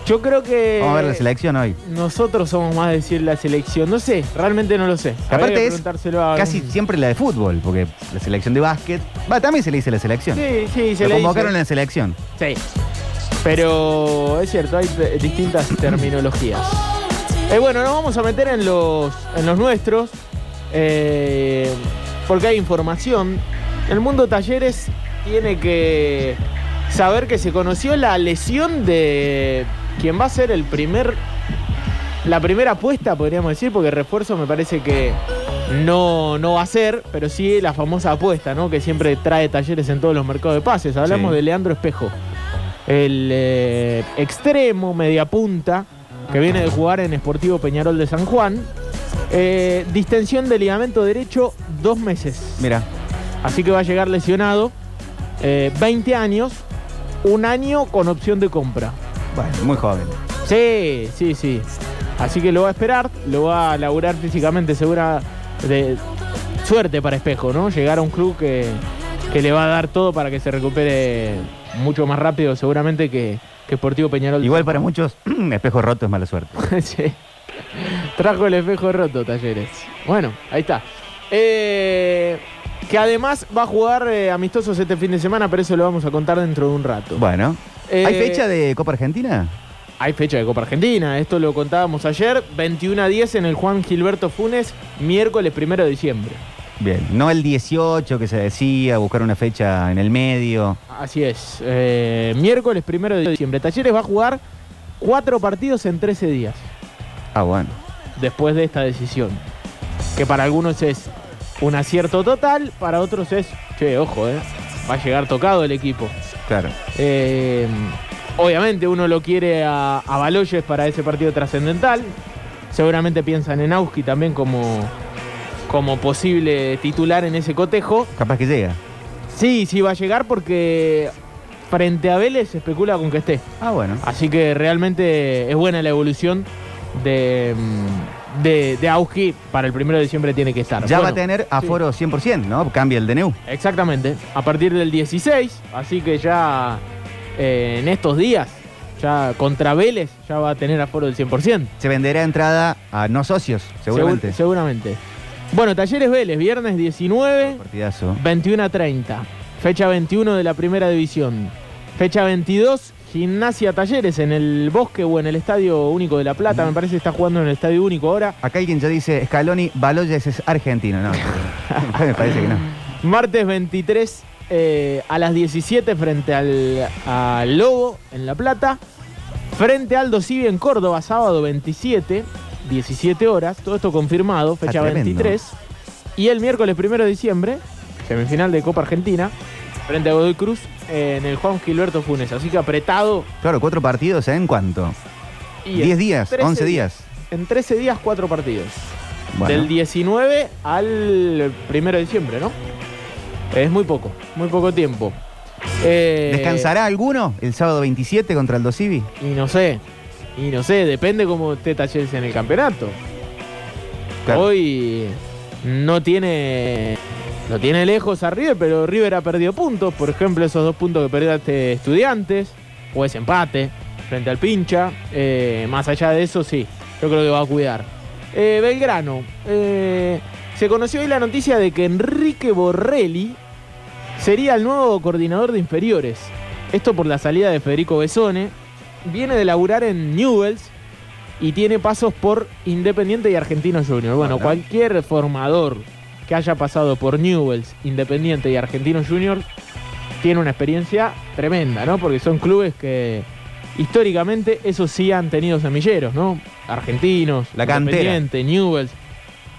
Speaker 4: Yo creo que
Speaker 2: Vamos a ver la selección hoy.
Speaker 4: nosotros somos más de decir la selección. No sé, realmente no lo sé.
Speaker 2: Que
Speaker 4: Habría que
Speaker 2: Aparte es
Speaker 4: preguntárselo a
Speaker 2: casi
Speaker 4: algún-
Speaker 2: siempre la de fútbol, porque la selección de básquet. Va, también se le dice la selección.
Speaker 4: Sí, sí, se
Speaker 2: Lo
Speaker 4: le
Speaker 2: convocaron
Speaker 4: dice.
Speaker 2: en la selección.
Speaker 4: Sí. Pero es cierto, hay eh, distintas terminologías. Eh, bueno, nos vamos a meter en los, en los nuestros, eh, porque hay información. El mundo talleres tiene que saber que se conoció la lesión de quien va a ser el primer, la primera apuesta, podríamos decir, porque refuerzo me parece que no, no va a ser, pero sí la famosa apuesta, ¿no? Que siempre trae talleres en todos los mercados de pases. Hablamos
Speaker 6: Sí.
Speaker 4: de Leandro Espejo, el eh, extremo mediapunta que viene de jugar en Sportivo Peñarol de San Juan. Eh, distensión del ligamento derecho, dos meses.
Speaker 2: Mira.
Speaker 4: Así que va a llegar lesionado. eh, 20 años, un año con opción de compra.
Speaker 2: Bueno, muy joven.
Speaker 4: Sí, sí, sí. Así que lo va a esperar, lo va a laburar físicamente, segura de suerte para Espejo, ¿no? Llegar a un club que, que le va a dar todo para que se recupere mucho más rápido, seguramente que, que Sportivo Peñarol.
Speaker 2: Igual para muchos, [CLEARS THROAT] espejo roto es mala suerte.
Speaker 4: [LAUGHS] Sí. Trajo el espejo roto, Talleres. Bueno, ahí está. Eh, que además va a jugar eh, amistosos este fin de semana, pero eso lo vamos a contar dentro de un rato.
Speaker 2: Bueno.
Speaker 4: Eh,
Speaker 2: ¿Hay fecha de Copa Argentina?
Speaker 4: Hay fecha de Copa Argentina, esto lo contábamos ayer, 21 a 10 en el Juan Gilberto Funes, miércoles 1 de diciembre.
Speaker 2: Bien. No el 18 que se decía, buscar una fecha en el medio.
Speaker 4: Así es, eh, miércoles 1 de diciembre. Talleres va a jugar cuatro partidos en 13 días.
Speaker 2: Ah, bueno.
Speaker 4: después de esta decisión. Que para algunos es un acierto total, para otros es, che, ojo, eh, va a llegar tocado el equipo.
Speaker 2: Claro.
Speaker 4: Eh, obviamente uno lo quiere a, a Baloyes para ese partido trascendental. Seguramente piensan en Auski también como, como posible titular en ese cotejo.
Speaker 2: Capaz que llega.
Speaker 4: Sí, sí va a llegar porque frente a Vélez se especula con que esté.
Speaker 2: Ah, bueno.
Speaker 4: Así que realmente es buena la evolución de, mm, de, de Auski. Para el primero de diciembre tiene que estar.
Speaker 2: Ya va a
Speaker 4: Bueno,
Speaker 2: tener
Speaker 4: sí,
Speaker 2: aforo 100%, ¿no? Cambia el DNU.
Speaker 4: exactamente. A partir del 16, así que ya eh, en estos días, ya contra Vélez, ya va a tener aforo del 100%.
Speaker 2: Se venderá entrada a no socios, seguramente.
Speaker 4: Segur- seguramente. Bueno, Talleres Vélez, viernes 19.
Speaker 2: Partidazo.
Speaker 4: 21 a 30. Fecha 21 de la primera división. Fecha 22, Gimnasia Talleres en el Bosque o en el Estadio Único de La Plata. Me parece está jugando en el Estadio Único ahora.
Speaker 2: Acá alguien ya dice, Scaloni, Baloyes es argentino, ¿no? [LAUGHS] Me parece que no.
Speaker 4: Martes 23 eh, a las 17 frente al a Lobo en La Plata. Frente al Dosivi en Córdoba, sábado 27, 17 horas. Todo esto confirmado, fecha
Speaker 2: tremendo.
Speaker 4: 23. Y el miércoles 1 de diciembre, semifinal de Copa Argentina, frente a Godoy Cruz eh, en el Juan Gilberto Funes. Así que apretado.
Speaker 2: Claro, cuatro partidos, ¿en ¿eh? cuánto?
Speaker 4: y en
Speaker 2: 10 días,
Speaker 4: 13
Speaker 2: 11 días.
Speaker 4: en 13 días, cuatro partidos. Del 19 al 1 de diciembre, ¿no? Es muy poco, muy poco tiempo. Eh,
Speaker 2: ¿Descansará alguno el sábado 27 contra el Dosivi?
Speaker 4: Y no sé, y no sé, depende cómo esté Talleres en el campeonato. Hoy no tiene lo tiene lejos a River, pero River ha perdido puntos. Por ejemplo, esos dos puntos que perdió ante Estudiantes, o ese empate frente al Pincha. Eh, más allá de eso, sí, yo creo que va a cuidar. Eh, Belgrano, eh, se conoció hoy la noticia de que Enrique Borrelli sería el nuevo coordinador de inferiores. Esto por la salida de Federico Besone. Viene de laburar en Newells y tiene pasos por Independiente y Argentino Junior. Bueno, cualquier formador que haya pasado por Newells, Independiente y Argentino Junior tiene una experiencia tremenda, ¿no? Porque son clubes que históricamente eso sí han tenido semilleros, ¿no? Argentinos,
Speaker 2: La cantera.
Speaker 4: Independiente, Newells,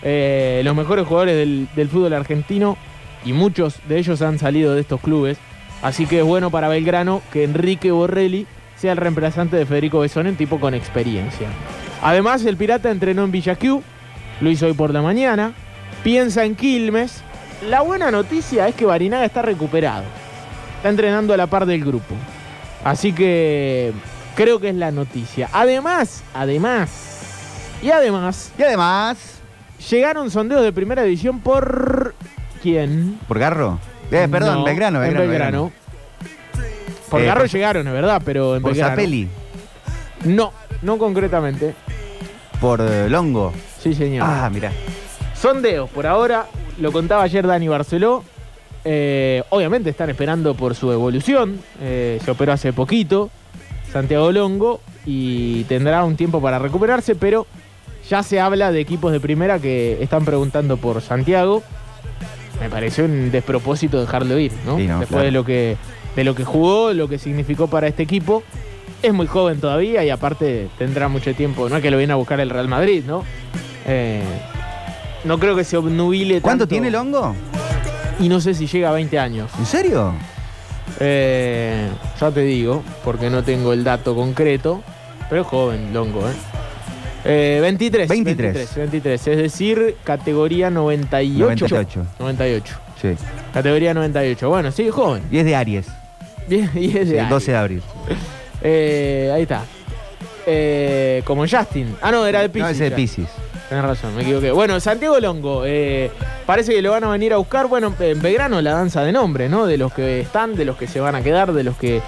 Speaker 4: eh, los mejores jugadores del, del fútbol argentino y muchos de ellos han salido de estos clubes. Así que es bueno para Belgrano que Enrique Borrelli sea el reemplazante de Federico Besón, un tipo con experiencia. Además, el Pirata entrenó en Villa Q, lo hizo hoy por la mañana, piensa en Quilmes. La buena noticia es que Barinaga está recuperado, está entrenando a la par del grupo. Así que creo que es la noticia. Además, además, y además...
Speaker 2: Y además...
Speaker 4: Llegaron sondeos de primera división por... ¿Quién?
Speaker 2: ¿Por Garro? Eh, perdón,
Speaker 4: No,
Speaker 2: Belgrano,
Speaker 4: en
Speaker 2: Belgrano.
Speaker 4: Belgrano. Por
Speaker 2: Eh,
Speaker 4: Garro
Speaker 2: por-
Speaker 4: llegaron, es verdad, pero en
Speaker 2: Por
Speaker 4: Belgrano.
Speaker 2: Zapelli,
Speaker 4: No, no concretamente.
Speaker 2: por eh, Longo.
Speaker 4: Sí, señor.
Speaker 2: Ah, mirá.
Speaker 4: Sondeos, por ahora, lo contaba ayer Dani Barceló. Eh, obviamente están esperando por su evolución. Eh, se operó hace poquito, Santiago Longo, y tendrá un tiempo para recuperarse, pero ya se habla de equipos de primera que están preguntando por Santiago. Me pareció un despropósito dejarlo ir, ¿no?
Speaker 2: Sí, no,
Speaker 4: Después
Speaker 2: claro.
Speaker 4: de lo que de lo que jugó, lo que significó para este equipo. Es muy joven todavía y aparte tendrá mucho tiempo. No es que lo viene a buscar el Real Madrid, ¿no? Eh, no creo que se obnubile
Speaker 2: ¿Cuánto
Speaker 4: tanto.
Speaker 2: tiene el hongo?
Speaker 4: Y no sé si llega a 20 años.
Speaker 2: ¿En serio?
Speaker 4: Eh, ya te digo, porque no tengo el dato concreto. Pero es joven, Longo, ¿eh? Eh, 23,
Speaker 2: 23.
Speaker 4: 23. 23, es decir, categoría 98.
Speaker 2: 98.
Speaker 4: 98.
Speaker 2: Sí.
Speaker 4: Categoría 98. Bueno, sí, joven.
Speaker 2: Y es de Aries.
Speaker 4: Bien, [LAUGHS] y es de
Speaker 2: Sí,
Speaker 4: ahí.
Speaker 2: 12 de abril.
Speaker 4: Eh, ahí está. Eh, como Justin. Ah, no, era de Pisces.
Speaker 2: No, ese de
Speaker 4: ya.
Speaker 2: Pisces.
Speaker 4: Tenés razón, me equivoqué. Bueno, Santiago Longo, eh, parece que lo van a venir a buscar. Bueno, en Belgrano la danza de nombre, ¿no? De los que están, de los que se van a quedar, de los que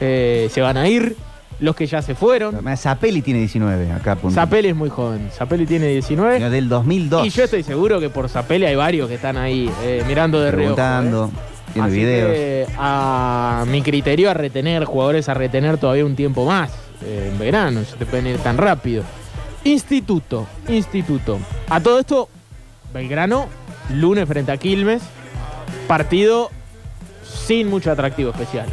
Speaker 4: eh, se van a ir, los que ya se fueron.
Speaker 2: Zapelli tiene 19 acá. apunto.
Speaker 4: Zapelli es muy joven, Zapelli tiene 19.
Speaker 2: No, Del 2002.
Speaker 4: Y yo estoy seguro que por Zapelli hay varios que están ahí eh, mirando de reojo. ¿eh?
Speaker 2: preguntando. Tiene
Speaker 4: Así
Speaker 2: videos.
Speaker 4: que, a mi criterio a retener jugadores a retener todavía un tiempo más eh, en verano, no te pueden ir tan rápido. Instituto, instituto. A todo esto, Belgrano, lunes frente a Quilmes, partido sin mucho atractivo especial.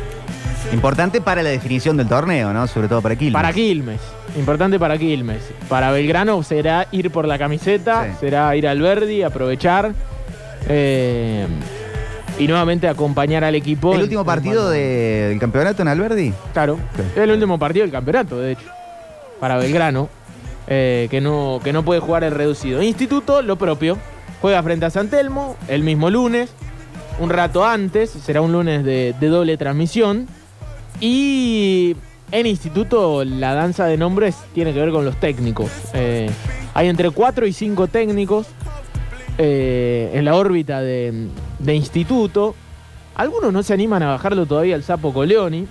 Speaker 2: Importante para la definición del torneo, ¿no? Sobre todo para Quilmes.
Speaker 4: Para Quilmes, importante para Quilmes. Para Belgrano será ir por la camiseta, será ir al Verdi, aprovechar eh, y nuevamente acompañar al equipo.
Speaker 2: ¿El
Speaker 4: en-
Speaker 2: último
Speaker 4: en
Speaker 2: partido
Speaker 4: cuanto-
Speaker 2: de- del campeonato en Alberdi?
Speaker 4: Claro. Es el último partido del campeonato, de hecho. Para Belgrano. eh, que, no, que no puede jugar el reducido. Instituto, lo propio. Juega frente a San Telmo el mismo lunes. Un rato antes. Será un lunes de, de doble transmisión. Y en Instituto la danza de nombres tiene que ver con los técnicos. Eh, hay entre 4 y 5 técnicos eh, en la órbita de, de Instituto. Algunos no se animan a bajarlo todavía al sapo Coleoni.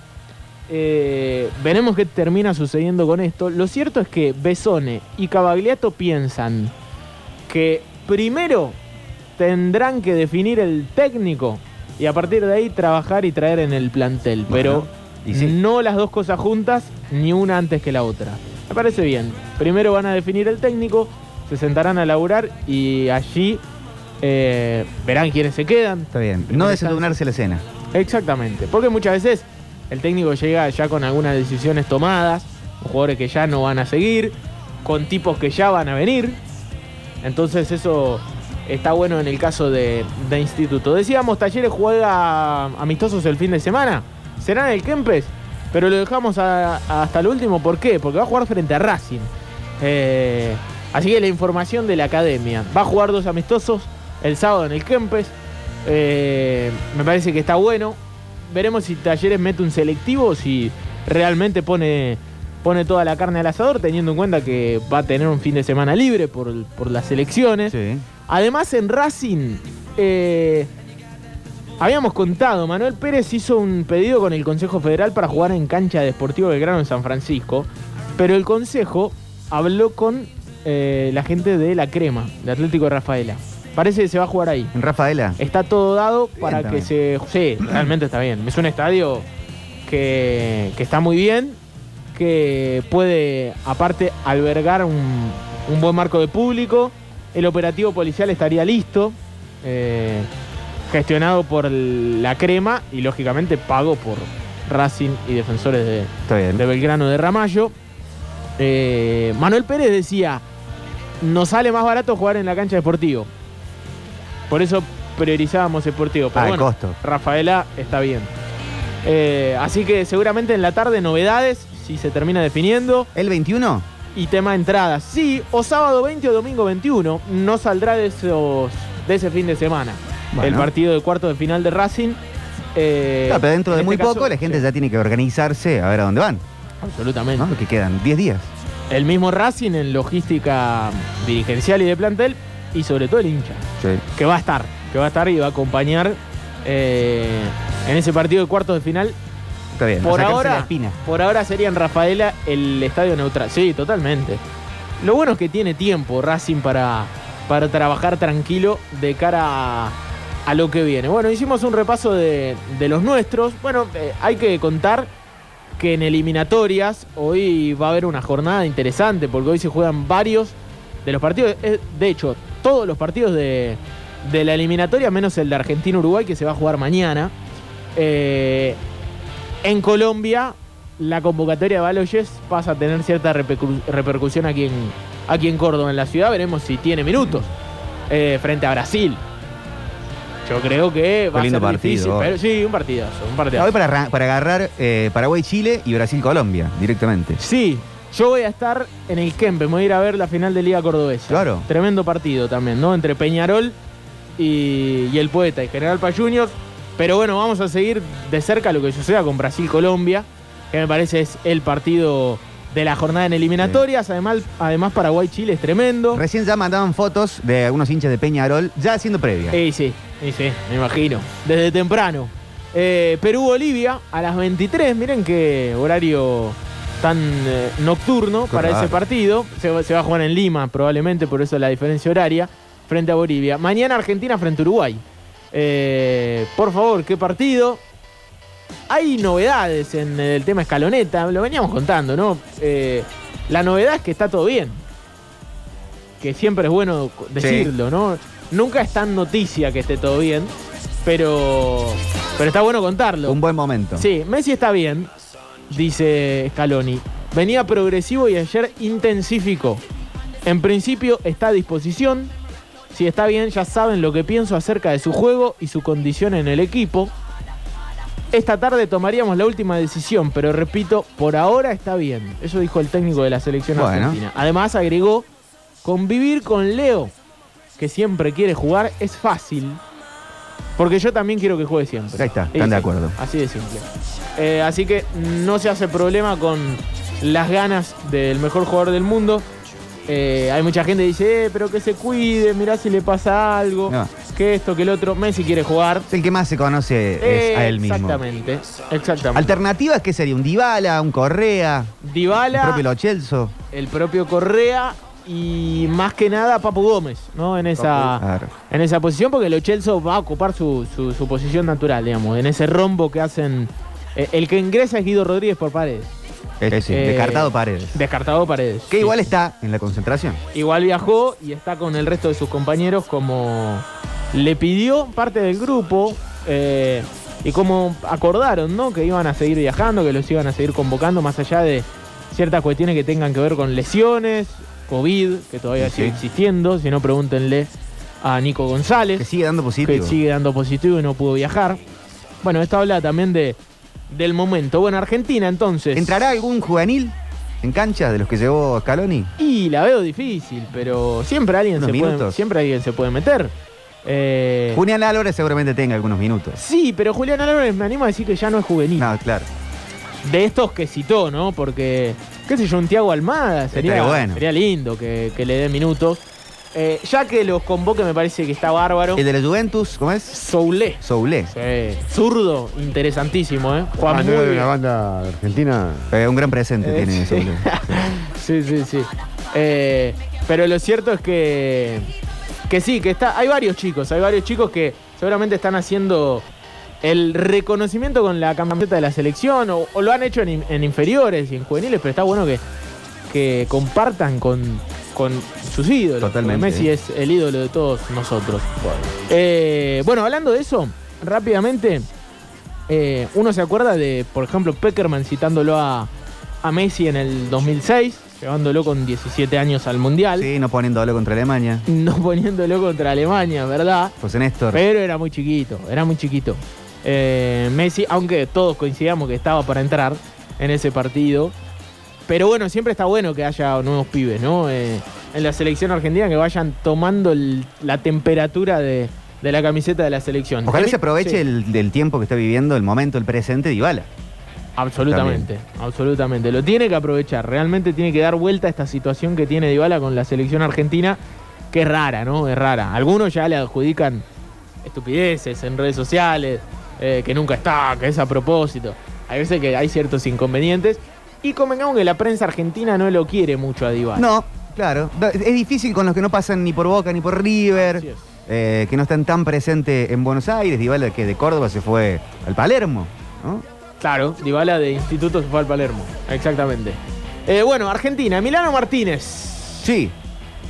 Speaker 4: Eh, veremos qué termina sucediendo con esto. Lo cierto es que Besone y Cavagliato piensan que primero tendrán que definir el técnico y a partir de ahí trabajar y traer en el plantel. Pero no las dos cosas juntas, ni una antes que la otra. Me parece bien. Primero van a definir el técnico, se sentarán a laburar y allí eh, verán quiénes se quedan.
Speaker 2: Está bien. No desatunarse la cena.
Speaker 4: Exactamente, porque muchas veces el técnico llega ya con algunas decisiones tomadas, con jugadores que ya no van a seguir, con tipos que ya van a venir. Entonces eso está bueno en el caso de, de Instituto. Decíamos, Talleres juega amistosos el fin de semana. Será en el Kempes, pero lo dejamos a- hasta el último. ¿Por qué? Porque va a jugar frente a Racing. Eh, así que la información de la academia. Va a jugar dos amistosos el sábado en el Kempes. Eh, me parece que está bueno. Veremos si Talleres mete un selectivo o si realmente pone, pone toda la carne al asador, teniendo en cuenta que va a tener un fin de semana libre por, por las elecciones. Además, en Racing. eh, Habíamos contado, Manuel Pérez hizo un pedido con el Consejo Federal para jugar en cancha de Deportivo Belgrano en San Francisco, pero el Consejo habló con eh, la gente de La Crema, de Atlético de Rafaela. Parece que se va a jugar ahí.
Speaker 2: ¿En Rafaela?
Speaker 4: Está todo dado para que
Speaker 2: también.
Speaker 4: se... Sí, realmente está bien. Es un estadio que, que está muy bien, que puede aparte albergar un, un buen marco de público. El operativo policial estaría listo. eh, gestionado por el- la crema y lógicamente pago por Racing y defensores de, de Belgrano de Ramallo. Eh, Manuel Pérez decía, nos sale más barato jugar en la cancha deportivo. Por eso priorizábamos deportivo. Pero
Speaker 2: Ah, el
Speaker 4: bueno,
Speaker 2: costo.
Speaker 4: Rafaela está bien. Eh, así que seguramente en la tarde novedades, si se termina definiendo.
Speaker 2: ¿El 21?
Speaker 4: Y tema entradas. Sí, o sábado 20 o domingo 21. No saldrá de, esos, de ese fin de semana.
Speaker 2: Bueno.
Speaker 4: El partido de cuarto de final de Racing. Eh,
Speaker 2: Claro, pero dentro de
Speaker 4: en
Speaker 2: muy
Speaker 4: este caso,
Speaker 2: poco la gente ya tiene que organizarse a ver a dónde van.
Speaker 4: Absolutamente.
Speaker 2: Porque quedan 10 días.
Speaker 4: El mismo Racing en logística dirigencial y de plantel. Y sobre todo el hincha. que va a estar, que va a estar y va a acompañar eh, en ese partido de cuartos de final.
Speaker 2: Está bien.
Speaker 4: Por
Speaker 2: a sacarse
Speaker 4: ahora,
Speaker 2: la espina.
Speaker 4: por ahora sería en Rafaela el estadio neutral. Sí, totalmente. Lo bueno es que tiene tiempo Racing para, para trabajar tranquilo de cara a, a lo que viene. Bueno, hicimos un repaso de, de los nuestros. Bueno, eh, hay que contar que en eliminatorias hoy va a haber una jornada interesante porque hoy se juegan varios de los partidos. Eh, De hecho, todos los partidos de, de la eliminatoria, menos el de Argentina-Uruguay que se va a jugar mañana. Eh, en Colombia, la convocatoria de Baloyes pasa a tener cierta repercu- repercusión aquí en, aquí en Córdoba, en la ciudad. Veremos si tiene minutos eh, frente a Brasil. Yo creo que va
Speaker 2: Qué lindo
Speaker 4: a ser
Speaker 2: partido,
Speaker 4: difícil,
Speaker 2: hoy.
Speaker 4: pero sí, un partidazo, un partidazo.
Speaker 2: Hoy para, arran- para agarrar eh, Paraguay-Chile y Brasil-Colombia directamente.
Speaker 4: Sí, yo voy a estar en el Kempe, me voy a ir a ver la final de Liga Cordobesa.
Speaker 2: Claro.
Speaker 4: Tremendo partido también, ¿no? Entre Peñarol y, y el Poeta y General Paz Juniors. Pero bueno, vamos a seguir de cerca lo que suceda con Brasil-Colombia, que me parece es el partido de la jornada en eliminatorias. Además, además Paraguay-Chile es tremendo.
Speaker 2: Recién ya mandaban fotos de algunos hinchas de Peñarol ya haciendo previa.
Speaker 4: Y sí, y sí, me imagino. Desde temprano. Eh, Perú-Bolivia a las 23. Miren qué horario tan eh, nocturno
Speaker 2: Qué
Speaker 4: para
Speaker 2: raro.
Speaker 4: ese partido. Se, va- se va a jugar en Lima, probablemente, por eso la diferencia horaria frente a Bolivia. Mañana Argentina frente a Uruguay. Eh, por favor, qué partido. Hay novedades en el tema escaloneta, lo veníamos contando, ¿no? Eh, la novedad es que está todo bien. Que siempre es bueno decirlo, ¿no? Nunca es tan noticia que esté todo bien, pero, pero está bueno contarlo.
Speaker 2: Un buen momento.
Speaker 4: Sí, Messi está bien, dice Scaloni. Venía progresivo y ayer intensificó. En principio está a disposición. Si está bien, ya saben lo que pienso acerca de su juego y su condición en el equipo. Esta tarde tomaríamos la última decisión, pero repito, por ahora está bien. Eso dijo el técnico de la selección
Speaker 2: Bueno.
Speaker 4: argentina. Además agregó, convivir con Leo, que siempre quiere jugar, es fácil. Porque yo también quiero que juegue siempre.
Speaker 2: Ahí está,
Speaker 4: Y
Speaker 2: están de
Speaker 4: sí,
Speaker 2: acuerdo.
Speaker 4: Así de simple. Eh, así que no se hace problema con las ganas del mejor jugador del mundo. Eh, hay mucha gente que dice, "Eh, pero que se cuide, mirá si le pasa algo,
Speaker 2: No.
Speaker 4: que esto, que el otro. Messi quiere jugar.
Speaker 2: El que más se conoce es a él mismo.
Speaker 4: Exactamente, exactamente.
Speaker 2: ¿Alternativas qué sería? ¿Un Dybala, un Correa,
Speaker 4: Dybala,
Speaker 2: un propio Lo Celso?
Speaker 4: el propio Correa y más que nada Papu Gómez, ¿no? En esa,
Speaker 2: Claro.
Speaker 4: en esa posición, porque Lo Celso va a ocupar su, su- su posición natural, digamos, en ese rombo que hacen. eh, el que ingresa es Guido Rodríguez por paredes.
Speaker 2: Ese, sí,
Speaker 4: Eh,
Speaker 2: descartado Paredes.
Speaker 4: Descartado paredes.
Speaker 2: Que igual está en la concentración.
Speaker 4: Igual viajó y está con el resto de sus compañeros como le pidió parte del grupo eh, y como acordaron, ¿no? Que iban a seguir viajando, que los iban a seguir convocando más allá de ciertas cuestiones que tengan que ver con lesiones, COVID, que todavía
Speaker 2: Sí,
Speaker 4: sigue
Speaker 2: sí.
Speaker 4: existiendo, si no pregúntenle a Nico González.
Speaker 2: Que sigue dando positivo.
Speaker 4: Que sigue dando positivo y no pudo viajar. Bueno, esto habla también de, del momento. Bueno, Argentina entonces.
Speaker 2: ¿Entrará algún juvenil? en cancha de los que llevó Scaloni?
Speaker 4: Y la veo difícil, pero siempre alguien,
Speaker 2: Unos
Speaker 4: se puede,
Speaker 2: minutos.
Speaker 4: siempre alguien se puede meter. Eh,
Speaker 2: Julián Álvarez seguramente tenga algunos minutos.
Speaker 4: sí, pero Julián Álvarez me animo a decir que ya no es juvenil.
Speaker 2: No, claro.
Speaker 4: De estos que citó, ¿no? Porque, qué sé yo, un Tiago Almada sería,
Speaker 2: Estaría Este bueno.
Speaker 4: sería lindo que, que le dé minutos. Eh, ya que los convoque me parece que está bárbaro.
Speaker 2: ¿El de la Juventus, cómo es?
Speaker 4: Soule.
Speaker 2: Soule.
Speaker 4: Sí, zurdo, interesantísimo, ¿eh? Juega
Speaker 3: Ah,
Speaker 4: muy
Speaker 3: no era de
Speaker 4: bien.
Speaker 3: una banda argentina.
Speaker 2: un gran presente
Speaker 4: Eh, sí.
Speaker 2: tiene Soule.
Speaker 4: Sí, sí, sí. Eh, pero lo cierto es que. Que sí, que está. Hay varios chicos, hay varios chicos que seguramente están haciendo el reconocimiento con la camiseta de la selección o, o lo han hecho en, in- en inferiores y en juveniles, pero está bueno que, que compartan con, con sus ídolos. porque
Speaker 2: Totalmente.
Speaker 4: Messi es el ídolo de todos nosotros. Eh, bueno, hablando de eso, rápidamente, eh, uno se acuerda de, por ejemplo, Peckerman citándolo a, a Messi en el 2006, llevándolo con 17 años al Mundial,
Speaker 2: Sí, no poniéndolo contra Alemania.
Speaker 4: [LAUGHS] no poniéndolo contra Alemania, ¿verdad?
Speaker 2: José Néstor.
Speaker 4: Pero era muy chiquito, era muy chiquito. Eh, Messi, aunque todos coincidamos que estaba para entrar en ese partido. Pero bueno, siempre está bueno que haya nuevos pibes, ¿no? Eh, en la selección argentina que vayan tomando el- la temperatura de, de la camiseta de la selección.
Speaker 2: Ojalá
Speaker 4: En-
Speaker 2: se aproveche
Speaker 4: sí.
Speaker 2: el, del tiempo que está viviendo, el momento, el presente de Ibala.
Speaker 4: Absolutamente, absolutamente. Lo tiene que aprovechar. Realmente tiene que dar vuelta a esta situación que tiene Dybala con la selección argentina, que es rara, ¿no? Es rara. Algunos ya le adjudican estupideces en redes sociales, eh, que nunca está, que es a propósito. Hay veces que hay ciertos inconvenientes. Y convengamos que la prensa argentina no lo quiere mucho a Dybala.
Speaker 2: No, claro. Da- Es difícil con los que no pasan ni por Boca ni por River,
Speaker 4: Así es.
Speaker 2: eh, que no están tan presentes en Buenos Aires. Dybala que de Córdoba se fue al Palermo, ¿no?
Speaker 4: Claro, Dybala de Instituto se fue al Palermo. Exactamente. Eh, bueno, Argentina, Milano Martínez.
Speaker 2: Sí.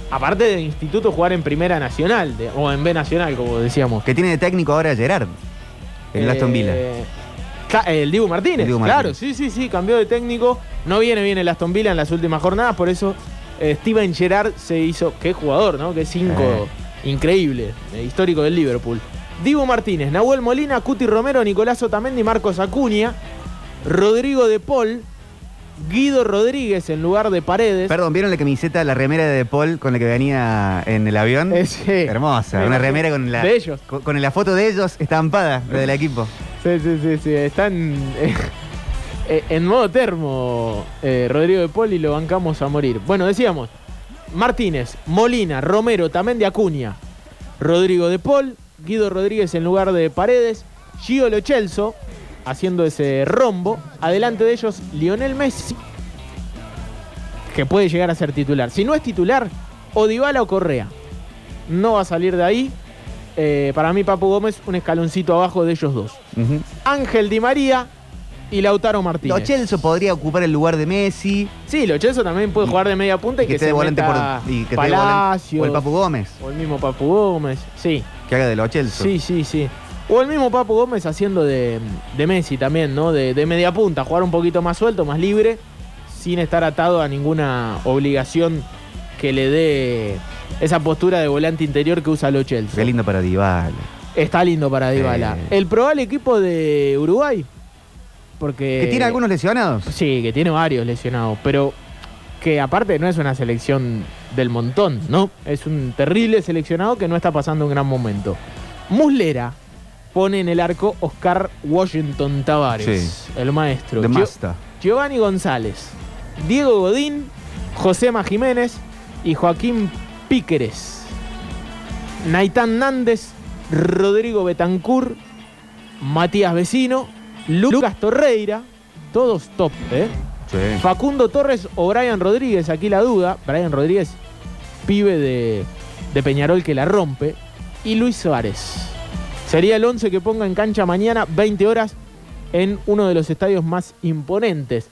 Speaker 4: Aparte de Instituto jugar en Primera Nacional, de- o en B Nacional, como decíamos.
Speaker 2: Que tiene de técnico ahora Gerard, en el Aston Villa.
Speaker 4: Eh, cla- El Dibu Martínez,
Speaker 2: El Dibu
Speaker 4: claro, sí, sí, sí, cambió de técnico. No viene bien el Aston Villa en las últimas jornadas, por eso eh, Steven Gerrard se hizo. Qué jugador, ¿no? Qué cinco, increíble, eh, histórico del Liverpool. Dibu Martínez, Nahuel Molina, Cuti Romero, Nicolás Otamendi, Marcos Acuña, Rodrigo De Paul, Guido Rodríguez en lugar de Paredes.
Speaker 2: Perdón, ¿vieron la camiseta, la remera de De Paul con la que venía en el avión?
Speaker 4: Eh, sí.
Speaker 2: Hermosa,
Speaker 4: Me
Speaker 2: una
Speaker 4: imagino.
Speaker 2: remera con la,
Speaker 4: De ellos.
Speaker 2: Con, con la foto de ellos estampada, la del equipo.
Speaker 4: Sí, sí, sí, sí. Están eh, [LAUGHS] eh, en modo termo, eh, Rodrigo de Poli, lo bancamos a morir. Bueno, decíamos, Martínez, Molina, Romero, también de Acuña, Rodrigo de Pol, Guido Rodríguez en lugar de Paredes, Gio Lochelso haciendo ese rombo. Adelante de ellos, Lionel Messi, que puede llegar a ser titular. Si no es titular, o Dybala o Correa. No va a salir de ahí. Eh, para mí, Papu Gómez, un escaloncito abajo de ellos dos.
Speaker 2: Ujú.
Speaker 4: Ángel Di María y Lautaro Martínez.
Speaker 2: Lo Chelso podría ocupar el lugar de Messi.
Speaker 4: sí, lo Chelso también puede jugar de media punta y,
Speaker 2: que
Speaker 4: que,
Speaker 2: esté
Speaker 4: se
Speaker 2: de volante
Speaker 4: meta
Speaker 2: por- y que esté de volante-
Speaker 4: Palacios,
Speaker 2: o el Papu Gómez.
Speaker 4: o el mismo Papu Gómez, sí,
Speaker 2: Que haga de Lo Chelso.
Speaker 4: sí, sí, sí. O el mismo Papu Gómez haciendo de, de Messi también, ¿no? De, de media punta, jugar un poquito más suelto, más libre, sin estar atado a ninguna obligación que le dé esa postura de volante interior que usa Lo Celso.
Speaker 2: Qué lindo para Dybala.
Speaker 4: Está lindo para Dybala.
Speaker 2: Eh.
Speaker 4: El probable equipo de Uruguay. Porque.
Speaker 2: que tiene algunos lesionados.
Speaker 4: Eh, Sí, que tiene varios lesionados. Pero que aparte no es una selección del montón, ¿no? Es un terrible seleccionado que no está pasando un gran momento. Muslera pone en el arco Oscar Washington Tavares, el maestro.
Speaker 2: De
Speaker 4: Gio-
Speaker 2: Masta.
Speaker 4: Giovanni González, Diego Godín, Josema Jiménez y Joaquín Píqueres. Naitán Nández, Rodrigo Betancur, Matías Vecino, Lu- Lucas Torreira, todos top, ¿eh? Facundo Torres o Brian Rodríguez, aquí la duda. Brian Rodríguez, pibe de, de Peñarol que la rompe. Y Luis Suárez. Sería el 11 que ponga en cancha mañana, 20 horas, en uno de los estadios más imponentes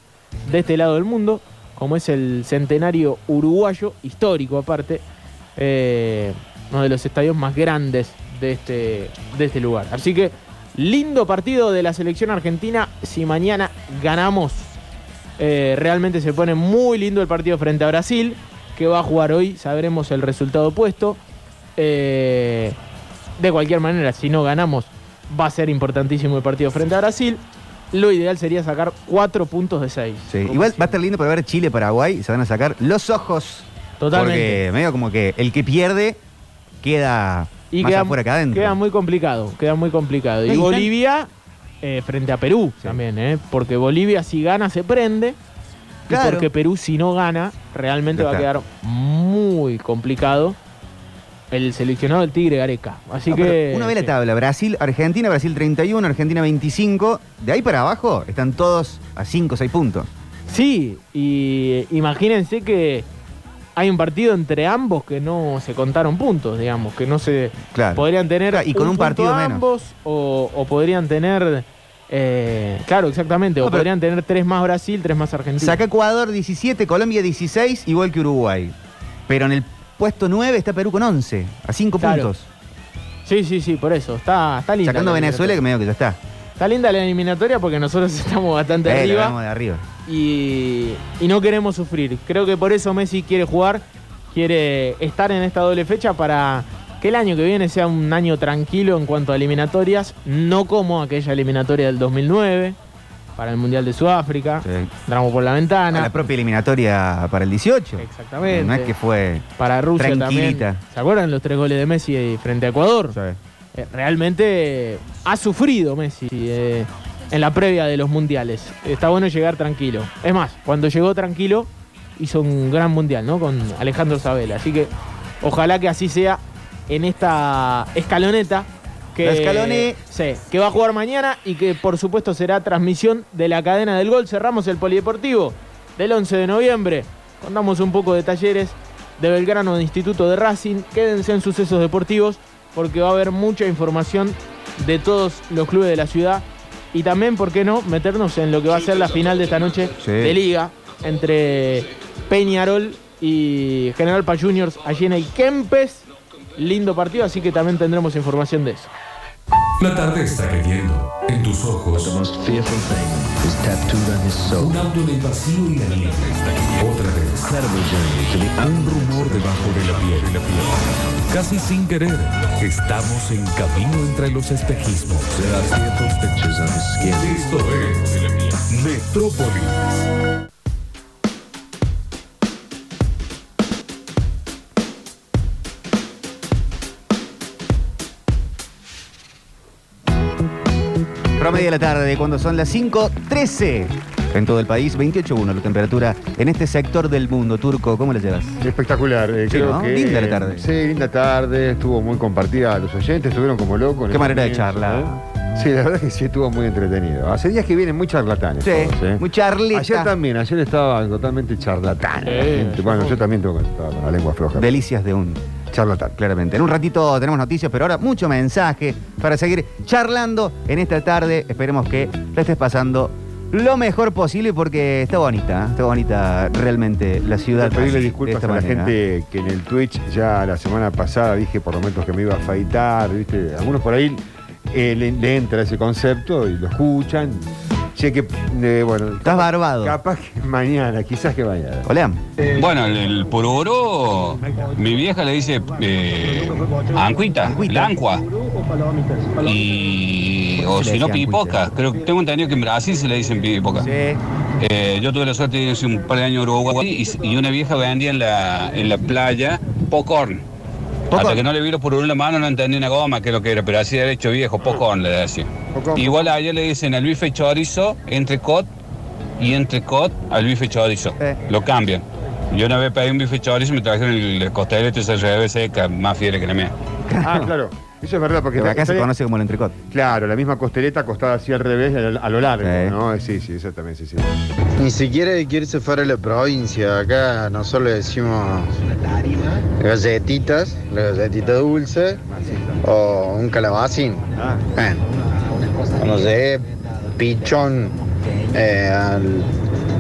Speaker 4: de este lado del mundo, como es el Centenario Uruguayo, histórico aparte, eh, uno de los estadios más grandes de este, de este lugar. Así que lindo partido de la selección argentina, si mañana ganamos, eh, realmente se pone muy lindo el partido frente a Brasil, que va a jugar hoy, sabremos el resultado puesto. Eh, de cualquier manera, si no ganamos, va a ser importantísimo el partido frente a Brasil. lo ideal sería sacar cuatro puntos de seis.
Speaker 2: Sí, Igual va a estar lindo para ver Chile-Paraguay, se van a sacar los ojos.
Speaker 4: Totalmente.
Speaker 2: Porque medio como que el que pierde queda
Speaker 4: Y
Speaker 2: más
Speaker 4: queda,
Speaker 2: afuera que adentro.
Speaker 4: queda muy complicado, queda muy complicado.
Speaker 2: No,
Speaker 4: Y
Speaker 2: y
Speaker 4: Bolivia eh, frente a Perú también, ¿eh? Porque Bolivia si gana se prende. y
Speaker 2: Claro.
Speaker 4: porque Perú si no gana realmente
Speaker 2: Ya
Speaker 4: va a
Speaker 2: está.
Speaker 4: quedar muy complicado el seleccionado del Tigre Gareca. Así
Speaker 2: No,
Speaker 4: que...
Speaker 2: Ah, pero Uno ve la
Speaker 4: sí.
Speaker 2: tabla, Brasil, Argentina, Brasil 31, Argentina 25. De ahí para abajo están todos a 5 o 6 puntos.
Speaker 4: Sí, y imagínense que hay un partido entre ambos que no se contaron puntos, digamos, que no se
Speaker 2: Claro.
Speaker 4: podrían tener
Speaker 2: Claro, y con un
Speaker 4: punto
Speaker 2: partido menos.
Speaker 4: ambos o, o podrían tener eh, claro, exactamente, o
Speaker 2: No, pero-
Speaker 4: podrían tener tres más Brasil, tres más Argentina.
Speaker 2: Saca Ecuador 17, Colombia 16, igual que Uruguay. Pero en el puesto 9 está Perú con 11, a 5
Speaker 4: Claro.
Speaker 2: puntos.
Speaker 4: Sí, sí, sí, por eso, está está linda.
Speaker 2: Sacando
Speaker 4: la
Speaker 2: Venezuela, que
Speaker 4: eliminatoria.
Speaker 2: medio que ya está.
Speaker 4: Está linda la eliminatoria porque nosotros [LAUGHS] estamos bastante
Speaker 2: Eh, la
Speaker 4: arriba.
Speaker 2: vemos de arriba.
Speaker 4: y, y no queremos sufrir. Creo que por eso Messi quiere jugar, quiere estar en esta doble fecha para que el año que viene sea un año tranquilo en cuanto a eliminatorias, no como aquella eliminatoria del 2009 para el Mundial de Sudáfrica. Entramos por la ventana.
Speaker 2: A la propia eliminatoria Ah, para el 18.
Speaker 4: Exactamente.
Speaker 2: No es que fue
Speaker 4: Para Rusia
Speaker 2: tranquilita.
Speaker 4: también. ¿Se acuerdan los tres goles de Messi frente a Ecuador? Eh, realmente eh, ha sufrido Messi eh, en la previa de los mundiales. Está bueno llegar tranquilo. Es más, cuando llegó tranquilo hizo un gran mundial, ¿no? Con Alejandro Sabela. Así que ojalá que así sea en esta escaloneta. Que,
Speaker 2: La escalone.
Speaker 4: Sí, que va a jugar mañana y que por supuesto será transmisión de la cadena del gol. Cerramos el Polideportivo del 11 de noviembre. Contamos un poco de talleres de Belgrano de Instituto de Racing. Quédense en sucesos deportivos porque va a haber mucha información de todos los clubes de la ciudad. Y también, ¿por qué no?, meternos en lo que va a ser la final de esta noche
Speaker 2: Sí.
Speaker 4: de Liga entre Peñarol y General Paz Juniors allí en el Kempes. Lindo partido, así que también tendremos información de eso.
Speaker 1: La tarde está cayendo en tus ojos. Un auto en el vacío y la nieve. Otra vez. Un rumor debajo de la piel. La piel. Casi sin querer, estamos en camino entre los espejismos. Esto es Metrópolis.
Speaker 2: Promedio de la tarde, cuando son las 5.13 en todo el país, 28.1 la temperatura en este sector del mundo. Turco, ¿cómo la llevas?
Speaker 3: Espectacular, eh,
Speaker 2: Sí,
Speaker 3: creo
Speaker 2: ¿no?
Speaker 3: que.
Speaker 2: Linda la
Speaker 3: eh,
Speaker 2: tarde.
Speaker 3: Sí, linda tarde, estuvo muy compartida. Los oyentes estuvieron como locos. en
Speaker 2: Qué
Speaker 3: el
Speaker 2: manera de
Speaker 3: comienzo,
Speaker 2: charlar.
Speaker 3: ¿eh? Sí, la verdad que sí estuvo muy entretenido. Hace días que vienen muy charlatanes.
Speaker 2: Sí,
Speaker 3: todos, ¿eh?
Speaker 2: muy charleta.
Speaker 3: Ayer también, ayer estaba totalmente charlatán. la
Speaker 2: Sí,
Speaker 3: gente. bueno, yo también tengo que estar con la lengua floja.
Speaker 2: Delicias de un
Speaker 3: charlatán.
Speaker 2: Claramente. En un ratito tenemos noticias, pero ahora mucho mensaje para seguir charlando en esta tarde. Esperemos que la estés pasando lo mejor posible porque está bonita, ¿eh? está bonita realmente la ciudad.
Speaker 3: Pedirle
Speaker 2: así, de
Speaker 3: disculpas
Speaker 2: esta
Speaker 3: a la
Speaker 2: manera.
Speaker 3: gente que en el Twitch ya la semana pasada dije por momentos que me iba a afeitar, ¿viste? Algunos por ahí eh, le, le entra ese concepto y lo escuchan. Che, que, eh, bueno. Estás
Speaker 2: barbado.
Speaker 3: Capaz que mañana, quizás que mañana.
Speaker 2: Hola.
Speaker 6: Bueno, el, el pororo, mi vieja le dice eh, ancuita, la ancua. Y, o
Speaker 9: Se le
Speaker 6: si no,
Speaker 9: decía
Speaker 6: pipoca. Creo que tengo entendido que en Brasil se le dicen pipoca. Eh, yo tuve la suerte de ir hace un par de años a Uruguay y, y una vieja vendía en la, en la playa popcorn. Hasta que no le vi los poruros en la mano no entendí una goma que lo que era, pero así de hecho viejo, popcorn le decía. Igual a ella le dicen al bife chorizo, entrecot y entrecot al bife chorizo. Lo cambian. Yo una vez pedí un bife chorizo y me trajeron el costelete esa revés seca, más fiel que la mía.
Speaker 3: Ah, claro. Eso es verdad porque
Speaker 2: Pero acá se
Speaker 3: estaría-
Speaker 2: conoce como el entrecot.
Speaker 3: Claro, la misma costeleta acostada así al revés a lo, a lo largo, ¿no? Eh, Sí, sí, eso también, sí, sí.
Speaker 19: Ni siquiera hay que irse fuera de la provincia. Acá nosotros le decimos galletitas, la galletita dulce o un calabacín. Bueno, cuando llegué pichón eh, al-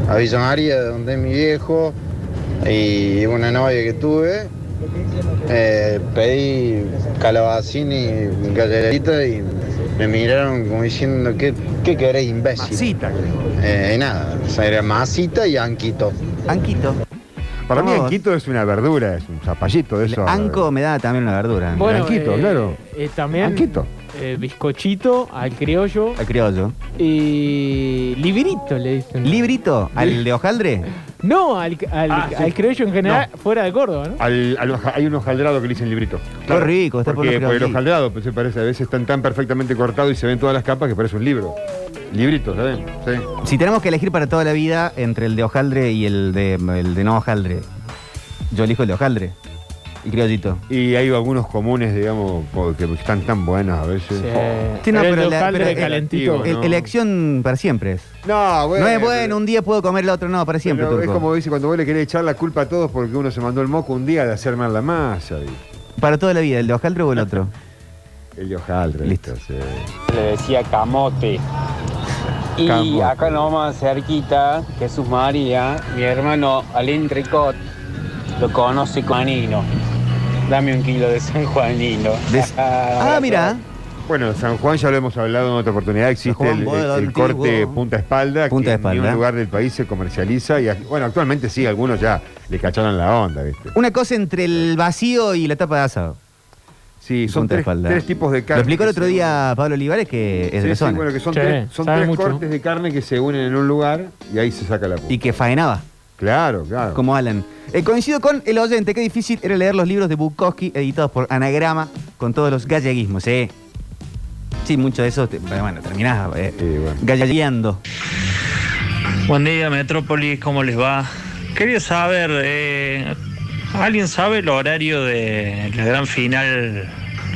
Speaker 19: a Villa María, donde es mi viejo, y una novia que tuve, eh, pedí calabacín y galletita y me miraron como diciendo, ¿qué, qué querés, imbécil? Masita. Eh, y nada, o sea, era masita y anquito.
Speaker 2: Anquito.
Speaker 3: Para mí
Speaker 2: Vamos.
Speaker 3: anquito es una verdura, es un zapallito de eso.
Speaker 2: Anco me da también una verdura.
Speaker 3: Bueno, Anquito,
Speaker 4: eh,
Speaker 3: claro.
Speaker 4: eh, también
Speaker 3: Anquito.
Speaker 4: eh, bizcochito al criollo
Speaker 2: Al criollo.
Speaker 4: y librito, le dicen.
Speaker 2: ¿Librito? ¿Al de hojaldre?
Speaker 4: No, al, al-
Speaker 3: Ah, sí.
Speaker 4: al criollo en general, fuera de Córdoba, ¿no?
Speaker 3: Al- al hoja- hay un hojaldrado que le dicen librito. Claro,
Speaker 2: rico, está por
Speaker 3: porque,
Speaker 2: los
Speaker 3: porque el
Speaker 2: hojaldrados.
Speaker 3: hojaldrado, pues se parece, a veces están tan perfectamente cortados y se ven todas las capas que parece un libro. Librito, ¿saben? Sí.
Speaker 2: Si tenemos que elegir para toda la vida entre el de hojaldre y el de, el de no hojaldre, yo elijo el de hojaldre. El criollito.
Speaker 3: Y hay algunos comunes, digamos, po- que están tan buenos a veces. Eh, Oh.
Speaker 2: Sí, no, pero la- pero el- el-
Speaker 3: ¿no?
Speaker 2: Elección para siempre es.
Speaker 3: No, bueno.
Speaker 2: no es bueno, un día puedo comer el otro, no, para siempre.
Speaker 3: pero es
Speaker 2: Turco.
Speaker 3: como dice, cuando vos le querés echar la culpa a todos porque uno se mandó el moco un día de hacer mal la masa. y-
Speaker 2: Para toda la vida, el de hojaldre o el otro.
Speaker 3: El de hojaldre. Listo.
Speaker 9: le decía camote. Y
Speaker 3: Camote.
Speaker 9: acá nomás cerquita, Jesús María, mi hermano Alín Ricot, lo conoce con Anino. Dame un kilo de San Juanino.
Speaker 3: [LAUGHS]
Speaker 2: Ah, mira.
Speaker 3: Bueno, San Juan ya lo hemos hablado en otra oportunidad. Existe
Speaker 2: Juan,
Speaker 3: el,
Speaker 2: vos,
Speaker 3: el- el
Speaker 2: antiguo.
Speaker 3: corte punta espalda.
Speaker 2: Punta
Speaker 3: que En
Speaker 2: espalda. ¿eh?
Speaker 3: ningún lugar del país se comercializa. Y, bueno, actualmente sí, algunos ya le cacharon la onda, ¿viste?
Speaker 2: Una cosa entre el vacío y la tapa de asado.
Speaker 3: Sí, son
Speaker 2: Punta de
Speaker 3: tres,
Speaker 2: espalda.
Speaker 3: tres tipos de carne.
Speaker 2: Lo explicó el
Speaker 3: que
Speaker 2: otro
Speaker 3: se
Speaker 2: día Pablo Olivares que es
Speaker 3: unen.
Speaker 2: de
Speaker 3: Sí,
Speaker 2: la
Speaker 3: sí,
Speaker 2: zona.
Speaker 3: bueno, que son tres, son tres cortes de carne que se unen en un lugar y ahí se saca la punta.
Speaker 2: Y que faenaba.
Speaker 3: Claro, claro.
Speaker 2: Como Alan. Eh, coincido con el oyente, qué difícil era leer los libros de Bukowski editados por Anagrama con todos los galleguismos, ¿eh? Sí, mucho de eso, te- bueno, bueno, terminás eh, gallegueando.
Speaker 21: Buen día, Metrópolis, ¿cómo les va? Quería saber, eh, ¿alguien sabe el horario de la gran final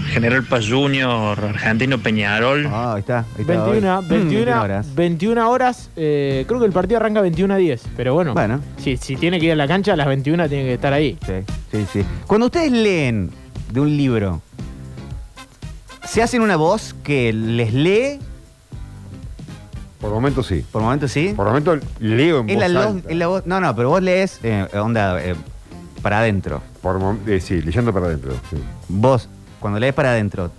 Speaker 21: General Paz Junior, Argentino Peñarol?
Speaker 2: Ah, ahí está, Mm, ahí
Speaker 9: mm,
Speaker 4: 21, 21, horas. 21 horas eh, creo que el partido arranca 21 a 10, pero bueno,
Speaker 2: Bueno.
Speaker 4: Si, si tiene que ir a la cancha, a las 21 tiene que estar ahí.
Speaker 2: Sí, sí, sí. Cuando ustedes leen de un libro, ¿se hacen una voz que les lee?
Speaker 3: Por momentos sí.
Speaker 2: Por momentos sí.
Speaker 3: Por momentos leo en
Speaker 2: Es
Speaker 3: voz
Speaker 2: la, lo-
Speaker 3: alta.
Speaker 2: es la voz. No, no, pero vos lees eh, onda eh, para adentro.
Speaker 3: Por mom- eh, sí, leyendo para adentro. sí.
Speaker 2: Vos, cuando lees para adentro,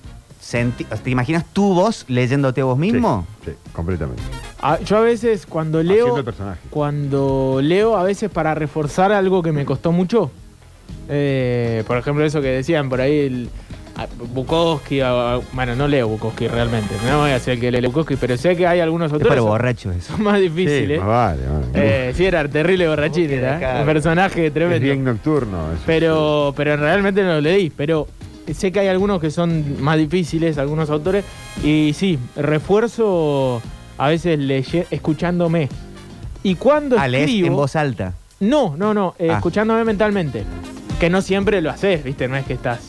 Speaker 2: senti- ¿te imaginas tu voz leyéndote a vos mismo?
Speaker 3: Sí, completamente.
Speaker 4: Ah, yo a veces cuando leo,
Speaker 3: Haciendo el personaje.
Speaker 4: cuando leo a veces para reforzar algo que me costó mucho. eh, por ejemplo, eso que decían por ahí, el, a- Bukowski, a- a- bueno, no leo Bukowski realmente, no voy a ser el que lee Bukowski, pero sé que hay algunos
Speaker 2: Es
Speaker 4: autores.
Speaker 2: para borrachos eso.
Speaker 4: Son [LAUGHS] más difíciles.
Speaker 3: más vale, vale.
Speaker 4: Eh, sí, era terrible borrachín, era, ¿eh? un personaje tremendo.
Speaker 3: Es bien nocturno. eso.
Speaker 4: Pero, pero realmente no lo leí. Pero sé que hay algunos que son más difíciles, algunos autores. Y sí, refuerzo a veces leye- escuchándome. Y cuando
Speaker 2: Ah, lees
Speaker 4: escribo.
Speaker 2: en voz alta.
Speaker 4: No, no, no. eh,
Speaker 2: Ah.
Speaker 4: Escuchándome mentalmente. Que no siempre lo haces, ¿viste? No es que estás.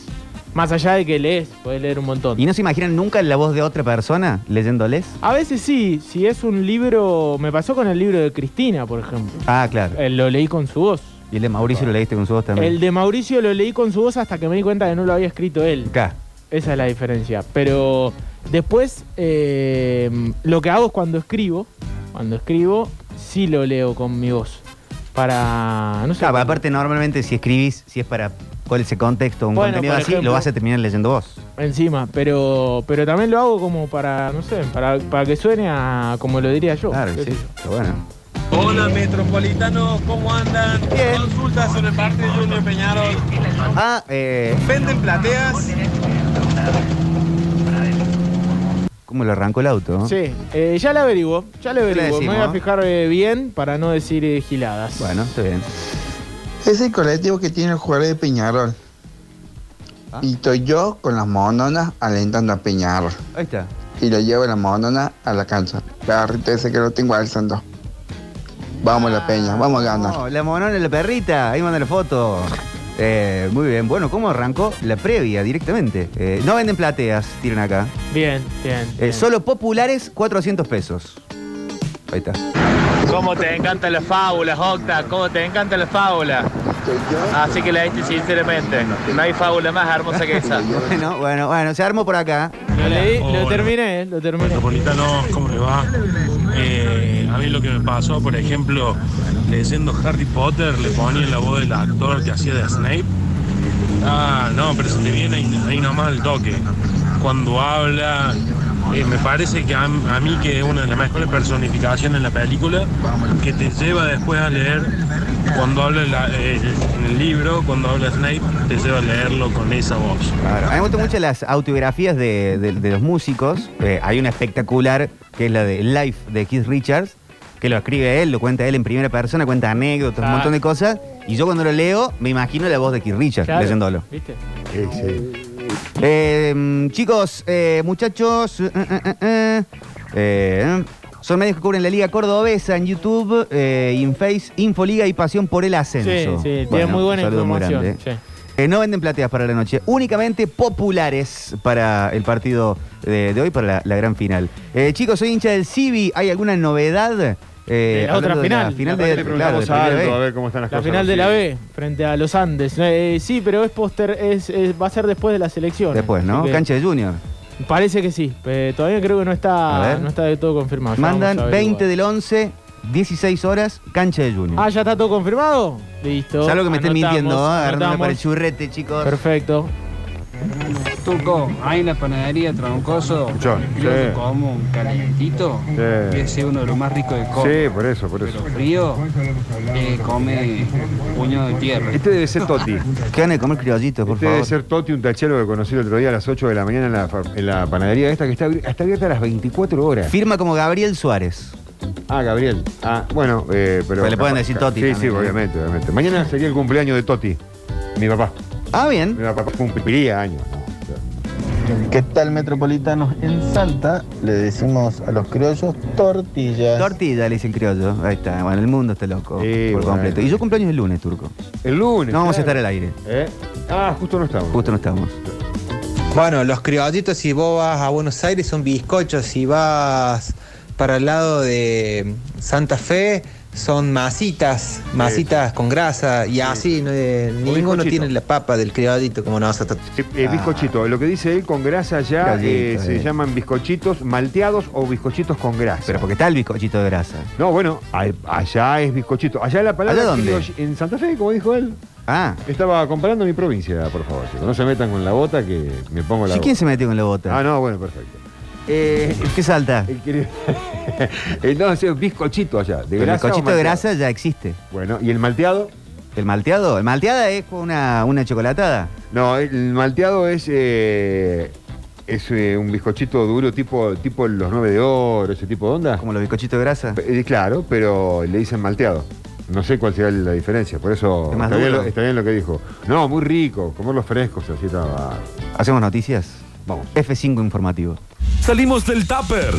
Speaker 4: Más allá de que lees, podés leer un montón.
Speaker 2: ¿Y no se imaginan nunca la voz de otra persona leyéndoles?
Speaker 4: A veces sí, si es un libro. Me pasó con el libro de Cristina, por ejemplo.
Speaker 2: Ah, claro.
Speaker 4: Eh, lo leí con su voz.
Speaker 2: Y el de Mauricio lo leíste con su voz también.
Speaker 4: El de Mauricio lo leí con su voz hasta que me di cuenta que no lo había escrito él.
Speaker 2: Acá.
Speaker 4: Esa es la diferencia. Pero después, eh, lo que hago es cuando escribo, cuando escribo, sí lo leo con mi voz. Para. No sé.
Speaker 2: Claro, aparte normalmente si escribís, si es para cuál es ese contexto, un
Speaker 4: Bueno,
Speaker 2: contenido
Speaker 4: por
Speaker 2: así,
Speaker 4: ejemplo-
Speaker 2: lo vas a terminar leyendo vos.
Speaker 4: Encima, pero pero también lo hago como para, no sé, para, para que suene a como lo diría yo.
Speaker 2: Claro,
Speaker 4: Qué
Speaker 2: sí,
Speaker 4: sé yo.
Speaker 2: está bueno.
Speaker 24: Hola metropolitanos, ¿cómo andan? Consultas sobre el partido Junior Peñarol.
Speaker 2: Ah, eh,
Speaker 24: ¿Venden plateas?
Speaker 2: ¿cómo lo arrancó el auto?
Speaker 4: Sí, eh, ya la averiguo, ya la averiguo.
Speaker 2: decimos,
Speaker 4: me voy a
Speaker 2: ¿eh?
Speaker 4: fijar eh, bien para no decir eh, giladas.
Speaker 2: Bueno, está bien.
Speaker 20: Es el colectivo que tiene el jugador de Peñarol.
Speaker 2: Ah.
Speaker 20: Y estoy yo con las mononas alentando a Peñarol.
Speaker 2: Ahí está.
Speaker 20: Y lo llevo la monona a la cancha. Perrito ese que lo tengo alzando. Vamos la Peña, vamos a ganar.
Speaker 2: No, la monona y la perrita, ahí manda la foto. Eh, muy bien, bueno, ¿cómo arrancó la previa directamente? Eh, no venden plateas, tiren acá.
Speaker 4: Bien, bien.
Speaker 2: Eh, solo populares, 400 pesos. Ahí está.
Speaker 22: ¿Cómo te encantan las fábulas, Octa? ¿Cómo te encantan las fábulas? Así que la diste sinceramente. No hay fábula más hermosa que esa.
Speaker 2: [LAUGHS] Bueno, bueno, bueno, se armó por acá.
Speaker 4: Lo leí, lo
Speaker 22: Hola.
Speaker 4: terminé, eh, lo terminé.
Speaker 17: Metropolitanos, ¿cómo les va? Eh, a mí lo que me pasó, por ejemplo, leyendo Harry Potter, le ponían la voz del actor que hacía de Snape. Ah, no, pero se te viene ahí, ahí nomás el toque. Cuando habla, Eh, me parece que a, a mí que es una de las mejores personificaciones en la película, que te lleva después a leer, cuando habla la- el, en el libro, cuando habla Snape, te lleva a leerlo con esa voz.
Speaker 2: Claro. A mí me gustan mucho las autobiografías de, de- de los músicos. Eh, hay una espectacular que es la de Life de Keith Richards, que lo escribe él, lo cuenta él en primera persona, cuenta anécdotas, un
Speaker 4: Ah.
Speaker 2: montón de cosas. Y yo cuando lo leo, me imagino la voz de Keith Richards
Speaker 4: Claro,
Speaker 2: leyéndolo.
Speaker 4: ¿Viste?
Speaker 3: Sí, sí.
Speaker 2: Eh, chicos, eh, muchachos, eh, eh, eh, eh, eh, son medios que cubren la Liga Cordobesa en YouTube, eh, en Face, Infoliga y Pasión por el Ascenso.
Speaker 4: Sí, sí, tiene muy buena
Speaker 2: un saludo muy
Speaker 4: información,
Speaker 2: grande, eh. Eh, no venden plateas para la noche, únicamente populares para el partido de, de hoy, para la, la gran final. Eh, chicos, soy hincha del Civi, ¿hay alguna novedad? Eh,
Speaker 4: De la otra
Speaker 2: hablando de
Speaker 4: final.
Speaker 2: la final de,
Speaker 4: Capaz que le
Speaker 2: claro, de
Speaker 4: preguntamos
Speaker 2: Primera
Speaker 4: a Aldo,
Speaker 2: B.
Speaker 4: a ver
Speaker 3: cómo están
Speaker 4: La final de la B frente a los Andes. Eh, sí, pero es poster, es, es- va a ser después de las elecciones.
Speaker 2: Después, ¿no?
Speaker 4: Así que
Speaker 2: Cancha de Junior.
Speaker 4: Parece que sí. eh, todavía creo que no
Speaker 2: A
Speaker 4: está,
Speaker 2: ver.
Speaker 4: no está del todo confirmado. Ya
Speaker 2: Mandan
Speaker 4: vamos a averiguar.
Speaker 2: 20 del 11, 16 horas, cancha de Junior.
Speaker 4: Ah, ya está todo confirmado. Listo.
Speaker 2: Salvo que me estén
Speaker 4: Anotamos,
Speaker 2: mintiendo, ¿eh? agarrándome
Speaker 4: anotamos.
Speaker 2: por el churrete, chicos.
Speaker 4: Perfecto.
Speaker 5: Turco, ahí en la panadería Troncoso,
Speaker 3: Yo,
Speaker 5: creo
Speaker 3: sí.
Speaker 5: que como un calentito,
Speaker 3: Sí.
Speaker 5: que es uno de los más ricos de Córdoba.
Speaker 3: Sí, por eso, por eso.
Speaker 5: Frío, eh, come puño de tierra.
Speaker 3: Este debe ser Toti.
Speaker 2: ¿Qué van a comer criollitos, por
Speaker 3: Este
Speaker 2: favor?
Speaker 3: debe ser Toti, un tachero que conocí el otro día a las 8 de la mañana en la, fa- en la panadería esta que está, abri- está abierta a las 24 horas.
Speaker 2: Firma como Gabriel Suárez.
Speaker 3: Ah, Gabriel. Ah, bueno, eh, pero.
Speaker 2: Pues le pueden decir Toti
Speaker 3: Sí,
Speaker 2: también,
Speaker 3: sí,
Speaker 2: ¿eh?
Speaker 3: obviamente, obviamente. Mañana sería el cumpleaños de Toti, mi papá.
Speaker 2: Ah, bien.
Speaker 3: Mi papá cumpliría años.
Speaker 19: ¿Qué tal, Metropolitanos? En Salta le decimos a los criollos tortillas.
Speaker 2: Tortilla, le dicen criollo. Ahí está. Bueno, el mundo está loco.
Speaker 3: Sí,
Speaker 2: por
Speaker 3: bueno.
Speaker 2: completo. Y yo cumpleaños el lunes, turco.
Speaker 3: El lunes.
Speaker 2: No vamos a estar
Speaker 3: claro.
Speaker 2: al aire.
Speaker 3: ¿Eh? Ah, justo no estamos.
Speaker 2: Justo no estamos.
Speaker 27: Bueno, los criollitos, si vos vas a Buenos Aires, son bizcochos. Si vas para el lado de Santa Fe, son masitas, masitas con grasa. Y así, no, eh, ninguno
Speaker 3: bizcochito.
Speaker 27: tiene la papa del criollito como nosotros.
Speaker 3: Eh, bizcochito, lo que dice él con grasa ya eh,
Speaker 27: Gallito,
Speaker 3: se
Speaker 27: eh.
Speaker 3: llaman bizcochitos malteados o bizcochitos con grasa.
Speaker 2: Pero porque está el bizcochito de grasa.
Speaker 3: No, bueno, al- allá es bizcochito. Allá la palabra.
Speaker 2: ¿Allá dónde?
Speaker 3: crioll- En Santa Fe, como dijo él.
Speaker 2: Ah.
Speaker 3: Estaba comparando mi provincia, por favor, chicos. No se metan con la bota que me pongo la
Speaker 2: ¿Sí,
Speaker 3: bota. [LAUGHS]
Speaker 2: ¿Quién se metió con la bota? Eh,
Speaker 3: Ah, no, bueno, perfecto.
Speaker 2: ¿Qué salta?
Speaker 3: El que- [LAUGHS] Entonces, bizcochito allá. De
Speaker 2: el
Speaker 3: grasa o
Speaker 2: bizcochito de
Speaker 3: malteado.
Speaker 2: grasa ya existe.
Speaker 3: Bueno, ¿y el malteado?
Speaker 2: ¿El malteado? ¿El malteada es una, una chocolatada?
Speaker 3: No, el malteado es. eh, es eh, un bizcochito duro tipo, tipo los 9 de oro, ese tipo de onda. Eh,
Speaker 2: ¿Como los bizcochitos de grasa?
Speaker 3: claro, pero le dicen malteado. No sé cuál será la diferencia, por eso
Speaker 2: ¿Es más
Speaker 3: está bien,
Speaker 2: duro?
Speaker 3: lo, está bien lo que dijo. No, muy rico, comerlos frescos, así estaba.
Speaker 2: ¿Hacemos noticias?
Speaker 3: Vamos.
Speaker 2: F5 informativo.
Speaker 1: Salimos del tupper.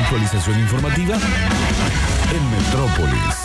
Speaker 1: Actualización, informativa en Metrópolis.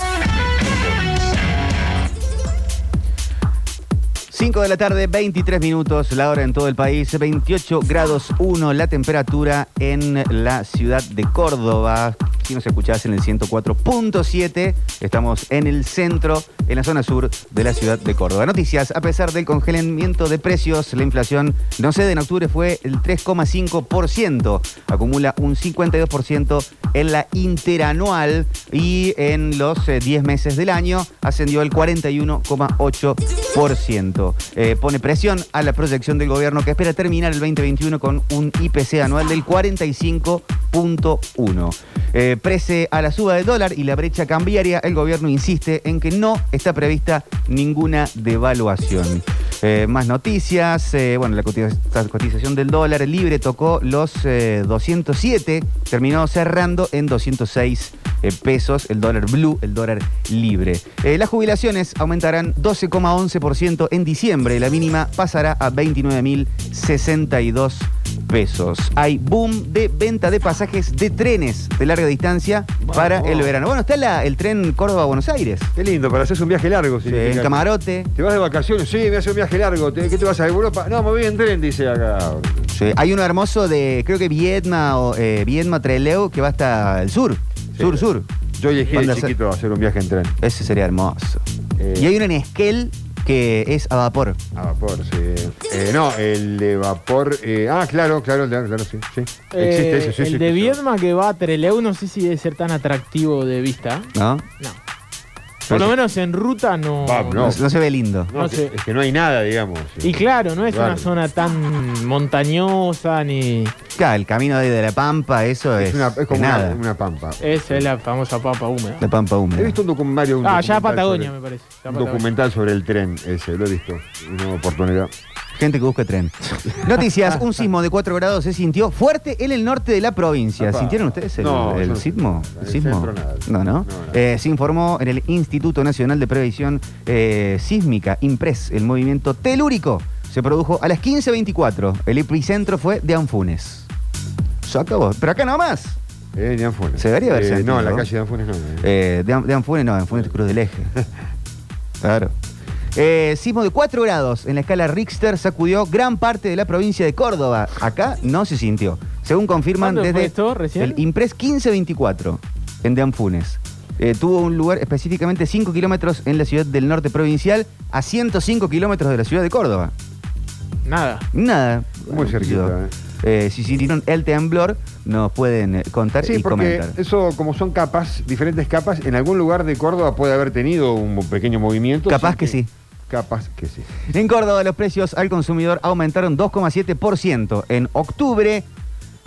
Speaker 2: 5 de la tarde, 23 minutos, la hora en todo el país, 28 grados 1 la temperatura en la ciudad de Córdoba. Si nos escuchás en el 104.7, estamos en el centro, en la zona sur de la ciudad de Córdoba. Noticias, a pesar del congelamiento de precios, la inflación no cede. En octubre fue el 3,5%. Acumula un 52% en la interanual y en los eh, 10 meses del año ascendió al 41,8%. Eh, pone presión a la proyección del gobierno que espera terminar el 2021 con un IPC anual del 45,1%. Eh, prese a la suba del dólar y la brecha cambiaria, el gobierno insiste en que no está prevista ninguna devaluación. Eh, más noticias, eh, bueno, la cotiza- la cotización del dólar libre tocó los eh, 207, terminó cerrando en 206 eh, pesos el dólar blue, el dólar libre. Eh, las jubilaciones aumentarán 12,11% en diciembre, la mínima pasará a 29.062 pesos. Hay boom de venta de pasajes de trenes de larga distancia para el verano. Bueno, está la- el tren Córdoba-Buenos Aires.
Speaker 3: Qué lindo, para hacerse un viaje largo. Sí,
Speaker 2: en camarote.
Speaker 3: ¿Te vas de vacaciones? Sí, me hace un viaje largo. ¿Te- ¿Qué te vas a Europa? No, me voy en tren, dice acá.
Speaker 2: Sí, Hay uno hermoso de, creo que Viedma o eh, Viedma Treleu, que va hasta el sur. sur, sur.
Speaker 3: Yo elegí
Speaker 2: Van
Speaker 3: de
Speaker 2: a hacer-
Speaker 3: chiquito hacer un viaje en tren. Eh,
Speaker 2: Ese sería hermoso. Y hay uno en Esquel que es a vapor.
Speaker 3: A vapor, sí. Eh, no, el de vapor. eh, ah, claro, claro, el de- claro, sí. sí.
Speaker 4: Eh,
Speaker 3: Existe ese, sí,
Speaker 4: el
Speaker 3: sí.
Speaker 4: de Viedma que va a Treleu, no sé si debe ser tan atractivo de vista.
Speaker 2: ¿No?
Speaker 4: No. Por lo menos en ruta no.
Speaker 3: Ah,
Speaker 2: No, se- no se ve lindo.
Speaker 3: No,
Speaker 4: No
Speaker 3: que-
Speaker 4: sé.
Speaker 3: Es que no hay nada, digamos.
Speaker 4: Y claro, no es
Speaker 3: Claro.
Speaker 4: una zona tan montañosa ni.
Speaker 2: Claro, el camino de, de la pampa, eso es.
Speaker 4: Es una-
Speaker 3: es como una-
Speaker 2: nada.
Speaker 3: una pampa.
Speaker 4: Esa es la famosa papa húmeda.
Speaker 2: La pampa húmeda.
Speaker 3: He visto un documentario.
Speaker 4: Ah, ya Patagonia, me parece. Ya
Speaker 3: Un
Speaker 4: Patagonia.
Speaker 3: documental sobre el tren ese, lo he visto. Una oportunidad.
Speaker 2: Gente que busca tren.
Speaker 3: [LAUGHS]
Speaker 2: Noticias, un sismo de 4 grados se sintió fuerte en el norte de la provincia.
Speaker 3: Apa.
Speaker 2: ¿Sintieron ustedes el,
Speaker 3: No,
Speaker 2: el
Speaker 3: yo no.
Speaker 2: sismo? ¿El
Speaker 3: En el
Speaker 2: sismo?
Speaker 3: centro nada.
Speaker 2: No, no. Eh, se informó en el Instituto Nacional de Previsión eh, Sísmica, IMPRES, el movimiento telúrico. Se produjo a las 15.24. El epicentro fue de Anfunes. Se acabó. Pero acá nomás.
Speaker 3: Eh, de Anfunes.
Speaker 2: Se debería haber
Speaker 3: Eh,
Speaker 2: sentido.
Speaker 3: No, en la calle de Anfunes no.
Speaker 2: Eh, de, An- de Anfunes no, Anfunes Cruz
Speaker 3: [LAUGHS]
Speaker 2: del Eje. Claro. Eh, sismo de 4 grados en la escala Richter sacudió gran parte de la provincia de Córdoba. Acá no se sintió. Según confirman
Speaker 4: ¿Cuándo fue
Speaker 2: desde
Speaker 4: esto, recién?
Speaker 2: el Impres 1524 en de Anfunes. Eh, tuvo un lugar específicamente 5 kilómetros en la ciudad del norte provincial a 105 kilómetros de la ciudad de Córdoba.
Speaker 4: Nada.
Speaker 2: Nada.
Speaker 3: Muy cerquita,
Speaker 2: Eh, si sintieron el temblor, nos pueden eh, contar
Speaker 3: Sí,
Speaker 2: y
Speaker 3: porque
Speaker 2: comentar.
Speaker 3: eso, como son capas, diferentes capas, en algún lugar de Córdoba puede haber tenido un pequeño movimiento.
Speaker 2: Capaz
Speaker 3: sin
Speaker 2: que sí.
Speaker 3: Capaz que sí.
Speaker 2: En Córdoba los precios al consumidor aumentaron 2,7% en octubre.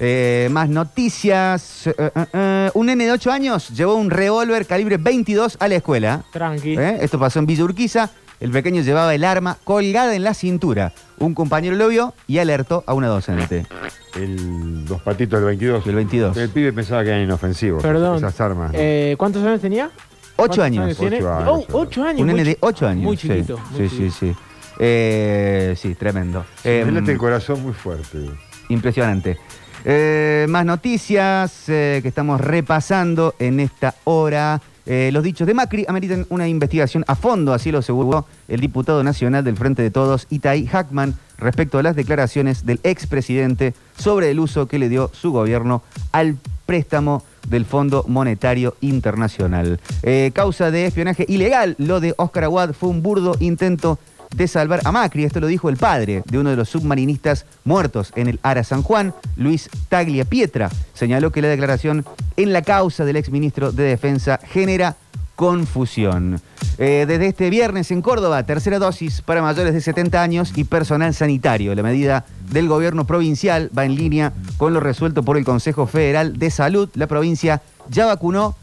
Speaker 2: Eh, más noticias. Eh, eh, eh, un nene de 8 años llevó un revólver calibre 22 a la escuela.
Speaker 4: Tranqui.
Speaker 2: Eh, Esto pasó en Villa Urquiza. El pequeño llevaba el arma colgada en la cintura. Un compañero lo vio y alertó a una docente.
Speaker 3: El, los patitos del 22.
Speaker 2: El 22.
Speaker 3: El pibe pensaba que eran inofensivos.
Speaker 4: Perdón.
Speaker 3: Esas armas. ¿no?
Speaker 4: Eh, ¿Cuántos años tenía? ¿Cuántos
Speaker 2: años.
Speaker 4: tiene?
Speaker 2: Ocho
Speaker 4: Oh,
Speaker 2: años.
Speaker 4: ocho años.
Speaker 2: Un
Speaker 4: muy
Speaker 2: nene de
Speaker 4: chiquito.
Speaker 2: 8 años.
Speaker 4: Muy
Speaker 2: sí.
Speaker 4: chiquito.
Speaker 2: Sí,
Speaker 4: muy
Speaker 2: sí,
Speaker 4: chiquito.
Speaker 2: sí. Eh, sí, tremendo.
Speaker 3: Se
Speaker 2: Em,
Speaker 3: late el corazón muy fuerte.
Speaker 2: Impresionante. Eh, más noticias eh, que estamos repasando en esta hora. Eh, los dichos de Macri ameritan una investigación a fondo, así lo aseguró el diputado nacional del Frente de Todos, Itai Hackman, respecto a las declaraciones del expresidente sobre el uso que le dio su gobierno al préstamo del Fondo Monetario Internacional. Eh, causa de espionaje ilegal, lo de Oscar Aguad fue un burdo intento de salvar a Macri. Esto lo dijo el padre de uno de los submarinistas muertos en el Ara San Juan, Luis Taglia Pietra. Señaló que la declaración en la causa del exministro de Defensa genera confusión. Eh, desde este viernes en Córdoba, tercera dosis para mayores de 70 años y personal sanitario. La medida del gobierno provincial va en línea con lo resuelto por el Consejo Federal de Salud. La provincia ya vacunó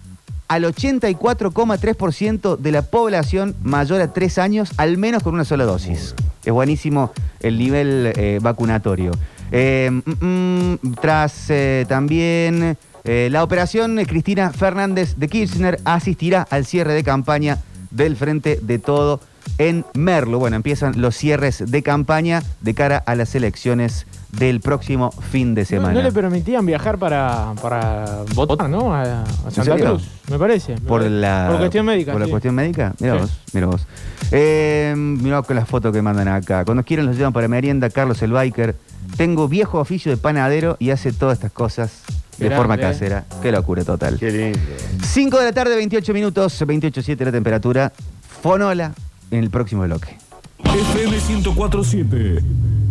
Speaker 2: al 84,3% de la población mayor a 3 años, al menos con una sola dosis. Es buenísimo el nivel eh, vacunatorio. Eh, mm, mm, tras eh, también eh, la operación, eh, Cristina Fernández de Kirchner asistirá al cierre de campaña del Frente de Todo en Merlo. Bueno, empiezan los cierres de campaña de cara a las elecciones del próximo fin de
Speaker 4: No,
Speaker 2: semana.
Speaker 4: no le permitían viajar para, para votar, ¿no? A, a Santa
Speaker 2: serio?
Speaker 4: Cruz, me parece.
Speaker 2: Por la,
Speaker 4: Por cuestión médica,
Speaker 2: Por la
Speaker 4: sí.
Speaker 2: cuestión médica. Mira
Speaker 4: Sí.
Speaker 2: vos, mira vos. Eh, mirá con las fotos que mandan acá. Cuando quieren los llevan para merienda, Carlos el Biker. Tengo viejo oficio de panadero y hace todas estas cosas de
Speaker 4: Grande,
Speaker 2: forma
Speaker 4: eh.
Speaker 2: casera. Qué locura total.
Speaker 3: Qué lindo.
Speaker 2: 5 de la tarde, 28 minutos, 28.7 la temperatura. Fonola en el próximo bloque.
Speaker 1: FM 1047.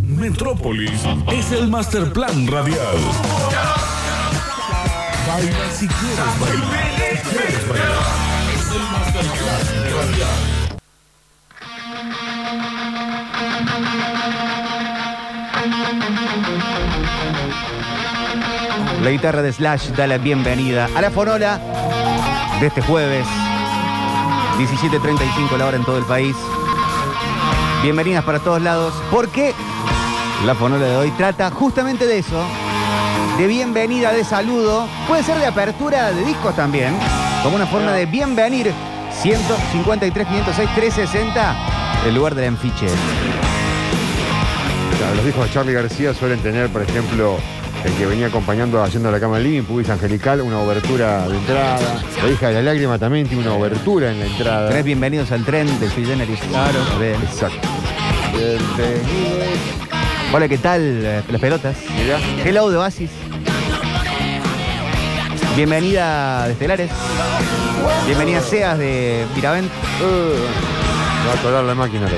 Speaker 1: Metrópolis es el master plan radial. Baila si quieres bailar. ¿Quieres bailar? Es el master plan radial.
Speaker 2: La guitarra de Slash da la bienvenida a la Fonola de este jueves, 17.35 la hora en todo el país. Bienvenidas para todos lados, porque la Fonola de hoy trata justamente de eso, de bienvenida, de saludo, puede ser de apertura de discos también, como una forma de bienvenir. 153, 506, 360, el lugar del enfiche.
Speaker 3: Claro, los discos de Charlie García suelen tener, por ejemplo, el que venía acompañando haciendo la cama al living, Pubis Angelical, una obertura de entrada. La hija de la lágrima también tiene una obertura en la entrada.
Speaker 2: Tres bienvenidos al tren de Sui Generis. Claro.
Speaker 3: Exacto.
Speaker 2: Hola, ¿qué tal? Eh, Las pelotas. Hello de Oasis. Bienvenida de Estelares. Bienvenida Seas de Piravent. Eh.
Speaker 3: Va a colar la máquina. loco.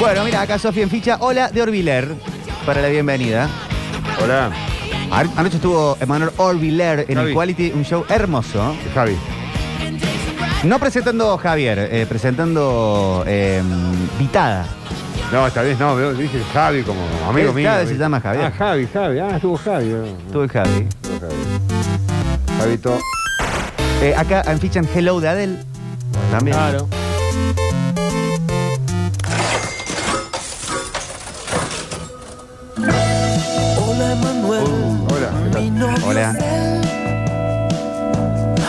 Speaker 2: Bueno, mira, acá Sofía en ficha. Hola de Orbiler para la bienvenida.
Speaker 3: Hola.
Speaker 2: Anoche estuvo Emanuel Orbiler en el Quality, un show hermoso.
Speaker 3: Javi.
Speaker 2: No presentando Javier, eh, presentando eh, Vitada.
Speaker 3: No, esta vez no, veo- dije Javi como amigo
Speaker 2: El
Speaker 3: mío.
Speaker 2: Javi
Speaker 3: ¿viste?
Speaker 2: se llama Javier.
Speaker 3: Ah, Javi, Javi. Ah, estuvo Javi. Estuvo
Speaker 2: el Javi.
Speaker 3: Estuvo Javi. Javito.
Speaker 2: Eh, acá en fichan Hello de Adele. También.
Speaker 4: Claro.
Speaker 15: Hola, Emanuel. Mi nombre
Speaker 2: Hola.
Speaker 15: es él.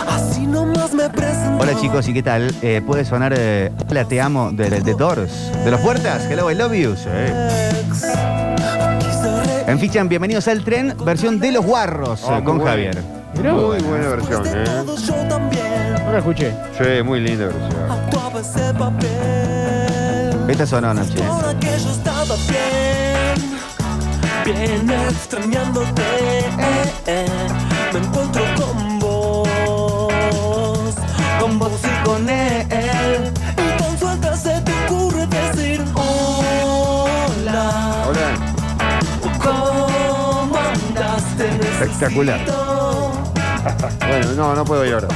Speaker 15: Así nomás me presento.
Speaker 2: Hola chicos, ¿y qué tal? Eh, puede sonar eh, Hola, te amo de, de, de Doors. ¿De los puertas? Hello, I love you. Sí. En fichan, bienvenidos al tren, versión de los guarros
Speaker 3: Ah,
Speaker 2: eh,
Speaker 3: muy
Speaker 2: con
Speaker 3: buena.
Speaker 2: Javier.
Speaker 4: Mirá
Speaker 3: Muy
Speaker 4: vos.
Speaker 3: buena versión, ¿eh?
Speaker 15: Yo también
Speaker 4: No la escuché.
Speaker 3: Sí, muy linda versión.
Speaker 15: actuaba ese papel.
Speaker 2: Esta sonó anoche. eh.
Speaker 15: Ahora que yo estaba bien, bien extrañándote, eh, eh, me encuentro con vos, con vos y con él. Y tan suelta se te ocurre decir hola.
Speaker 3: Hola.
Speaker 15: ¿Cómo andaste?
Speaker 3: Espectacular. bueno, no, no puedo llorar.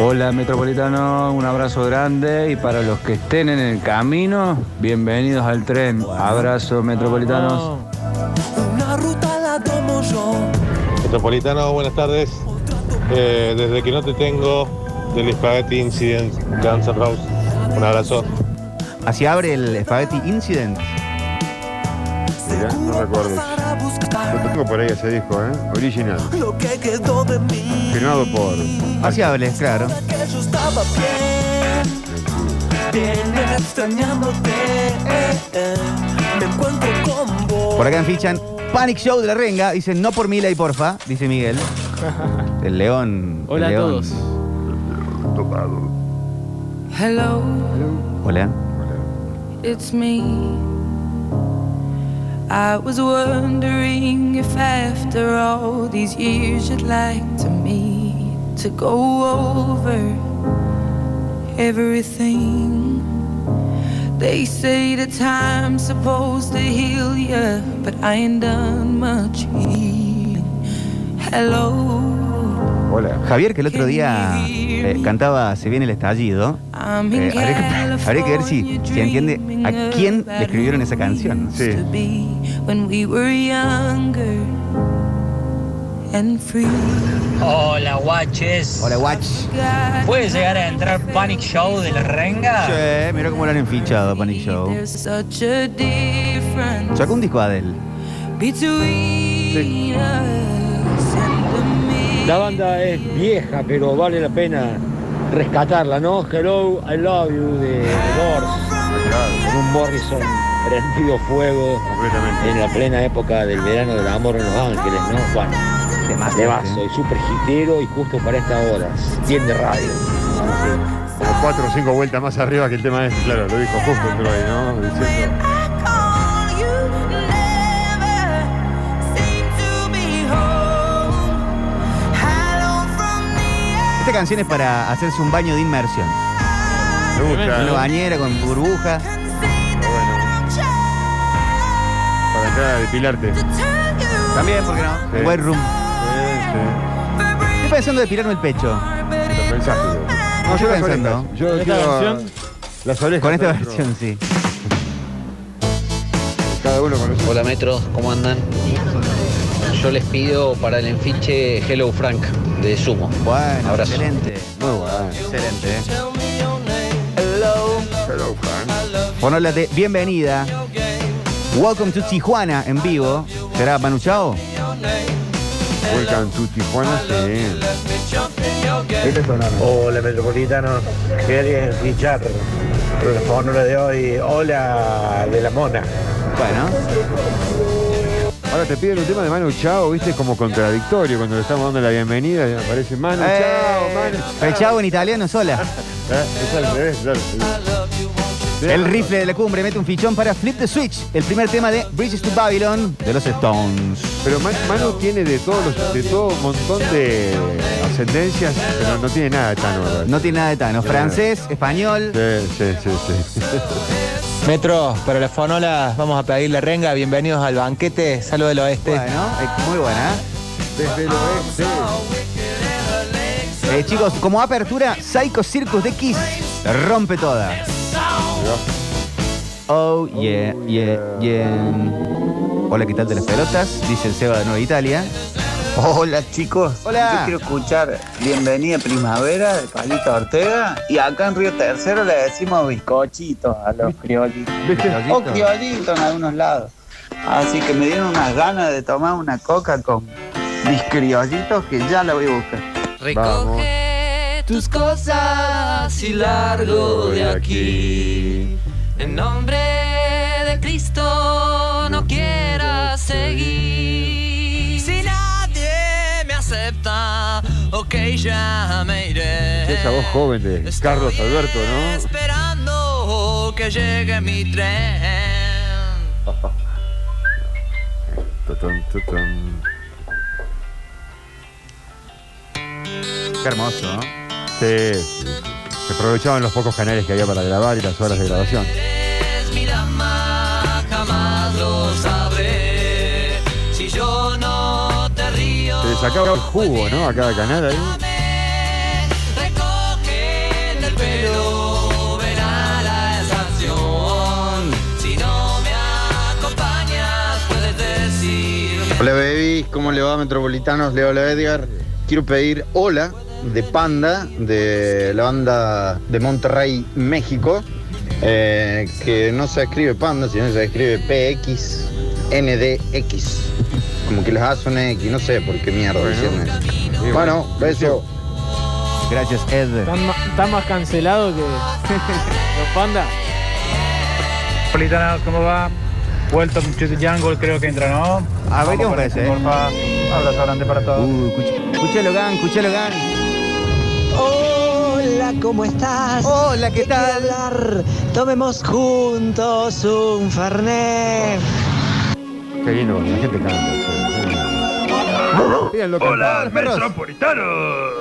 Speaker 7: Hola Metropolitano, un abrazo grande y para los que estén en el camino, bienvenidos al tren. Abrazo Metropolitanos.
Speaker 15: Una ruta la tomo yo.
Speaker 8: Metropolitano, buenas tardes. Eh, desde que no te tengo, del Spaghetti Incident, Guns N' Roses. Un abrazo.
Speaker 2: Así abre el Spaghetti Incident.
Speaker 3: Mirá, no recuerdo. Lo tengo por ahí ese disco, ¿eh? Original.
Speaker 15: Lo que quedó de mí.
Speaker 3: Firmado por.
Speaker 2: Así hables, claro.
Speaker 15: Que yo estaba bien, bien extrañándote. eh, eh. Me encuentro con vos.
Speaker 2: Por acá en fichan, Panic Show de la Renga. Dicen, no por Mila y porfa, dice Miguel. El león. el
Speaker 4: Hola a
Speaker 2: león.
Speaker 4: todos.
Speaker 10: Hello,
Speaker 2: Hola.
Speaker 10: it's me. I was wondering if after all these years you'd like to meet to go over everything. They say the time's supposed to heal you, but I ain't done much healing. Hello.
Speaker 2: Hola. Javier, que el otro día eh, cantaba Se viene el estallido.
Speaker 10: I'm
Speaker 2: Eh,
Speaker 10: in
Speaker 2: habría, que, habría que ver si, si entiende a quién le escribieron esa canción.
Speaker 10: Sí. when we were younger and free.
Speaker 11: Hola, guaches.
Speaker 2: Hola, guach.
Speaker 11: ¿Puede llegar a entrar Panic Show de la renga?
Speaker 2: Che, mira cómo lo han enfichado, Panic Show.
Speaker 10: There's such a difference
Speaker 2: Sacó un disco Adel.
Speaker 10: between us and the
Speaker 30: La banda es vieja, pero vale la pena rescatarla, ¿no? Hello, I love you de Doors. Con un Morrison prendido fuego en la plena época del verano del amor en Los Ángeles, ¿no? Bueno,
Speaker 2: Temazo, ¿eh?
Speaker 30: temazo y súper hitero y justo para esta hora. Tiende radio.
Speaker 3: Como cuatro o cinco vueltas más arriba que el tema este, claro, lo dijo justo el Troy, ¿no? Diciendo.
Speaker 2: Esta canción es para hacerse un baño de inmersión.
Speaker 3: Me gusta.
Speaker 2: Una bañera con burbuja.
Speaker 3: Para acá depilarte.
Speaker 2: También, ¿por qué no?
Speaker 3: Sí.
Speaker 2: Wet room.
Speaker 3: Sí,
Speaker 2: Estoy pensando de tirarme el pecho.
Speaker 3: sí. Lo pensaste. yo. No, yo
Speaker 2: Estoy
Speaker 3: las
Speaker 2: pensando.
Speaker 3: orejas. Yo
Speaker 2: ¿Esta
Speaker 3: quiero-
Speaker 2: versión?
Speaker 3: Las orejas.
Speaker 2: Con esta
Speaker 3: no, no.
Speaker 2: versión, sí.
Speaker 3: Cada uno con
Speaker 11: Hola Metro, ¿cómo andan? Yo les pido para el enfiche Hello Frank de Sumo.
Speaker 2: Bueno,
Speaker 11: Abrazo.
Speaker 2: excelente. Muy bueno.
Speaker 3: ¿eh?
Speaker 2: Excelente. Hello.
Speaker 3: Hello, Frank.
Speaker 2: Ponola de bienvenida. Welcome to Tijuana en vivo. ¿Será Manu Chao?
Speaker 3: Welcome to Tijuana, sí.
Speaker 2: Este
Speaker 30: Hola Metropolitano, quería fichar la fórmula de hoy, hola de la mona.
Speaker 3: Bueno. Ahora te piden un tema de Manu Chao, viste, es como contradictorio. Cuando le estamos dando la bienvenida, ya aparece Manu
Speaker 2: Eh,
Speaker 3: Chao, Manu
Speaker 2: El chavo en italiano sola.
Speaker 3: Eh, es al revés, claro.
Speaker 2: El rifle de la cumbre mete un fichón para Flip the Switch, el primer tema de Bridges to Babylon de los Stones.
Speaker 3: Pero Man- Manu tiene de todos los- de todo un montón de ascendencias, pero no tiene nada de Tano.
Speaker 2: No tiene nada de Tano.
Speaker 3: No.
Speaker 2: Francés, español.
Speaker 3: Sí, [LAUGHS] sí, sí, sí.
Speaker 27: Metro, para las fonolas vamos a pedir la renga. Bienvenidos al banquete. Salud del oeste.
Speaker 2: Bueno, muy buena.
Speaker 3: Desde el oeste.
Speaker 2: Eh, chicos, como apertura, Psycho Circus de Kiss rompe toda. Oh, yeah, yeah, yeah. Hola, ¿qué tal de las pelotas? Dice el Seba de Nueva Italia.
Speaker 25: Hola chicos,
Speaker 2: Hola.
Speaker 25: yo quiero escuchar Bienvenida Primavera de Palito Ortega y acá en Río Tercero le decimos bizcochito a los criolitos o criolitos en algunos lados. Así que me dieron unas ganas de tomar una coca con mis criollitos que ya la voy a buscar.
Speaker 3: Vamos.
Speaker 15: Tus cosas y largo de aquí. En nombre de Cristo no quiera seguir. Si nadie me acepta, ok, ya me iré.
Speaker 3: Esa voz joven de Carlos Alberto, ¿no?
Speaker 15: Esperando que llegue mi tren.
Speaker 3: Tutun, tutun.
Speaker 2: Qué hermoso, ¿no?
Speaker 3: Sí, sí, sí. Se aprovechaban los pocos canales que había para grabar y las horas de grabación.
Speaker 15: Es mi dama, jamás lo sabré. Si yo no te río,
Speaker 3: Se le sacaba el jugo, ¿no? A cada canal ahí.
Speaker 15: recoge del pelo, ven a la estación. Si no me acompañas, puedes decir.
Speaker 19: Hola baby, ¿cómo le va Metropolitanos? Le habla Edgar. Quiero pedir hola de Panda, de la banda de Monterrey, México, eh, que no se escribe Panda, sino se escribe PXNDX. Como que les hace un X, no sé por qué mierda dicen eso.
Speaker 3: bueno.
Speaker 19: Bueno, beso.
Speaker 2: Gracias, Ed.
Speaker 4: Están, ma- están más cancelados que
Speaker 2: [LAUGHS]
Speaker 4: los pandas.
Speaker 31: Politana, ¿cómo va? Vuelta mucho de Jungle, creo que entra, ¿no? este,
Speaker 2: A ver, ¿qué os parece, eh?
Speaker 31: Porfa, abrazo grande para todos.
Speaker 2: Uh, escucha- escúchalo, Gan, escúchalo, Gan.
Speaker 32: Hola, ¿cómo estás?
Speaker 2: Hola, ¿qué
Speaker 32: tal? Tomemos juntos un fernet.
Speaker 3: Qué lindo, la gente canta. sí, sí. Mírenlo
Speaker 23: Hola,
Speaker 3: cantar, perros.
Speaker 23: metropolitanos.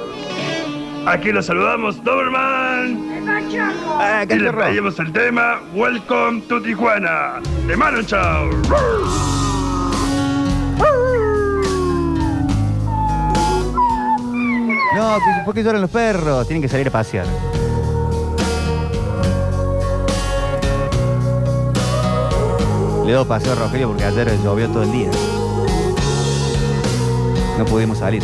Speaker 23: Aquí los saludamos, Doberman.
Speaker 2: Ah,
Speaker 23: Y le
Speaker 2: cachorro.
Speaker 23: traemos el tema Welcome to Tijuana de Mano Chao.
Speaker 2: No, que- ¿por qué lloran los perros? Tienen que salir a pasear. Le doy paseo a Rogelio porque ayer llovió todo el día. No pudimos salir.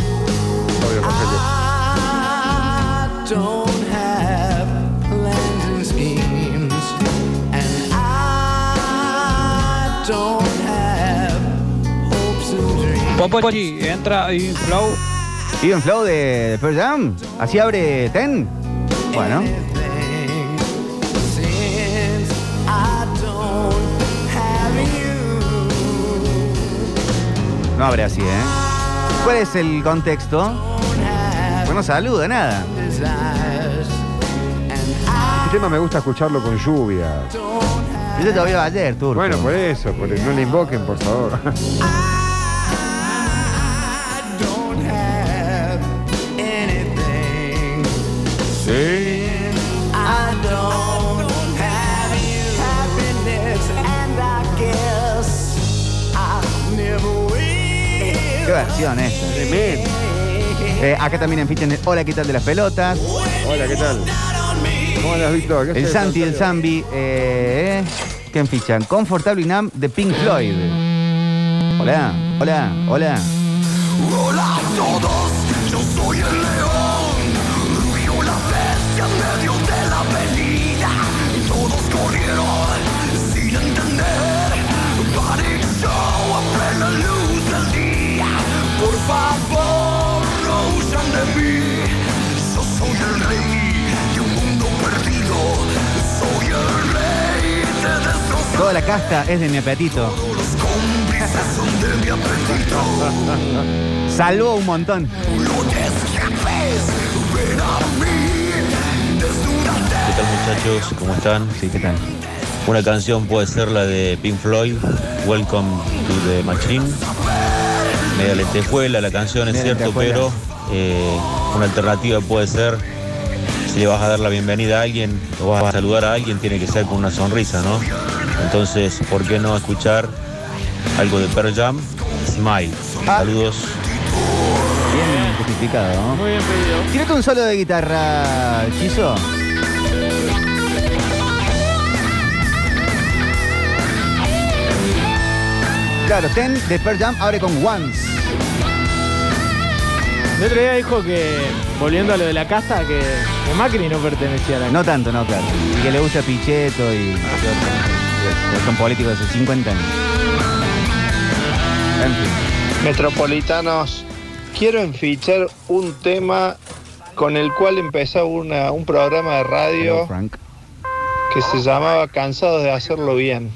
Speaker 15: Don't have plans and schemes, and I don't have hopes and dreams.
Speaker 2: Popochi, entra Even Flow. Even Flow de, de Pearl Jam. Así abre Ten. Bueno.
Speaker 15: Since I don't have you,
Speaker 2: No abre así, ¿eh? ¿Cuál es el contexto? Pues no saluda nada.
Speaker 15: desires,
Speaker 3: Este tema me gusta escucharlo con lluvia.
Speaker 2: Yo te lo vi ayer, Turco.
Speaker 3: Bueno, por eso, por no le invoquen, por favor. [LAUGHS]
Speaker 15: don't have anything.
Speaker 3: Sí.
Speaker 15: I don't have you. happiness, and I guess I never will.
Speaker 2: Qué versión esta.
Speaker 3: Tremendo.
Speaker 2: Eh, acá también en Fichen, hola, ¿qué tal de las pelotas?
Speaker 3: Hola, ¿qué tal? ¿Cómo andas, Víctor? ¿Qué
Speaker 2: El
Speaker 3: haces,
Speaker 2: Santi, el
Speaker 3: Antonio?
Speaker 2: Zambi, eh, ¿quién fichan? Comfortable Nam de Pink Floyd. Hola, hola, hola.
Speaker 15: Hola a todos, yo soy el león. Rugió la bestia en medio de la avenida. Y todos corrieron sin entender. Panic show a plena luz del día. Por favor, no huyan de mí. Yo soy el rey de un mundo perdido. Soy el rey de destrozar.
Speaker 2: Toda la casta es de mi apetito.
Speaker 15: Los cómplices son de mi apetito.
Speaker 2: Salvo un montón.
Speaker 15: No te escapes, ven a mí, desnúdate.
Speaker 12: ¿Qué tal muchachos? ¿Cómo están? Sí, ¿qué tal? Una canción puede ser la de Pink Floyd, Welcome to the Machine. Media lentejuela la canción, es
Speaker 27: Media
Speaker 12: cierto,
Speaker 27: lentejuela.
Speaker 12: pero eh, una alternativa puede ser si le vas a dar la bienvenida a alguien o vas a saludar a alguien, tiene que ser con una sonrisa, ¿no? Entonces, ¿por qué no escuchar algo de Pearl Jam? Smile. Saludos.
Speaker 2: Bien justificado, ¿no? Muy bien pedido. Tírate un solo de guitarra, Chizo. Claro, Ten de Pearl Jam abre con Once.
Speaker 4: El otro día dijo que, volviendo a lo de la casa, que, que Macri no pertenecía a la
Speaker 2: No tanto, no, claro. Y que le gusta Pichetto y... Son políticos hace 50 años. En fin.
Speaker 6: Metropolitanos, quiero enfichar un tema con el cual empezaba una- un programa de radio que se llamaba Cansados de Hacerlo Bien.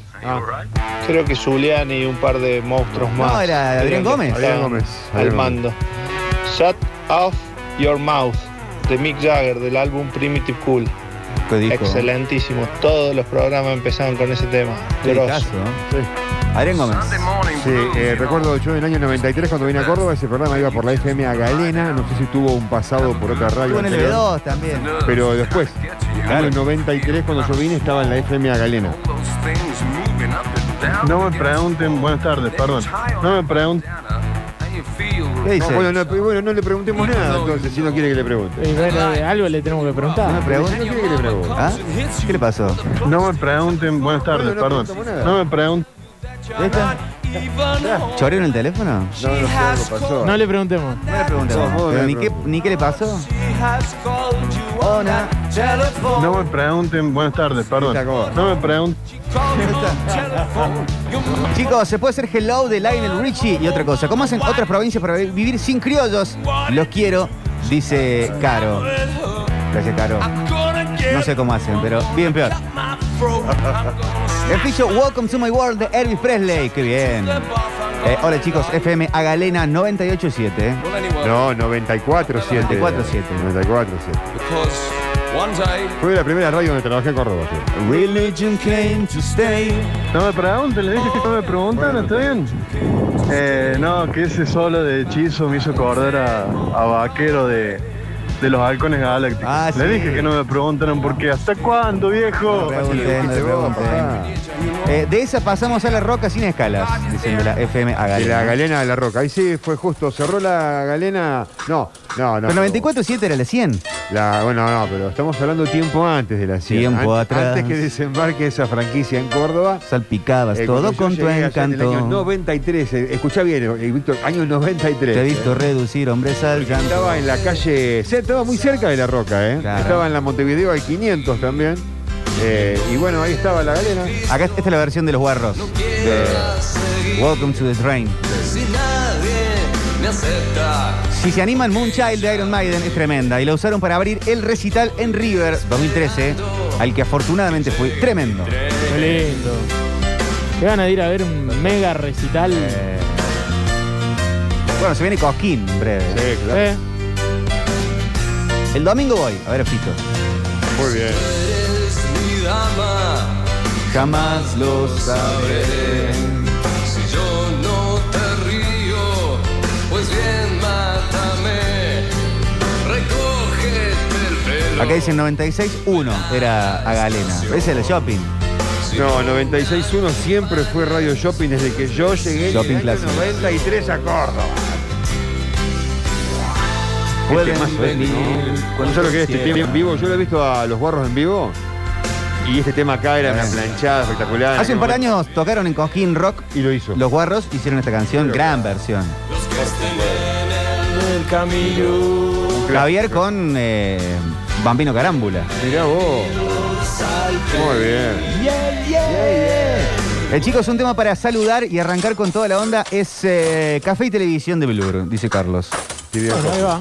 Speaker 6: Creo que Julián y un par de monstruos
Speaker 2: No,
Speaker 6: más.
Speaker 2: era Adrián
Speaker 6: eran los que
Speaker 2: Gómez. Adrián
Speaker 6: estaban
Speaker 2: Gómez,
Speaker 6: Al
Speaker 2: Adrián
Speaker 6: mando. Shut Off Your Mouth de Mick Jagger del álbum Primitive Cool.
Speaker 2: ¿Qué disco?
Speaker 6: Excelentísimo. Todos los programas empezaban con ese tema.
Speaker 2: Qué
Speaker 6: Grosso.
Speaker 2: discazo, ¿no? Adrián Gómez.
Speaker 3: Sí, eh, recuerdo yo en el año 93 cuando vine a Córdoba, ese programa iba por la FM a Galena, no sé si tuvo un pasado por otra radio.
Speaker 2: Estuvo en el
Speaker 3: anterior,
Speaker 2: B2 también.
Speaker 3: Pero después, en el 93 cuando yo vine estaba en la FM a Galena.
Speaker 8: No me pregunten, buenas tardes, perdón. No me pregunten.
Speaker 3: ¿Qué dice? bueno, no, pero bueno, no le preguntemos nada entonces, si no quiere que le pregunte.
Speaker 4: Y bueno, de algo le tenemos que preguntar.
Speaker 3: No quiere que le pregunte.
Speaker 2: ¿Qué le pasó?
Speaker 8: No me pregunten, buenas tardes,
Speaker 3: Bueno, no
Speaker 8: perdón.
Speaker 3: preguntamos nada.
Speaker 8: No me pregunten.
Speaker 2: ¿Esta? ¿Choreo en el teléfono?
Speaker 3: No, no sé, algo pasó.
Speaker 4: No le preguntemos.
Speaker 2: No le preguntamos.
Speaker 8: No, no
Speaker 2: Pero
Speaker 8: le
Speaker 2: ni, qué, ¿Ni qué le pasó?
Speaker 8: No me pregunten, buenas tardes, perdón. No me pregunten.
Speaker 2: Chicos, se puede hacer hello de Lionel Richie y otra cosa. ¿Cómo hacen otras provincias para vi- vivir sin criollos? Los quiero, dice Caro. Gracias, Caro. No sé cómo hacen, pero bien peor. El ficho Welcome to My World de Elvis Presley. Qué bien. Eh, hola chicos, FM Agalena 987.
Speaker 3: No, 94 7.
Speaker 2: 94 7.
Speaker 3: 94 7. Fue la primera radio donde trabajé en Córdoba.
Speaker 2: Religion came to stay.
Speaker 8: No me pregunten, le dije que no me preguntan, ¿está bien? Eh, no, que ese solo de hechizo me hizo acordar a, a Vaquero de, de los halcones galácticos. le
Speaker 2: Ah, sí.
Speaker 8: dije que no me preguntaron por qué. ¿Hasta cuándo, viejo?
Speaker 2: Pregunten, pregunten. Eh, de esa pasamos a la roca sin escalas, dicen de la FM Agalena.
Speaker 3: De la Galena de la Roca. Ahí sí fue justo. Cerró la Galena. No, no, no.
Speaker 2: Pero 94.7 era la 100.
Speaker 3: La- bueno, no, pero estamos hablando tiempo antes de la sierra.
Speaker 2: Tiempo
Speaker 3: An-
Speaker 2: atrás.
Speaker 3: Antes que desembarque esa franquicia en Córdoba.
Speaker 2: Salpicabas
Speaker 3: eh, cuando
Speaker 2: todo
Speaker 3: yo
Speaker 2: con tu
Speaker 3: llegué allá en El año
Speaker 2: encanto.
Speaker 3: 93. eh, escuchá bien, eh, Víctor, año 93.
Speaker 2: Te
Speaker 3: eh.
Speaker 2: he visto reducir, hombres al llanto.
Speaker 3: Estaba en la calle, sí, estaba muy cerca de la Roca, ¿eh? Estaba en la Montevideo al 500 también. Eh, y bueno, ahí estaba la galena.
Speaker 2: Acá esta es la versión de los guarros. De Welcome to the Train.
Speaker 15: Si nadie me acepta.
Speaker 2: Si se animan, Moonchild de Iron Maiden es tremenda y la usaron para abrir el recital en River 2013, al que afortunadamente fue tremendo.
Speaker 4: Qué lindo. Te van a ir a ver un mega recital.
Speaker 2: Bueno, se viene Cosquín en breve.
Speaker 3: Sí,
Speaker 4: Eh,
Speaker 2: El domingo voy, a ver a Fito.
Speaker 3: Muy
Speaker 2: er
Speaker 3: bien.
Speaker 15: Eres mi dama,
Speaker 2: Jamás lo
Speaker 15: sabré. Si yo no te río, pues bien, mátame. Recógete el pelo.
Speaker 2: Acá dicen 96-1 era a Galena. Ese es el shopping.
Speaker 3: No, 96.1 siempre fue Radio Shopping desde que yo llegué
Speaker 2: Shopping
Speaker 3: en el año
Speaker 2: clásico.
Speaker 3: 93 a Córdoba.
Speaker 2: Pueden
Speaker 3: Este más
Speaker 2: venir
Speaker 3: Cuando yo lo que era este tema en vivo, yo lo he visto a los guarros en vivo. Y este tema acá era una planchada espectacular.
Speaker 2: Hace un par de años tocaron en Cosquín Rock
Speaker 3: y lo hizo.
Speaker 2: Los Guarros hicieron esta canción, gran versión.
Speaker 15: El camino
Speaker 2: Javier con eh, Bambino Carámbula.
Speaker 3: Mirá vos. Muy bien.
Speaker 2: Eh, chicos, un tema para saludar y arrancar con toda la onda es eh, Café y Televisión de Blur, dice Carlos.
Speaker 4: bueno, ahí va.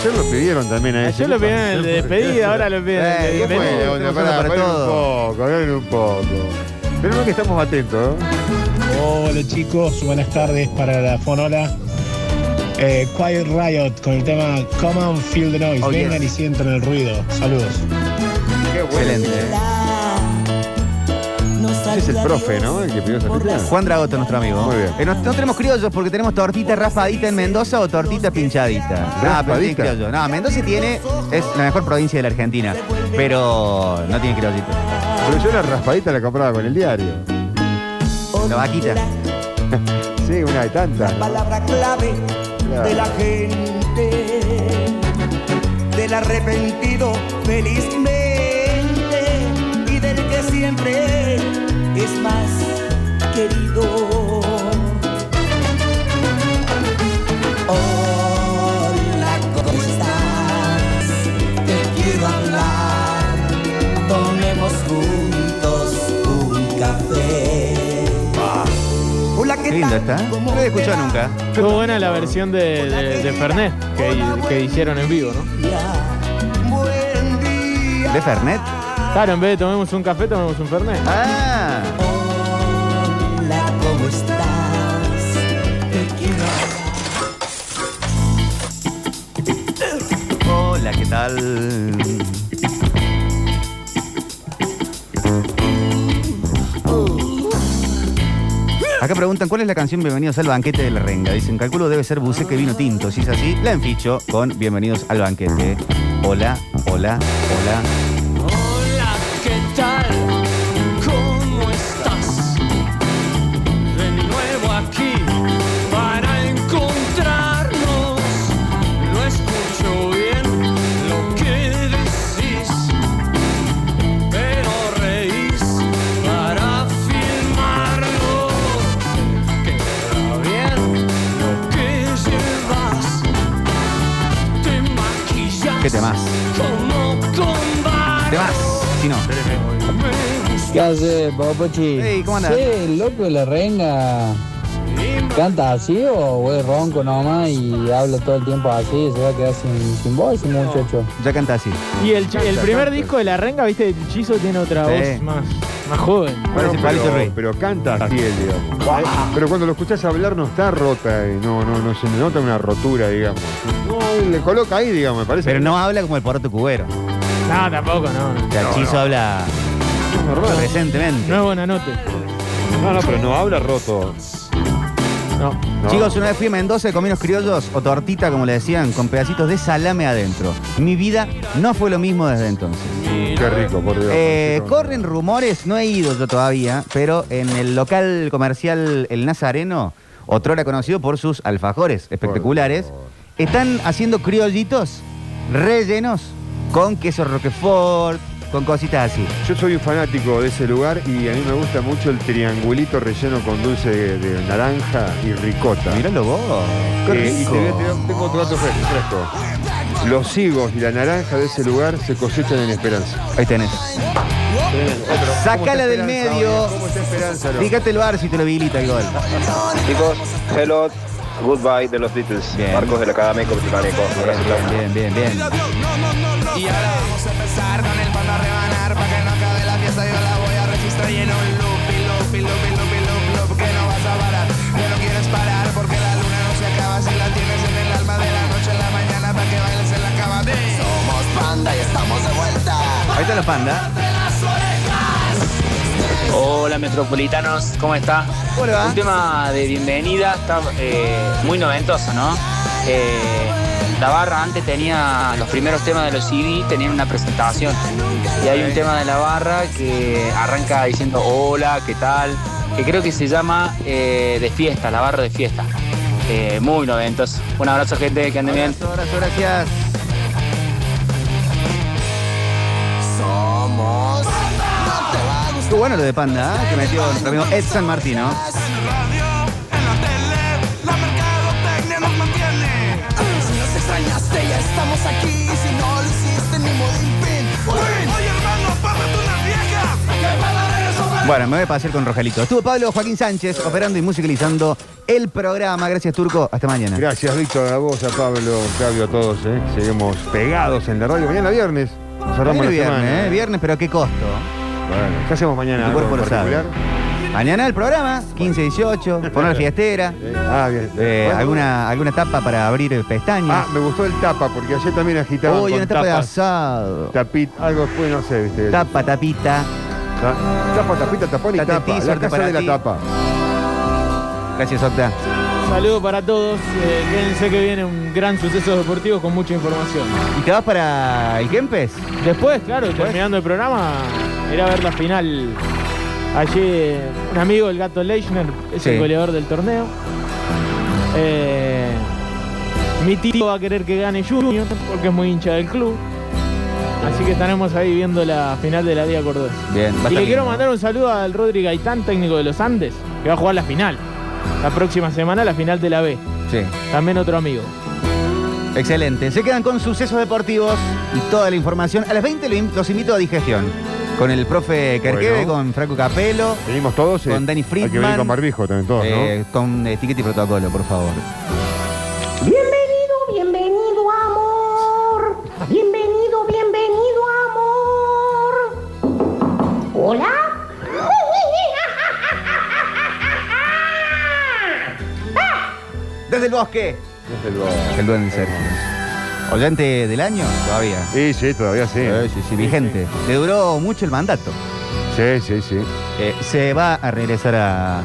Speaker 3: Ayer lo pidieron también a ese.
Speaker 4: Ayer lo pidieron en el de despedida,
Speaker 3: [LAUGHS]
Speaker 4: ahora lo pidieron en el de
Speaker 3: Eh, ¿qué fue?
Speaker 4: bienvenida.
Speaker 3: Bueno,
Speaker 2: Estamos
Speaker 3: pará,
Speaker 2: para
Speaker 3: paren
Speaker 2: todo.
Speaker 3: un poco, paren un poco. Pero no que estamos atentos, ¿eh?
Speaker 9: Hola chicos, buenas tardes para la Fonola. Eh, Quiet Riot con el tema Come on, Feel the Noise.
Speaker 2: Oh,
Speaker 9: Vengan
Speaker 2: yes.
Speaker 9: y sientan el ruido. Saludos.
Speaker 3: Excelente.
Speaker 2: eh.
Speaker 15: no sabe
Speaker 3: Ese es el profe, ¿no? El que pidió esa pista.
Speaker 2: Juan Dragoto, nuestro amigo.
Speaker 3: Muy bien.
Speaker 2: Eh, no, no tenemos criollos porque tenemos tortita raspadita en Mendoza o tortita pinchadita. No, pero tiene
Speaker 3: ¿Raspadita?
Speaker 2: criollo. No, Mendoza tiene, es la mejor provincia de la Argentina, pero no tiene criollito.
Speaker 3: Pero yo la raspadita la compraba con el diario.
Speaker 2: La vaquita.
Speaker 3: [LAUGHS] sí, una de tantas.
Speaker 15: palabra clave
Speaker 3: Claro.
Speaker 15: de la gente, del arrepentido felizmente y del que siempre es más querido. Hola, ¿cómo estás? Te quiero hablar, tomemos juntos un café. Hola, ¿qué
Speaker 2: Qué linda está. ¿eh? No la he escuchado nunca.
Speaker 4: Estuvo buena la versión de, de, de Fernet que, que hicieron en vivo, ¿no?
Speaker 2: ¿De Fernet?
Speaker 4: Claro, en vez de tomemos un café, tomemos un Fernet.
Speaker 2: Ah.
Speaker 15: Hola, ¿cómo estás? Te quiero
Speaker 2: Hola, ¿qué tal? Acá preguntan cuál es la canción Bienvenidos al Banquete de la Renga. Dicen, calculo debe ser Buceque Vino Tinto. Si es así, la enficho con Bienvenidos al Banquete. Hola, hola, hola.
Speaker 33: Hola, ¿qué tal? ¿Cómo estás? De nuevo aquí para encontrarnos. No escucho bien lo que decís, pero reís para filmarlo. Queda bien lo que llevas. Te maquillas.
Speaker 2: ¿Qué temas?
Speaker 33: Como con barro.
Speaker 2: Temas, si no.
Speaker 34: ¿Qué hace, Papachi?
Speaker 2: Hey, ¿cómo andás?
Speaker 34: Sí, el loco de la renga. ¿Canta así o es ronco nomás y habla todo el tiempo así? Se va a quedar sin, sin voz, ese muchacho.
Speaker 2: Ya canta así.
Speaker 4: Y el, chi- el primer disco de La Renga, viste, el Chizo tiene otra
Speaker 2: Sí.
Speaker 4: voz más, más joven.
Speaker 3: Bueno,
Speaker 2: Parece Palito
Speaker 3: pero,
Speaker 2: Rey.
Speaker 3: pero canta así él, digamos. Eh, Pero cuando lo escuchás hablar no está rota, eh, no, no, no se le nota una rotura, digamos. No, él le coloca ahí, digamos, me parece.
Speaker 2: Pero no habla como el poroto cubero.
Speaker 4: No, tampoco, no. no.
Speaker 2: O sea, Chizo habla presentemente.
Speaker 4: No es buena nota.
Speaker 3: No, no, pero no habla roto.
Speaker 4: No.
Speaker 3: No.
Speaker 2: Chicos, una vez fui a Mendoza y comí unos criollos o tortita, como le decían, con pedacitos de salame adentro. Mi vida no fue lo mismo desde entonces.
Speaker 3: Qué rico, por Dios.
Speaker 2: Eh, corren rumores, no he ido yo todavía, pero en el local comercial El Nazareno, otrora conocido por sus alfajores espectaculares, están haciendo criollitos rellenos con queso Roquefort, con cositas así.
Speaker 3: Yo soy un fanático de ese lugar y a mí me gusta mucho el triangulito relleno con dulce de, de naranja y ricota.
Speaker 2: Míralo vos. Qué
Speaker 3: Eh, y
Speaker 2: rico.
Speaker 3: te voy a tirar- tengo otro dato fre- fresco. Los higos y la naranja de ese lugar se cosechan en Esperanza.
Speaker 2: Ahí tenés. Sácala del medio. Fíjate lo ar si te lo habilita el gol.
Speaker 6: Chicos, hello, goodbye de los Beatles. Marcos de la Academia Copernicánico.
Speaker 2: Bien, bien, bien.
Speaker 15: Y ahora vamos a empezar con el pan a rebanar para que no acabe la fiesta. Yo la voy a registrar y en un loop, y loop, y loop, y loop, y loop, loop, que no vas a parar, que no quieres parar porque la luna no se acaba si la tienes en el alma de la noche a la mañana para que bailes en la cama de. Somos panda y estamos de vuelta.
Speaker 2: Ahí está la panda.
Speaker 9: Hola metropolitanos, ¿cómo está?
Speaker 2: Hola.
Speaker 9: Un tema de bienvenida, está eh, muy noventoso, ¿no? Eh, la barra antes tenía los primeros temas de los CD, tenían una presentación. Y hay un tema de la barra que arranca diciendo hola, ¿qué tal? Que creo que se llama eh, De Fiesta, la barra de fiesta. Eh, muy noventoso. Un abrazo gente, que anden bien.
Speaker 2: Abrazo, gracias. Somos. Qué bueno lo de Panda, ¿eh? que metió nuestro amigo Ed San Martino.
Speaker 15: Si nos extrañaste, ya estamos aquí. Si no lo hiciste, ni modo pin. Oye, hermano, párate una vieja. Que van a regresar.
Speaker 2: Bueno, me voy a pasear con Rogelito. Estuvo Pablo Joaquín Sánchez operando y musicalizando el programa. Gracias, Turco. Hasta mañana.
Speaker 3: Gracias, Víctor, a vos, a Pablo, Octavio, a todos. ¿eh? Seguimos pegados en la radio. Mañana viernes. Cerramos
Speaker 2: Mañana
Speaker 3: la
Speaker 2: viernes,
Speaker 3: semana.
Speaker 2: ¿eh? Viernes, pero ¿a qué costo?
Speaker 3: Bueno, ¿qué hacemos mañana?
Speaker 2: Tu cuerpo
Speaker 3: ¿Algo en
Speaker 2: lo sabe.
Speaker 3: particular?
Speaker 2: Mañana el programa, 15-18, poner la fiestera.
Speaker 3: Ah, bien.
Speaker 2: Eh,
Speaker 3: Bueno.
Speaker 2: alguna, alguna tapa para abrir eh, pestañas.
Speaker 3: Ah, me gustó el tapa, porque ayer también agitaban
Speaker 2: Uy,
Speaker 3: con
Speaker 2: una tapa de
Speaker 3: tapas.
Speaker 2: asado.
Speaker 3: Tapit, algo fue, no pues, sé, viste.
Speaker 2: Tapa, tapita.
Speaker 3: Tapa, tapita, tapón y
Speaker 2: Tate
Speaker 3: tapa.
Speaker 2: ti,
Speaker 3: La
Speaker 2: suerte
Speaker 3: casa
Speaker 2: para
Speaker 3: de la
Speaker 2: ti.
Speaker 3: tapa.
Speaker 2: Gracias, Octa.
Speaker 4: Saludos para todos. Eh, quédense que viene un gran suceso deportivo con mucha información.
Speaker 2: ¿Y te vas para el Kempes?
Speaker 4: Después, claro, terminando el programa, iré a ver la final. Allí eh, un amigo, el gato Leichner, es
Speaker 2: Sí.
Speaker 4: el goleador del torneo. Eh, mi tío va a querer que gane Junior porque es muy hincha del club. Así que estaremos ahí viendo la final de la Liga Cordobesa.
Speaker 2: Bien, va a
Speaker 4: Y
Speaker 2: estar
Speaker 4: le quiero
Speaker 2: lindo.
Speaker 4: mandar un saludo al Rodri Gaitán, técnico de los Andes, que va a jugar la final. La próxima semana, la final de la B.
Speaker 2: Sí.
Speaker 4: También otro amigo.
Speaker 2: Excelente. Se quedan con sucesos deportivos y toda la información. A las 20 lo in- los invito a digestión. Con el profe Kerkeve,
Speaker 3: Bueno.
Speaker 2: con Franco Capelo.
Speaker 3: Venimos todos. eh,
Speaker 2: Con Dani
Speaker 3: Hay que venir
Speaker 2: Friedman.
Speaker 3: con barbijo también todos,
Speaker 2: eh, con etiqueta y protocolo, por favor.
Speaker 1: Bienvenido, bienvenido, amor. Bienvenido, bienvenido, amor. Hola.
Speaker 2: Desde el bosque.
Speaker 3: ¿no? Es el bo-
Speaker 2: El duende Sergio. ¿Oyente del año? Todavía.
Speaker 3: Sí, sí, todavía sí.
Speaker 2: sí, sí, vigente. Le duró mucho el mandato.
Speaker 3: Sí, sí, sí.
Speaker 2: Eh, se va a regresar a.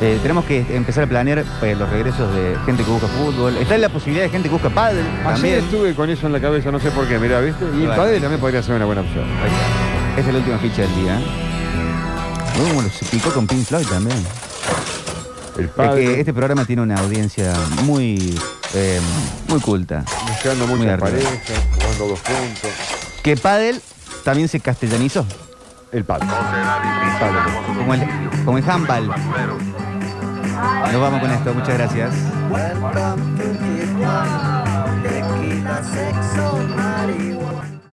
Speaker 2: eh, tenemos que empezar a planear pues, los regresos de gente que busca fútbol. Está la posibilidad de gente que busca pádel
Speaker 3: Ayer
Speaker 2: también.
Speaker 3: estuve con eso en la cabeza, no sé por qué, mirá, ¿viste? Y el
Speaker 2: Bueno.
Speaker 3: padre también podría ser una buena opción.
Speaker 2: Esa es la última ficha del día. ¿eh? Uy, Como lo se picó con Pink Floyd también.
Speaker 3: El
Speaker 2: Es
Speaker 3: padre.
Speaker 2: que este programa tiene una audiencia muy, eh, muy culta.
Speaker 3: Mezclando
Speaker 2: Muy
Speaker 3: muchas
Speaker 2: arriba.
Speaker 3: parejas, jugando dos juntos.
Speaker 2: Que pádel también se castellanizó.
Speaker 3: El pádel.
Speaker 2: Como el, como el handball. Nos vamos con esto, muchas gracias.
Speaker 21: Welcome to Tijuana, tequila, sexo, marihuana.